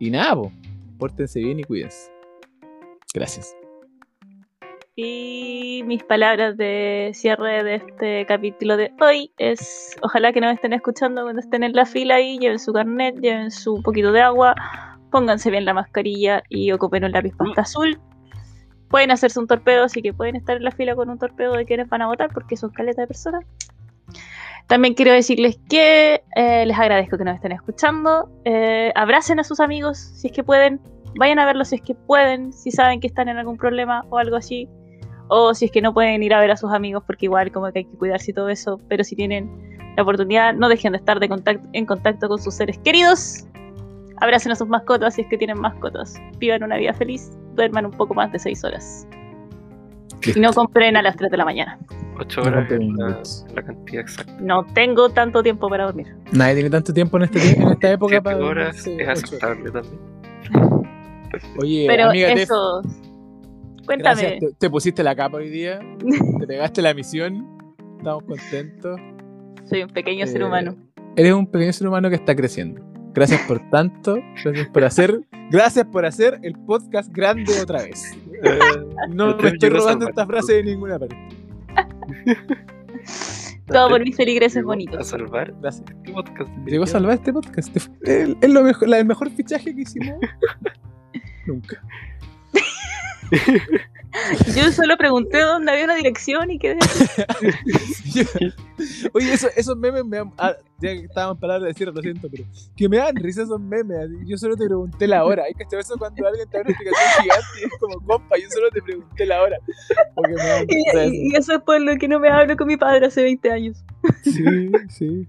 S3: Y nada, po, pórtense bien y cuídense. Gracias.
S6: Y mis palabras de cierre de este capítulo de hoy es, ojalá que nos estén escuchando cuando estén en la fila y lleven su carnet, lleven su poquito de agua, pónganse bien la mascarilla y ocupen un lápiz pasta azul. Pueden hacerse un torpedo, así que pueden estar en la fila con un torpedo de quienes van a votar porque son caleta de personas. También quiero decirles que eh, les agradezco que nos estén escuchando. Eh, abracen a sus amigos si es que pueden. Vayan a verlos si es que pueden, si saben que están en algún problema o algo así o si es que no pueden ir a ver a sus amigos porque igual como que hay que cuidarse y todo eso, pero si tienen la oportunidad no dejen de estar de contacto, en contacto con sus seres queridos, abracen a sus mascotas si es que tienen mascotas, vivan una vida feliz, duerman un poco más de 6 horas y no compren a las 3 de la mañana,
S2: 8
S3: No
S2: horas
S3: rompieron
S2: es la,
S3: minutos.
S2: la cantidad exacta.
S6: no tengo tanto tiempo para dormir.
S3: Nadie tiene tanto tiempo en, este, tie- en esta época
S2: 7
S3: para.
S2: horas
S3: dormirse
S2: es
S3: ocho.
S2: aceptable también.
S3: Oye,
S6: Pero
S3: Eh, amiga, Tef,
S6: eso, cuéntame,
S3: gracias, te, te pusiste la capa hoy día, te pegaste la misión, estamos contentos.
S6: soy un pequeño ser
S3: Eh,
S6: humano.
S3: Eres un pequeño ser humano que está creciendo. Gracias por tanto, gracias por hacer, gracias por hacer el podcast grande otra vez.
S2: Eh,
S3: No
S2: Usted
S3: me estoy
S2: llegó a
S3: robando
S2: salvar
S3: esta
S2: el
S3: frase de ninguna parte.
S6: Todo
S2: Llegó
S6: por mis feligreses
S2: A
S6: bonitos.
S2: salvar
S3: Gracias.
S2: este podcast.
S3: Llegó a salvar este podcast. Es es lo mejor, la- el mejor fichaje que hicimos nunca.
S6: Yo solo pregunté dónde había una dirección y quedé...
S3: Oye, eso- esos memes me dan. ah, ya que estábamos en palabras de cierre, lo siento, pero. Que me dan risa esos memes. así, Yo solo te pregunté la hora. Hay que hacer eso cuando alguien te da una explicación gigante y es como, compa, yo solo te pregunté la hora. Porque me dan
S6: Y,
S3: risa eso.
S6: y- y eso es por lo que no me hablo con mi padre hace 20 años.
S3: Sí, sí.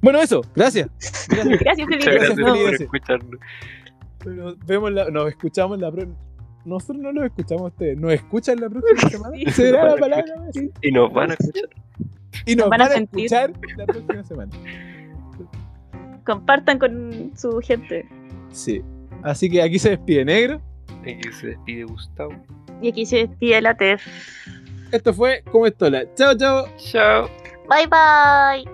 S3: Bueno, eso, gracias. Gracias.
S6: Gracias,
S2: Muchas
S6: Felipe.
S2: gracias
S3: Gracias,
S6: No,
S2: por
S3: Felipe.
S2: escucharnos.
S3: Nos vemos la- nos escuchamos la próxima. Nosotros no nos escuchamos a ustedes. ¿Nos escuchan la próxima semana?
S6: Sí.
S3: Será la palabra. sí.
S2: Y nos van a escuchar.
S3: Y nos
S6: Nos
S3: van
S6: van a
S3: a
S6: sentir.
S3: escuchar la próxima semana.
S6: compartan con su gente.
S3: Sí. Así que aquí se despide negro.
S2: Aquí se despide Gustavo.
S6: Y aquí se despide la TEF.
S3: Esto fue Como Estola. Chao, chao.
S2: Chao.
S6: Bye bye.